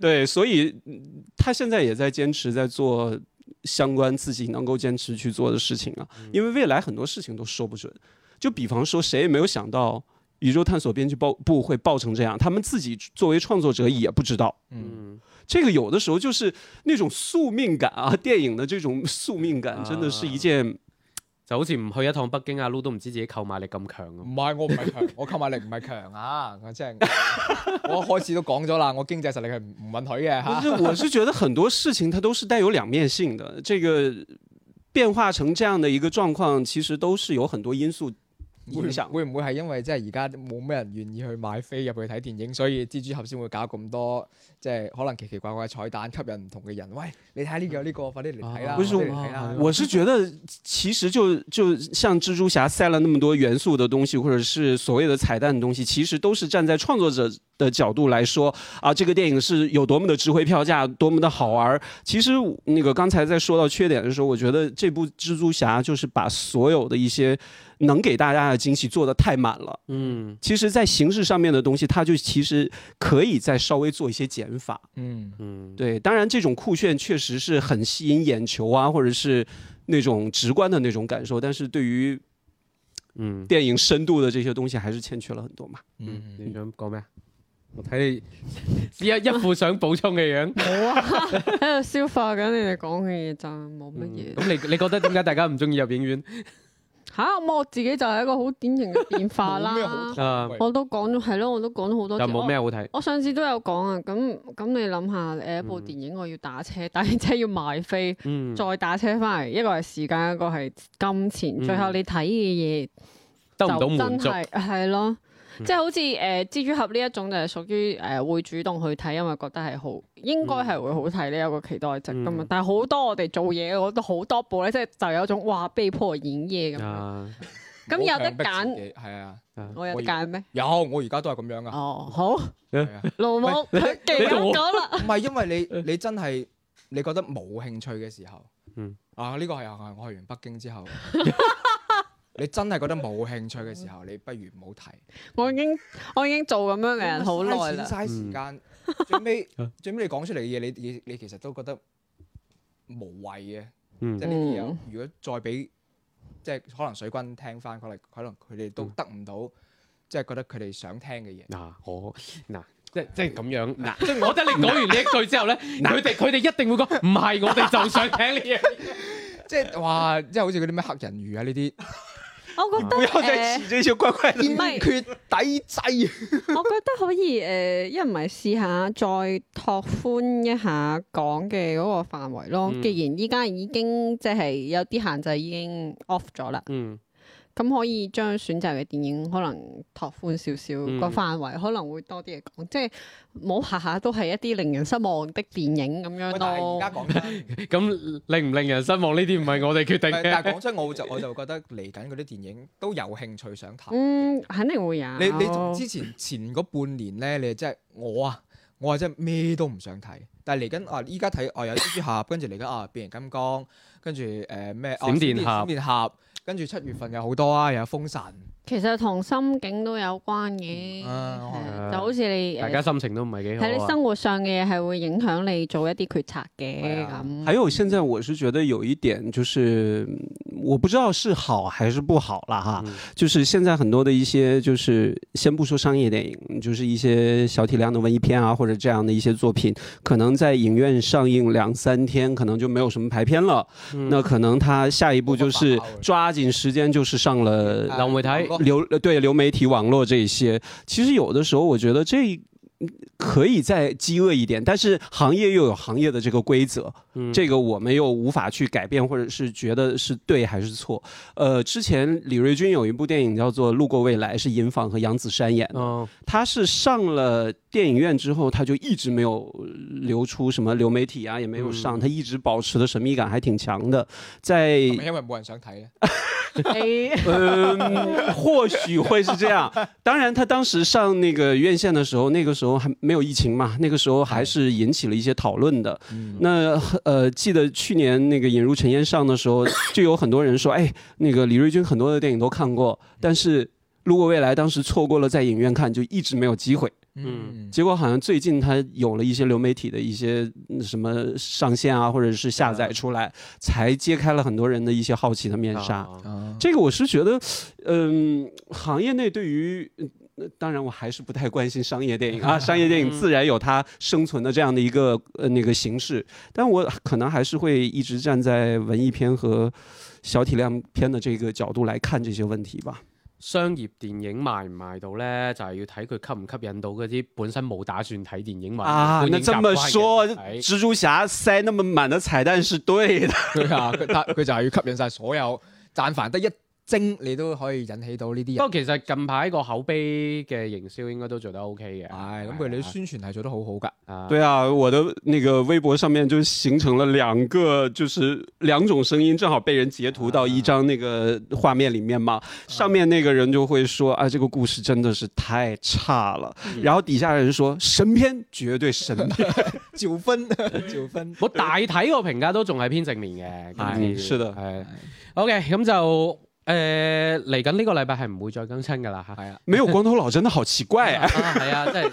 [SPEAKER 4] 对，所以嗯他现在也在坚持在做相关自己能够坚持去做的事情啊，因为未来很多事情都说不准。就比方说，谁也没有想到宇宙探索编剧报部会爆成这样，他们自己作为创作者也不知道。
[SPEAKER 2] 嗯，
[SPEAKER 4] 这个有的时候就是那种宿命感啊，电影的这种宿命感，真的是一件
[SPEAKER 2] 就好似唔去一趟北京阿 Lu 都唔知自己購買力咁強咁。
[SPEAKER 3] 唔係我唔係 強，我購買力唔係強啊！我真係，我一開始都講咗啦，我經濟實力係唔唔允許嘅
[SPEAKER 4] 不
[SPEAKER 3] 嚇。
[SPEAKER 4] 是，我是觉得很多事情它都是带有两面性的，这个变化成这样的一个状况，其实都是有很多因素影响。
[SPEAKER 3] 會唔會係因為即係而家冇咩人願意去買飛入去睇電影，所以蜘蛛俠先會搞咁多即係可能奇奇怪怪嘅彩蛋，吸引唔同嘅人。喂，你睇呢個呢個，快啲嚟睇
[SPEAKER 2] 啊
[SPEAKER 3] 啦！啊
[SPEAKER 4] 不是
[SPEAKER 3] 快啲嚟睇啦！
[SPEAKER 4] 我是觉得，其实就就像蜘蛛侠塞了那么多元素的东西，或者是所谓的彩蛋的东西，其实都是站在创作者的角度来说啊，这个电影是有多么的值回票价，多么的好玩儿。其实那个刚才在说到缺点的时候，我觉得这部蜘蛛侠就是把所有的一些能给大家的惊喜做得太满了。
[SPEAKER 2] 嗯
[SPEAKER 4] 其实，在形式上面的东西，它就其实可以再稍微做一些减法。
[SPEAKER 3] 嗯，
[SPEAKER 2] 嗯，
[SPEAKER 4] 对，当然这种酷炫确实是很吸引眼球啊，或者是那种直观的那种感受，但是对于
[SPEAKER 2] 嗯
[SPEAKER 4] 电影深度的这些东西还是欠缺了很多嘛。
[SPEAKER 2] 嗯，你想講咩啊？我睇你 一一副想補充嘅樣。
[SPEAKER 5] 冇啊，喺度消化緊你哋講嘅嘢咋，冇乜嘢。
[SPEAKER 4] 嗯
[SPEAKER 2] 咁你你覺得點解大家唔中意入影院？
[SPEAKER 5] 吓，咁我自己就係一個好典型嘅變化
[SPEAKER 3] 冇咩好
[SPEAKER 5] 啦。
[SPEAKER 2] 啊，
[SPEAKER 3] 喂
[SPEAKER 5] 我都講咗係咯，我都講咗好多
[SPEAKER 2] 又
[SPEAKER 5] 次。
[SPEAKER 2] 冇咩好睇。
[SPEAKER 5] 我上次都有講啊，咁咁你諗下，呃誒一部電影我要打
[SPEAKER 4] 嗯
[SPEAKER 5] 車，打完車要買飛，
[SPEAKER 2] 嗯，
[SPEAKER 5] 再打車翻嚟，一個係時間，一個係金錢，最
[SPEAKER 4] 嗯
[SPEAKER 5] 後你睇嘅嘢
[SPEAKER 2] 得唔到
[SPEAKER 5] 就
[SPEAKER 2] 滿
[SPEAKER 5] 真
[SPEAKER 2] 足。
[SPEAKER 5] 係係咯，
[SPEAKER 2] 嗯
[SPEAKER 5] 即係好似誒蜘蛛俠呢一種就係屬於誒會主動去睇，因為覺得係好，應該係會好睇呢有個期待值噶嘛
[SPEAKER 2] 嗯。
[SPEAKER 5] 但係好多我哋做嘢，我覺得好多部咧，即係就有一種哇被迫演
[SPEAKER 2] Dạ.
[SPEAKER 5] 嘢咁樣。
[SPEAKER 2] 啊，
[SPEAKER 5] 咁有得揀，
[SPEAKER 3] 係啊，
[SPEAKER 5] 我有得揀咩？
[SPEAKER 3] 有我而家都係咁樣噶。
[SPEAKER 5] 哦，好，
[SPEAKER 3] 係啊
[SPEAKER 5] 老母
[SPEAKER 2] 你
[SPEAKER 5] 佢 既
[SPEAKER 2] 你
[SPEAKER 5] 然
[SPEAKER 2] 同我
[SPEAKER 5] 講啦，
[SPEAKER 3] 唔係因為你你真係你覺得冇興趣嘅時候，
[SPEAKER 2] 嗯
[SPEAKER 3] 啊呢個係啊我去完北京之後， 你真係覺得冇興趣嘅時候，你不如唔好睇。
[SPEAKER 5] 我已經我已經做咁樣嘅人好耐啦。
[SPEAKER 3] 嘥錢嘥時間，最尾最尾你講出嚟嘅嘢，你你你其實都覺得無謂嘅。
[SPEAKER 2] 嗯
[SPEAKER 3] 即係呢啲嘢
[SPEAKER 5] 嗯，
[SPEAKER 3] 如果再俾即係可能水軍聽翻，可能可能佢哋都得唔到，即係覺得佢哋想聽嘅嘢。
[SPEAKER 2] 嗱，我嗱。即即係咁樣，嗱，即係我覺得你講完呢一句之後咧，佢哋佢哋一定會講，唔係我哋就想聽呢嘢。
[SPEAKER 3] 即係哇！即係好似嗰啲咩黑人魚啊呢啲，
[SPEAKER 5] 我覺得誒
[SPEAKER 4] 这些怪怪
[SPEAKER 5] 唔
[SPEAKER 3] 堅
[SPEAKER 5] 係
[SPEAKER 3] 決抵制。
[SPEAKER 5] 我覺得可以誒，一唔係試下再拓寬一下講嘅嗰個範圍咯。
[SPEAKER 2] 嗯
[SPEAKER 5] 既然依家已經即係有啲限制已經 off 咗啦，
[SPEAKER 2] 嗯，
[SPEAKER 5] 咁可以將選擇嘅電影可能拓寬少少
[SPEAKER 2] 嗯
[SPEAKER 5] 個範圍，可能會多啲嘢講，即係唔好下下都係一啲令人失望的電影咁樣
[SPEAKER 3] 喂但係而
[SPEAKER 5] 咯
[SPEAKER 3] 家。講真，
[SPEAKER 2] 咁令唔令人失望呢啲唔係我哋決定
[SPEAKER 3] 但係
[SPEAKER 2] 嘅。
[SPEAKER 3] 講真，我就我就覺得嚟緊嗰啲電影都有興趣想睇。
[SPEAKER 5] 嗯，肯定會有。
[SPEAKER 3] 你
[SPEAKER 2] 哦
[SPEAKER 5] 哦
[SPEAKER 3] 你之前前嗰半年咧，你真係我啊，我係真係咩都唔想睇。但係嚟緊啊，依家睇啊有蜘蛛俠，跟住嚟緊啊變形金剛，跟住誒咩啊
[SPEAKER 2] 閃電俠
[SPEAKER 3] 閃電俠，跟住七月份有好多啊，又有封神。
[SPEAKER 5] 其實同心境都有關嘅，
[SPEAKER 3] 啊
[SPEAKER 5] 係
[SPEAKER 2] 哦係啊
[SPEAKER 5] 就好似你呃
[SPEAKER 2] 大
[SPEAKER 5] 誒
[SPEAKER 2] 家心情都唔係幾
[SPEAKER 5] 喺你
[SPEAKER 2] 好啊。
[SPEAKER 5] 生活上嘅嘢係會影響你做一啲決策
[SPEAKER 3] 係
[SPEAKER 5] 嘅
[SPEAKER 3] 啊
[SPEAKER 5] 咁。
[SPEAKER 4] 还有，现在我是觉得有一点就是，嗯我不知道是好还是不好啦哈。
[SPEAKER 2] 嗯
[SPEAKER 4] 就是现在很多的一些，就是先不说商业电影，就是一些小体量的文艺片啊，或者这样的一些作品，可能在影院上映两三天，可能就没有什么排片了。
[SPEAKER 2] 嗯
[SPEAKER 4] 那可能他下一步就是
[SPEAKER 3] 我会把握
[SPEAKER 4] 抓紧时间，就是上了
[SPEAKER 2] 流媒體
[SPEAKER 3] 啊
[SPEAKER 4] 流呃对流媒体网络这一些，其实有的时候我觉得这嗯可以再饥饿一点，但是行业又有行业的这个规则，
[SPEAKER 2] 嗯
[SPEAKER 4] 这个我们又无法去改变，或者是觉得是对还是错。呃，之前李瑞军有一部电影叫做《路过未来》，是尹昉和杨子姗演的，
[SPEAKER 2] 哦，
[SPEAKER 4] 他是上了电影院之后，他就一直没有流出什么流媒体啊，也没有上，他一直保持的神秘感还挺强的，在
[SPEAKER 3] 係咪因為冇人想睇咧？
[SPEAKER 5] 你
[SPEAKER 4] 啊嗯，或许会是这样。当然，他当时上那个院线的时候，那个时候还没有疫情嘛，那个时候还是引起了一些讨论的。
[SPEAKER 3] 嗯
[SPEAKER 4] 那呃，记得去年那个《引入尘烟》上的时候，就有很多人说，哎，那个李瑞军很多的电影都看过，但是。路过未来当时错过了在影院看，就一直没有机会。
[SPEAKER 2] 嗯
[SPEAKER 3] 嗯，
[SPEAKER 4] 结果好像最近他有了一些流媒体的一些嗯什么上线啊，或者是下载出来，才揭开了很多人的一些好奇的面纱。
[SPEAKER 2] 啊
[SPEAKER 3] 啊
[SPEAKER 4] 这个我是觉得，嗯，行业内对于，呃当然我还是不太关心商业电影啊，商业电影自然有它生存的这样的一个呃那个形式，但我可能还是会一直站在文艺片和小体量片的这个角度来看这些问题吧。
[SPEAKER 2] 商業電影賣唔賣到咧，就係、要睇佢吸唔吸引到嗰啲本身冇打算睇電影或者
[SPEAKER 4] 啊
[SPEAKER 2] 觀，
[SPEAKER 4] 那
[SPEAKER 2] 影習
[SPEAKER 4] 这
[SPEAKER 2] 慣
[SPEAKER 4] 么
[SPEAKER 2] 嘅人
[SPEAKER 4] 说，
[SPEAKER 2] 睇
[SPEAKER 4] 蜘蛛侠塞那么满的彩蛋是对的。
[SPEAKER 3] 佢啊，佢但佢就係要吸引晒所有但凡得一精，你都可以引起到呢啲
[SPEAKER 2] 不
[SPEAKER 3] 人。
[SPEAKER 2] 過其實近排個口碑嘅營銷應該都做得 OK 嘅。
[SPEAKER 3] 係咁，佢
[SPEAKER 2] À.
[SPEAKER 3] 哋啲宣傳係做得好好㗎。
[SPEAKER 2] 啊，
[SPEAKER 4] 对啊，我的那个微博上面就形成了两个，就是两种声音，正好被人截图到一张那个画面里面嘛。上面那个人就会说啊，这个故事真的是太差了，然后底下人说神片，绝对神片。
[SPEAKER 3] 照分，照分。
[SPEAKER 2] 我大體個評價都仲係偏正面嘅。今次
[SPEAKER 4] 是的
[SPEAKER 2] 係 OK，咁就誒嚟緊呢個禮拜係唔會再更新㗎啦嚇。
[SPEAKER 3] 係啊，
[SPEAKER 4] 没有光头佬真的好奇怪 啊！
[SPEAKER 2] 啊，係啊，真係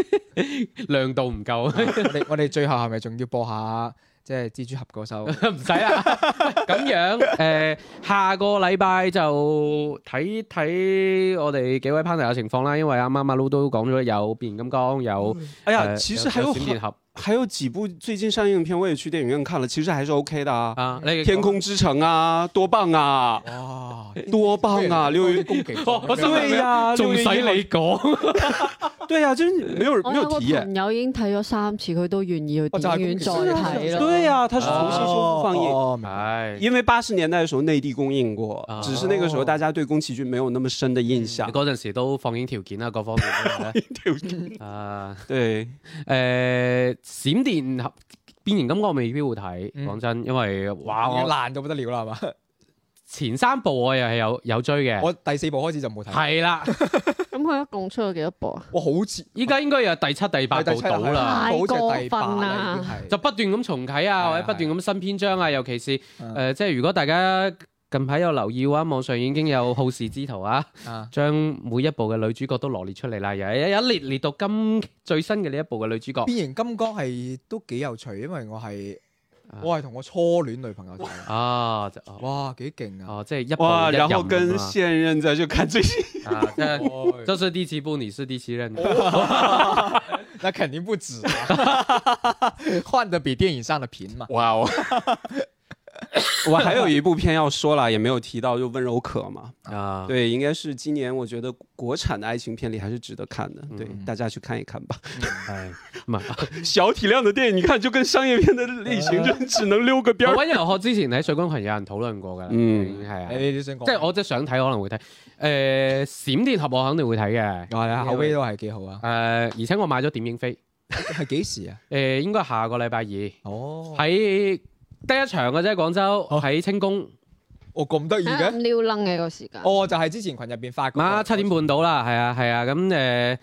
[SPEAKER 2] 亮度唔夠。
[SPEAKER 3] 我哋我哋最後係咪仲要播下即係蜘蛛俠嗰首？
[SPEAKER 2] 唔使啦， 咁樣誒、下個禮拜就睇睇我哋幾位 partner 嘅情況啦，因為啱啱阿 Lu 都講咗有變形金剛，有
[SPEAKER 4] 哎呀，
[SPEAKER 2] 誒
[SPEAKER 4] 其实还有
[SPEAKER 2] 閃電俠
[SPEAKER 4] 还有几部最近上映的片，我也去电影院看了，其实还是 OK 的啊，
[SPEAKER 2] 啊，你
[SPEAKER 4] 《
[SPEAKER 2] 哋
[SPEAKER 4] 天空之城》啊，多棒啊，
[SPEAKER 3] 哇！
[SPEAKER 4] 多棒啊！六月
[SPEAKER 3] 攻擊
[SPEAKER 2] 哦我心諗
[SPEAKER 4] 对 呀、
[SPEAKER 2] 仲
[SPEAKER 4] 六
[SPEAKER 2] 使
[SPEAKER 4] 月一号
[SPEAKER 2] 你 講，
[SPEAKER 4] 对呀、就是没 有
[SPEAKER 5] 我
[SPEAKER 4] 没
[SPEAKER 5] 有
[SPEAKER 4] 有
[SPEAKER 5] 個
[SPEAKER 4] 提啊耶。
[SPEAKER 5] 朋友已經睇咗三次，佢都願意去
[SPEAKER 3] 哦就係
[SPEAKER 5] 電影院再
[SPEAKER 3] 公司
[SPEAKER 5] 睇咯。
[SPEAKER 4] 对呀、它是重新修复放映。
[SPEAKER 2] 哦
[SPEAKER 3] 映。
[SPEAKER 2] 唉，
[SPEAKER 4] 因为八十年代的时候内地公映过
[SPEAKER 2] 哦，嗯
[SPEAKER 4] 只是那个时候大家对宫崎骏没有那么深的印象。
[SPEAKER 2] 嗰陣時都放映條件啊，各方面都啊，
[SPEAKER 4] 对，
[SPEAKER 2] 誒、閃電俠。變形金剛我未必會睇，
[SPEAKER 3] 嗯
[SPEAKER 2] 講真，因為哇，
[SPEAKER 3] 哇！
[SPEAKER 2] 我
[SPEAKER 3] 爛到不得了啦，係嘛？
[SPEAKER 2] 前三部我又係有有追嘅，
[SPEAKER 3] 我第四部開始就冇睇。
[SPEAKER 2] 係 啦，
[SPEAKER 5] 咁佢一共出咗幾多部啊？
[SPEAKER 3] 我好似
[SPEAKER 2] 依家應該有第七、第八
[SPEAKER 3] 係第
[SPEAKER 2] 部
[SPEAKER 3] 七
[SPEAKER 2] 到啦。
[SPEAKER 3] 係好似係第
[SPEAKER 5] 太過
[SPEAKER 3] 八
[SPEAKER 5] 分
[SPEAKER 3] 啦
[SPEAKER 5] 啦
[SPEAKER 3] 已經係
[SPEAKER 2] 就不斷咁重啟啊，
[SPEAKER 3] 係啊
[SPEAKER 2] 或者不斷咁新篇章啊，尤其是誒、
[SPEAKER 3] 嗯
[SPEAKER 2] 呃即係如果大家近排有留意嘅話，網上已經有好事之徒啊，
[SPEAKER 3] 啊
[SPEAKER 2] 將每一部嘅女主角都羅列出嚟啦，有一列列 到今最新嘅呢一部嘅女主角，
[SPEAKER 3] 變形金剛係都幾有趣，因為我係我係同我初戀女朋友睇嘅，
[SPEAKER 2] 啊，就哦
[SPEAKER 3] 哇幾勁啊！
[SPEAKER 2] 哦，即係一步
[SPEAKER 4] 哇，
[SPEAKER 2] 一
[SPEAKER 4] 然后
[SPEAKER 2] 任
[SPEAKER 4] 跟
[SPEAKER 2] 咁啊
[SPEAKER 4] 现任再去看最新，
[SPEAKER 2] 啊，即係
[SPEAKER 3] 哦
[SPEAKER 2] 这是第七部，你是第七任。
[SPEAKER 3] 那肯定不止啊，換的比電影上的頻嘛。
[SPEAKER 4] 哇哦！ 我还有一部片要说了，也没有提到，就《温柔可》嘛。
[SPEAKER 2] 啊，
[SPEAKER 4] 对，应该是今年我觉得国产的爱情片里还是值得看的，对
[SPEAKER 2] 嗯
[SPEAKER 4] 大家去看一看吧。
[SPEAKER 2] 係哎唔係？
[SPEAKER 4] 小体量的电影，你看就跟商业片的类
[SPEAKER 2] 嗯
[SPEAKER 4] 型就只能溜个边
[SPEAKER 2] 我
[SPEAKER 4] 儿。
[SPEAKER 2] 温柔學之前喺水軍群有人討論過㗎啦，
[SPEAKER 4] 嗯
[SPEAKER 2] 已經係啊，
[SPEAKER 3] 你你想講？
[SPEAKER 2] 即係我即係想睇可能會睇。誒閃電俠我肯定會睇嘅。
[SPEAKER 3] 係啊，口碑都係幾好啊
[SPEAKER 2] 誒，。而且我買咗點映飛，
[SPEAKER 3] 係幾時啊？
[SPEAKER 2] 誒應該下個禮拜二
[SPEAKER 3] 哦，
[SPEAKER 2] 喺得一場嘅啫，廣州喺清宮，
[SPEAKER 3] 哦咁得意
[SPEAKER 5] 啊
[SPEAKER 3] 嘅
[SPEAKER 5] 咁，撩楞嘅個時間。
[SPEAKER 3] 哦就係之前群入邊發嗰個
[SPEAKER 2] 晚黑啊七點半到啦，係啊係啊，咁誒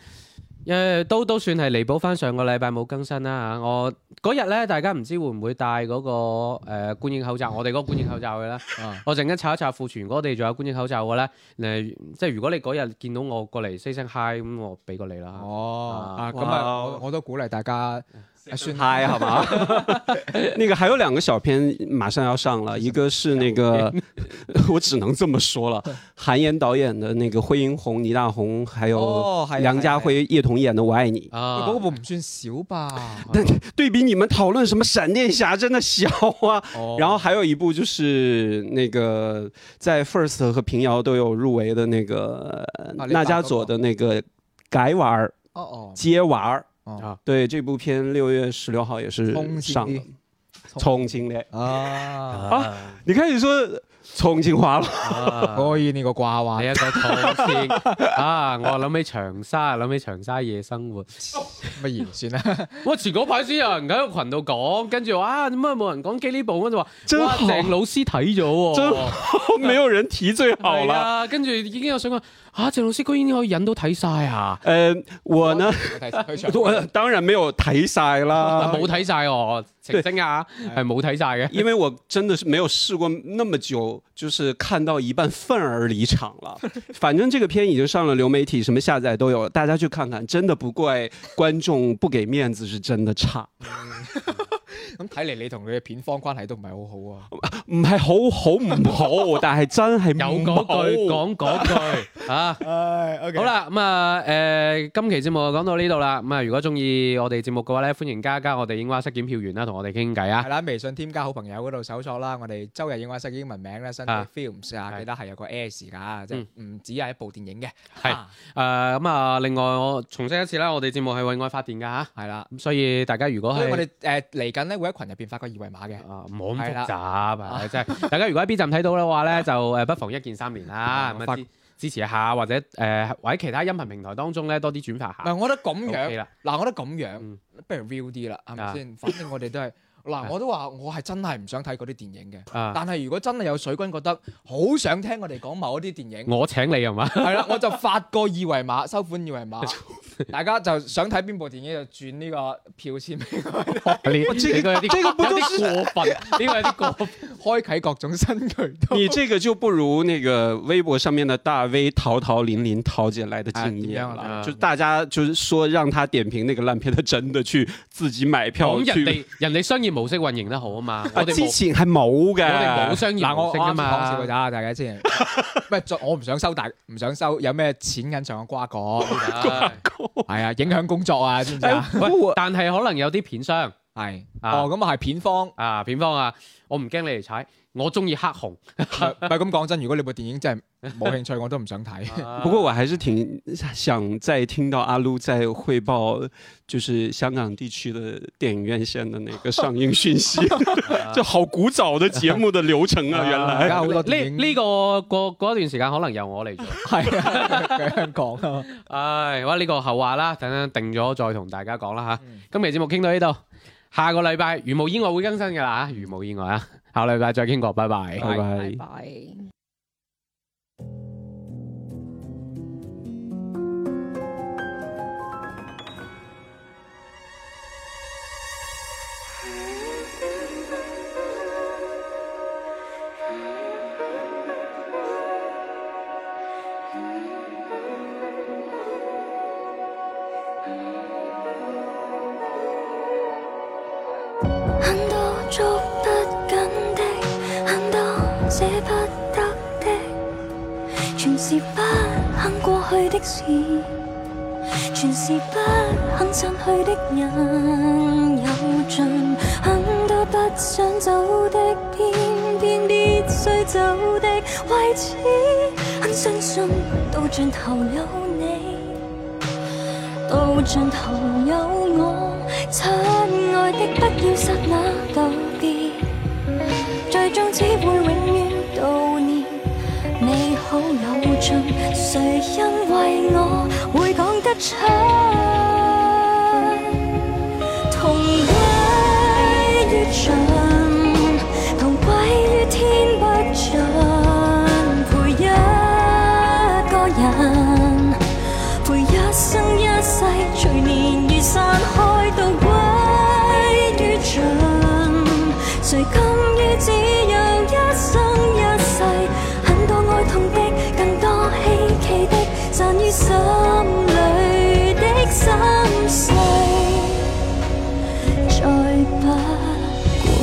[SPEAKER 2] 誒都都算係彌補翻上個禮拜冇更新啦嚇。我嗰日咧，大家唔知會唔會戴嗰個誒觀影口罩，我哋嗰個觀影口罩嘅咧。
[SPEAKER 3] 啊
[SPEAKER 2] 我陣間查一查庫存嗰地仲有觀影口罩嘅咧，誒，即係如果你嗰日見到我過嚟 say 聲 hi，咁我俾過你啦。
[SPEAKER 3] 哦
[SPEAKER 2] 啊
[SPEAKER 3] 啊咁啊，
[SPEAKER 4] 哇
[SPEAKER 3] 我我都鼓勵大家啊算
[SPEAKER 4] 嗨，好吧。那个还有两个小片马上要上了，一个是那个， 我只能这么说了，韩延导演的那个惠英红、倪大红，还 有
[SPEAKER 3] 哦还有
[SPEAKER 4] 梁家辉、叶童演的《我爱你》。
[SPEAKER 2] 啊，
[SPEAKER 3] 哦嗰部唔算少吧？
[SPEAKER 4] 但对比你们讨论什么闪电侠，真的小啊。
[SPEAKER 3] 哦
[SPEAKER 4] 然后还有一部就是那个在 First 和平遥都有入围的那个
[SPEAKER 3] 啊
[SPEAKER 4] 那加佐的那个《改娃儿
[SPEAKER 3] 哦
[SPEAKER 4] 接娃儿》
[SPEAKER 3] 哦
[SPEAKER 4] 对这部片六月十六号也是
[SPEAKER 3] 重庆
[SPEAKER 4] 上的
[SPEAKER 3] 的，
[SPEAKER 4] 重庆的。
[SPEAKER 3] 啊，
[SPEAKER 2] 啊，
[SPEAKER 4] 你开始说重庆话了，
[SPEAKER 2] 啊
[SPEAKER 3] 可以呢個掛
[SPEAKER 2] 你
[SPEAKER 3] 畫，
[SPEAKER 2] 一個套先啊！我諗起長沙，諗起長沙夜生活。
[SPEAKER 3] 乜言算啦？
[SPEAKER 2] 哇！前嗰排先有人喺個群度講，跟住話啊，點解冇人講機呢部？跟住話
[SPEAKER 4] 真
[SPEAKER 2] 哇，
[SPEAKER 4] 好
[SPEAKER 2] 鄭老師睇咗喎。
[SPEAKER 4] 真没有人提最好
[SPEAKER 2] 係
[SPEAKER 4] 了。
[SPEAKER 2] 啊！跟住已經有想講啊，鄭老師居然可以引到睇晒啊！
[SPEAKER 4] 呃，我呢，
[SPEAKER 3] 佢唱
[SPEAKER 4] 我当然没有睇晒啦，
[SPEAKER 2] 冇睇晒我澄清啊，係冇睇晒嘅。
[SPEAKER 4] 因为我真的是没有试过那么久，就是看到一半愤而离场 了。反正这个片已经上了流媒体，什么下载都有，大家去看看，真的不怪观众不给面子，是真的差。
[SPEAKER 3] 咁睇嚟，你同佢嘅片方關係都唔係好好啊。
[SPEAKER 4] 唔係嗯好好唔 好，但係真係
[SPEAKER 2] 有
[SPEAKER 4] 唔
[SPEAKER 2] 嗰
[SPEAKER 4] 好
[SPEAKER 2] 句講嗰句啊！
[SPEAKER 3] 唉，OK，
[SPEAKER 2] 好，啦，咁啊，誒，今期節目就講到呢度啦。咁啊，如果中意我哋節目嘅話咧，歡迎加加我哋櫻花式檢票員啦，同我哋傾偈啊
[SPEAKER 3] 係。啦，微信添加好朋友嗰度搜索啦，我哋周日影畫室嘅英文名咧，新嘅
[SPEAKER 2] 啊嗯
[SPEAKER 3] films 啊，記得係有個 S 㗎，即係唔止係一部電影嘅。
[SPEAKER 2] 係
[SPEAKER 3] 啊
[SPEAKER 2] 誒，咁啊，另外我重申一次啦，我哋節目係為愛發電㗎嚇。
[SPEAKER 3] 係啦，
[SPEAKER 2] 咁所以大家如果
[SPEAKER 3] 所以我
[SPEAKER 2] 係
[SPEAKER 3] 哋誒嚟緊咧會喺群入邊發個二維碼嘅。
[SPEAKER 2] 啊，唔好咁
[SPEAKER 3] 係
[SPEAKER 2] 複
[SPEAKER 3] 啦
[SPEAKER 2] 雜 啊，真係。大家如果喺 B 站睇到嘅話咧，就誒不妨一鍵三連啦，
[SPEAKER 3] 啊
[SPEAKER 2] 咁啊
[SPEAKER 3] 發
[SPEAKER 2] 支支持一下，或者誒或者其他音頻平台當中咧多啲轉發
[SPEAKER 3] 唔
[SPEAKER 2] 下
[SPEAKER 3] 係，。我覺得咁
[SPEAKER 2] OK
[SPEAKER 3] 樣
[SPEAKER 2] 啦，
[SPEAKER 3] 嗱，我覺得咁樣
[SPEAKER 2] 嗯，
[SPEAKER 3] 不如 real 啲啦，係
[SPEAKER 2] 啊
[SPEAKER 3] 咪先？反正我哋都係
[SPEAKER 2] 啊
[SPEAKER 3] 嗱，我都話我係真係唔想睇嗰啲電影嘅。
[SPEAKER 2] 啊，
[SPEAKER 3] 但係如果真係有水軍覺得好想聽我哋講某一啲電 影，
[SPEAKER 2] 我請你係嘛？
[SPEAKER 3] 係啦，我就發個二維碼收款二 維碼，大家就想睇邊部電影就轉呢個票先俾佢，
[SPEAKER 2] 你呢個有啲
[SPEAKER 4] 個不
[SPEAKER 2] 有
[SPEAKER 4] 都
[SPEAKER 2] 啲過分，呢個有啲 過分。
[SPEAKER 3] 開啟各種新渠 道。
[SPEAKER 4] 你这个就不如那个微博上面的大 V 陶陶林林陶姐来的敬业
[SPEAKER 3] 啊
[SPEAKER 4] 了，
[SPEAKER 3] 怎
[SPEAKER 2] 么样啊
[SPEAKER 4] 就大家就是说让他点评那个烂片，他真的去自己买票
[SPEAKER 2] 咁人
[SPEAKER 4] 去。
[SPEAKER 2] 哋人哋商業模式運營得好啊嘛，
[SPEAKER 4] 啊
[SPEAKER 2] 我哋
[SPEAKER 4] 之
[SPEAKER 2] 冇
[SPEAKER 4] 前係冇
[SPEAKER 2] 我哋
[SPEAKER 4] 嘅
[SPEAKER 2] 冇，商業
[SPEAKER 3] 啊嗱，我
[SPEAKER 2] 模式啊
[SPEAKER 3] 我啱先講笑㗎
[SPEAKER 2] 嘛，
[SPEAKER 3] 咋，大家先，唔係再我唔想收大，唔想收有咩錢銀上 嘅瓜葛，
[SPEAKER 2] 唉
[SPEAKER 3] 係啊，影響工作啊，知唔知
[SPEAKER 4] 哎
[SPEAKER 3] 啊？
[SPEAKER 4] 不過
[SPEAKER 2] 但係可能有啲片商
[SPEAKER 3] 係，
[SPEAKER 2] 啊
[SPEAKER 3] 哦，咁啊係片方。
[SPEAKER 2] 啊片方啊，我唔驚你嚟踩，我中意黑 紅。
[SPEAKER 3] 唔係咁講真，如果你部電影真係冇興趣，我都唔想睇。
[SPEAKER 2] 啊
[SPEAKER 4] 我不过我还是挺想再听到阿撸在汇报，就是香港地区的电影院线的那个上映讯息，
[SPEAKER 2] 啊
[SPEAKER 4] 这好古早的节目的流程啊，原
[SPEAKER 3] 而
[SPEAKER 4] 来
[SPEAKER 3] 家好多電
[SPEAKER 2] 呢
[SPEAKER 3] 影
[SPEAKER 2] 呢個過嗰段時間可能由我嚟做，
[SPEAKER 4] 嗯
[SPEAKER 3] 係啊，喺香港啊，
[SPEAKER 2] 唉，哇呢個後話啦，等等定咗再同大家講啦吓。
[SPEAKER 3] 嗯
[SPEAKER 2] 今期節目傾到呢度，下個禮拜如無意外會更新㗎啦吓，如無意外啊，下個禮拜再傾過，拜拜。
[SPEAKER 4] 拜拜
[SPEAKER 5] 拜。拜。
[SPEAKER 6] 恨到捉不是不肯過去的事，全是不肯散去的人有盡，很多不想走的，偏偏必須走的位置，很相信到盡頭有你。到盡頭有我，親愛的，不要剎那糾結，最終只會永遠悼念。美好有盡，誰因為我會講得出？同歸於盡，同歸於天不盡，陪一個人。陪一生一世，隨年月散開到歸於盡。誰甘於只有一生一世？很多哀痛的，更多希冀的，散於心裏的心碎，再不歸。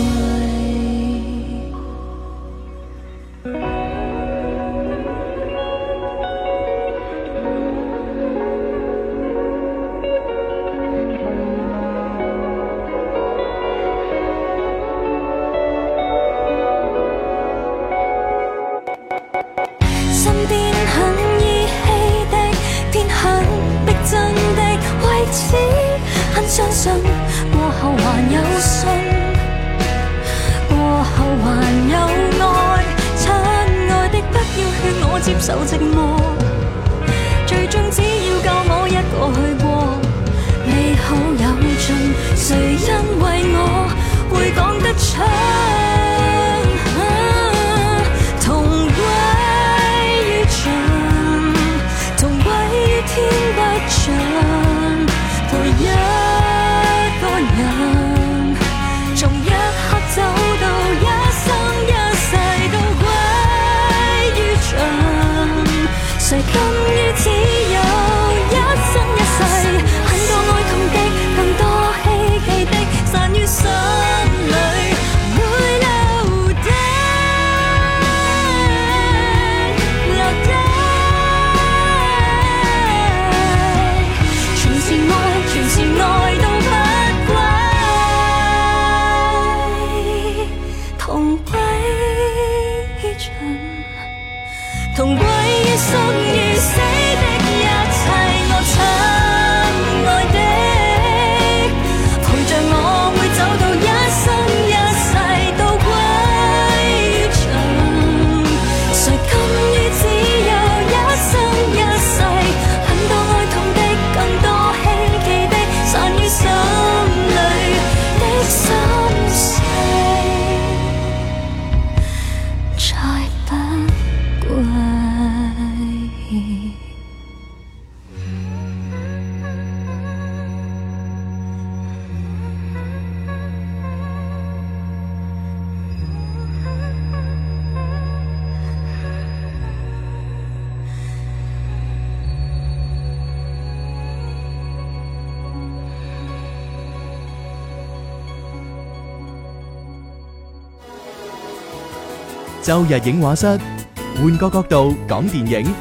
[SPEAKER 6] 身邊很依稀的，偏很逼真的位置，很相信過後還有信，過後還有愛，親愛的不要勸我接受寂寞，最終只要教我一個去過，美好有盡，誰因為我會講得出？同歸於盡，同歸於天不盡，陪一個人，從一刻走到一生一世都歸於盡。誰甘於只有一生一世？很多愛痛的，更多希冀的，散於心裏，唔會留低。留低，全是愛，全是愛都不歸，同歸於盡，同歸於生與死的一切，我親愛的，陪着我會走到一生一世都歸於盡。誰甘於只有一生一世？很多哀痛的，更多希冀的，散於心裏的心碎，再不歸。
[SPEAKER 7] 周日影画室，換個角度講電影。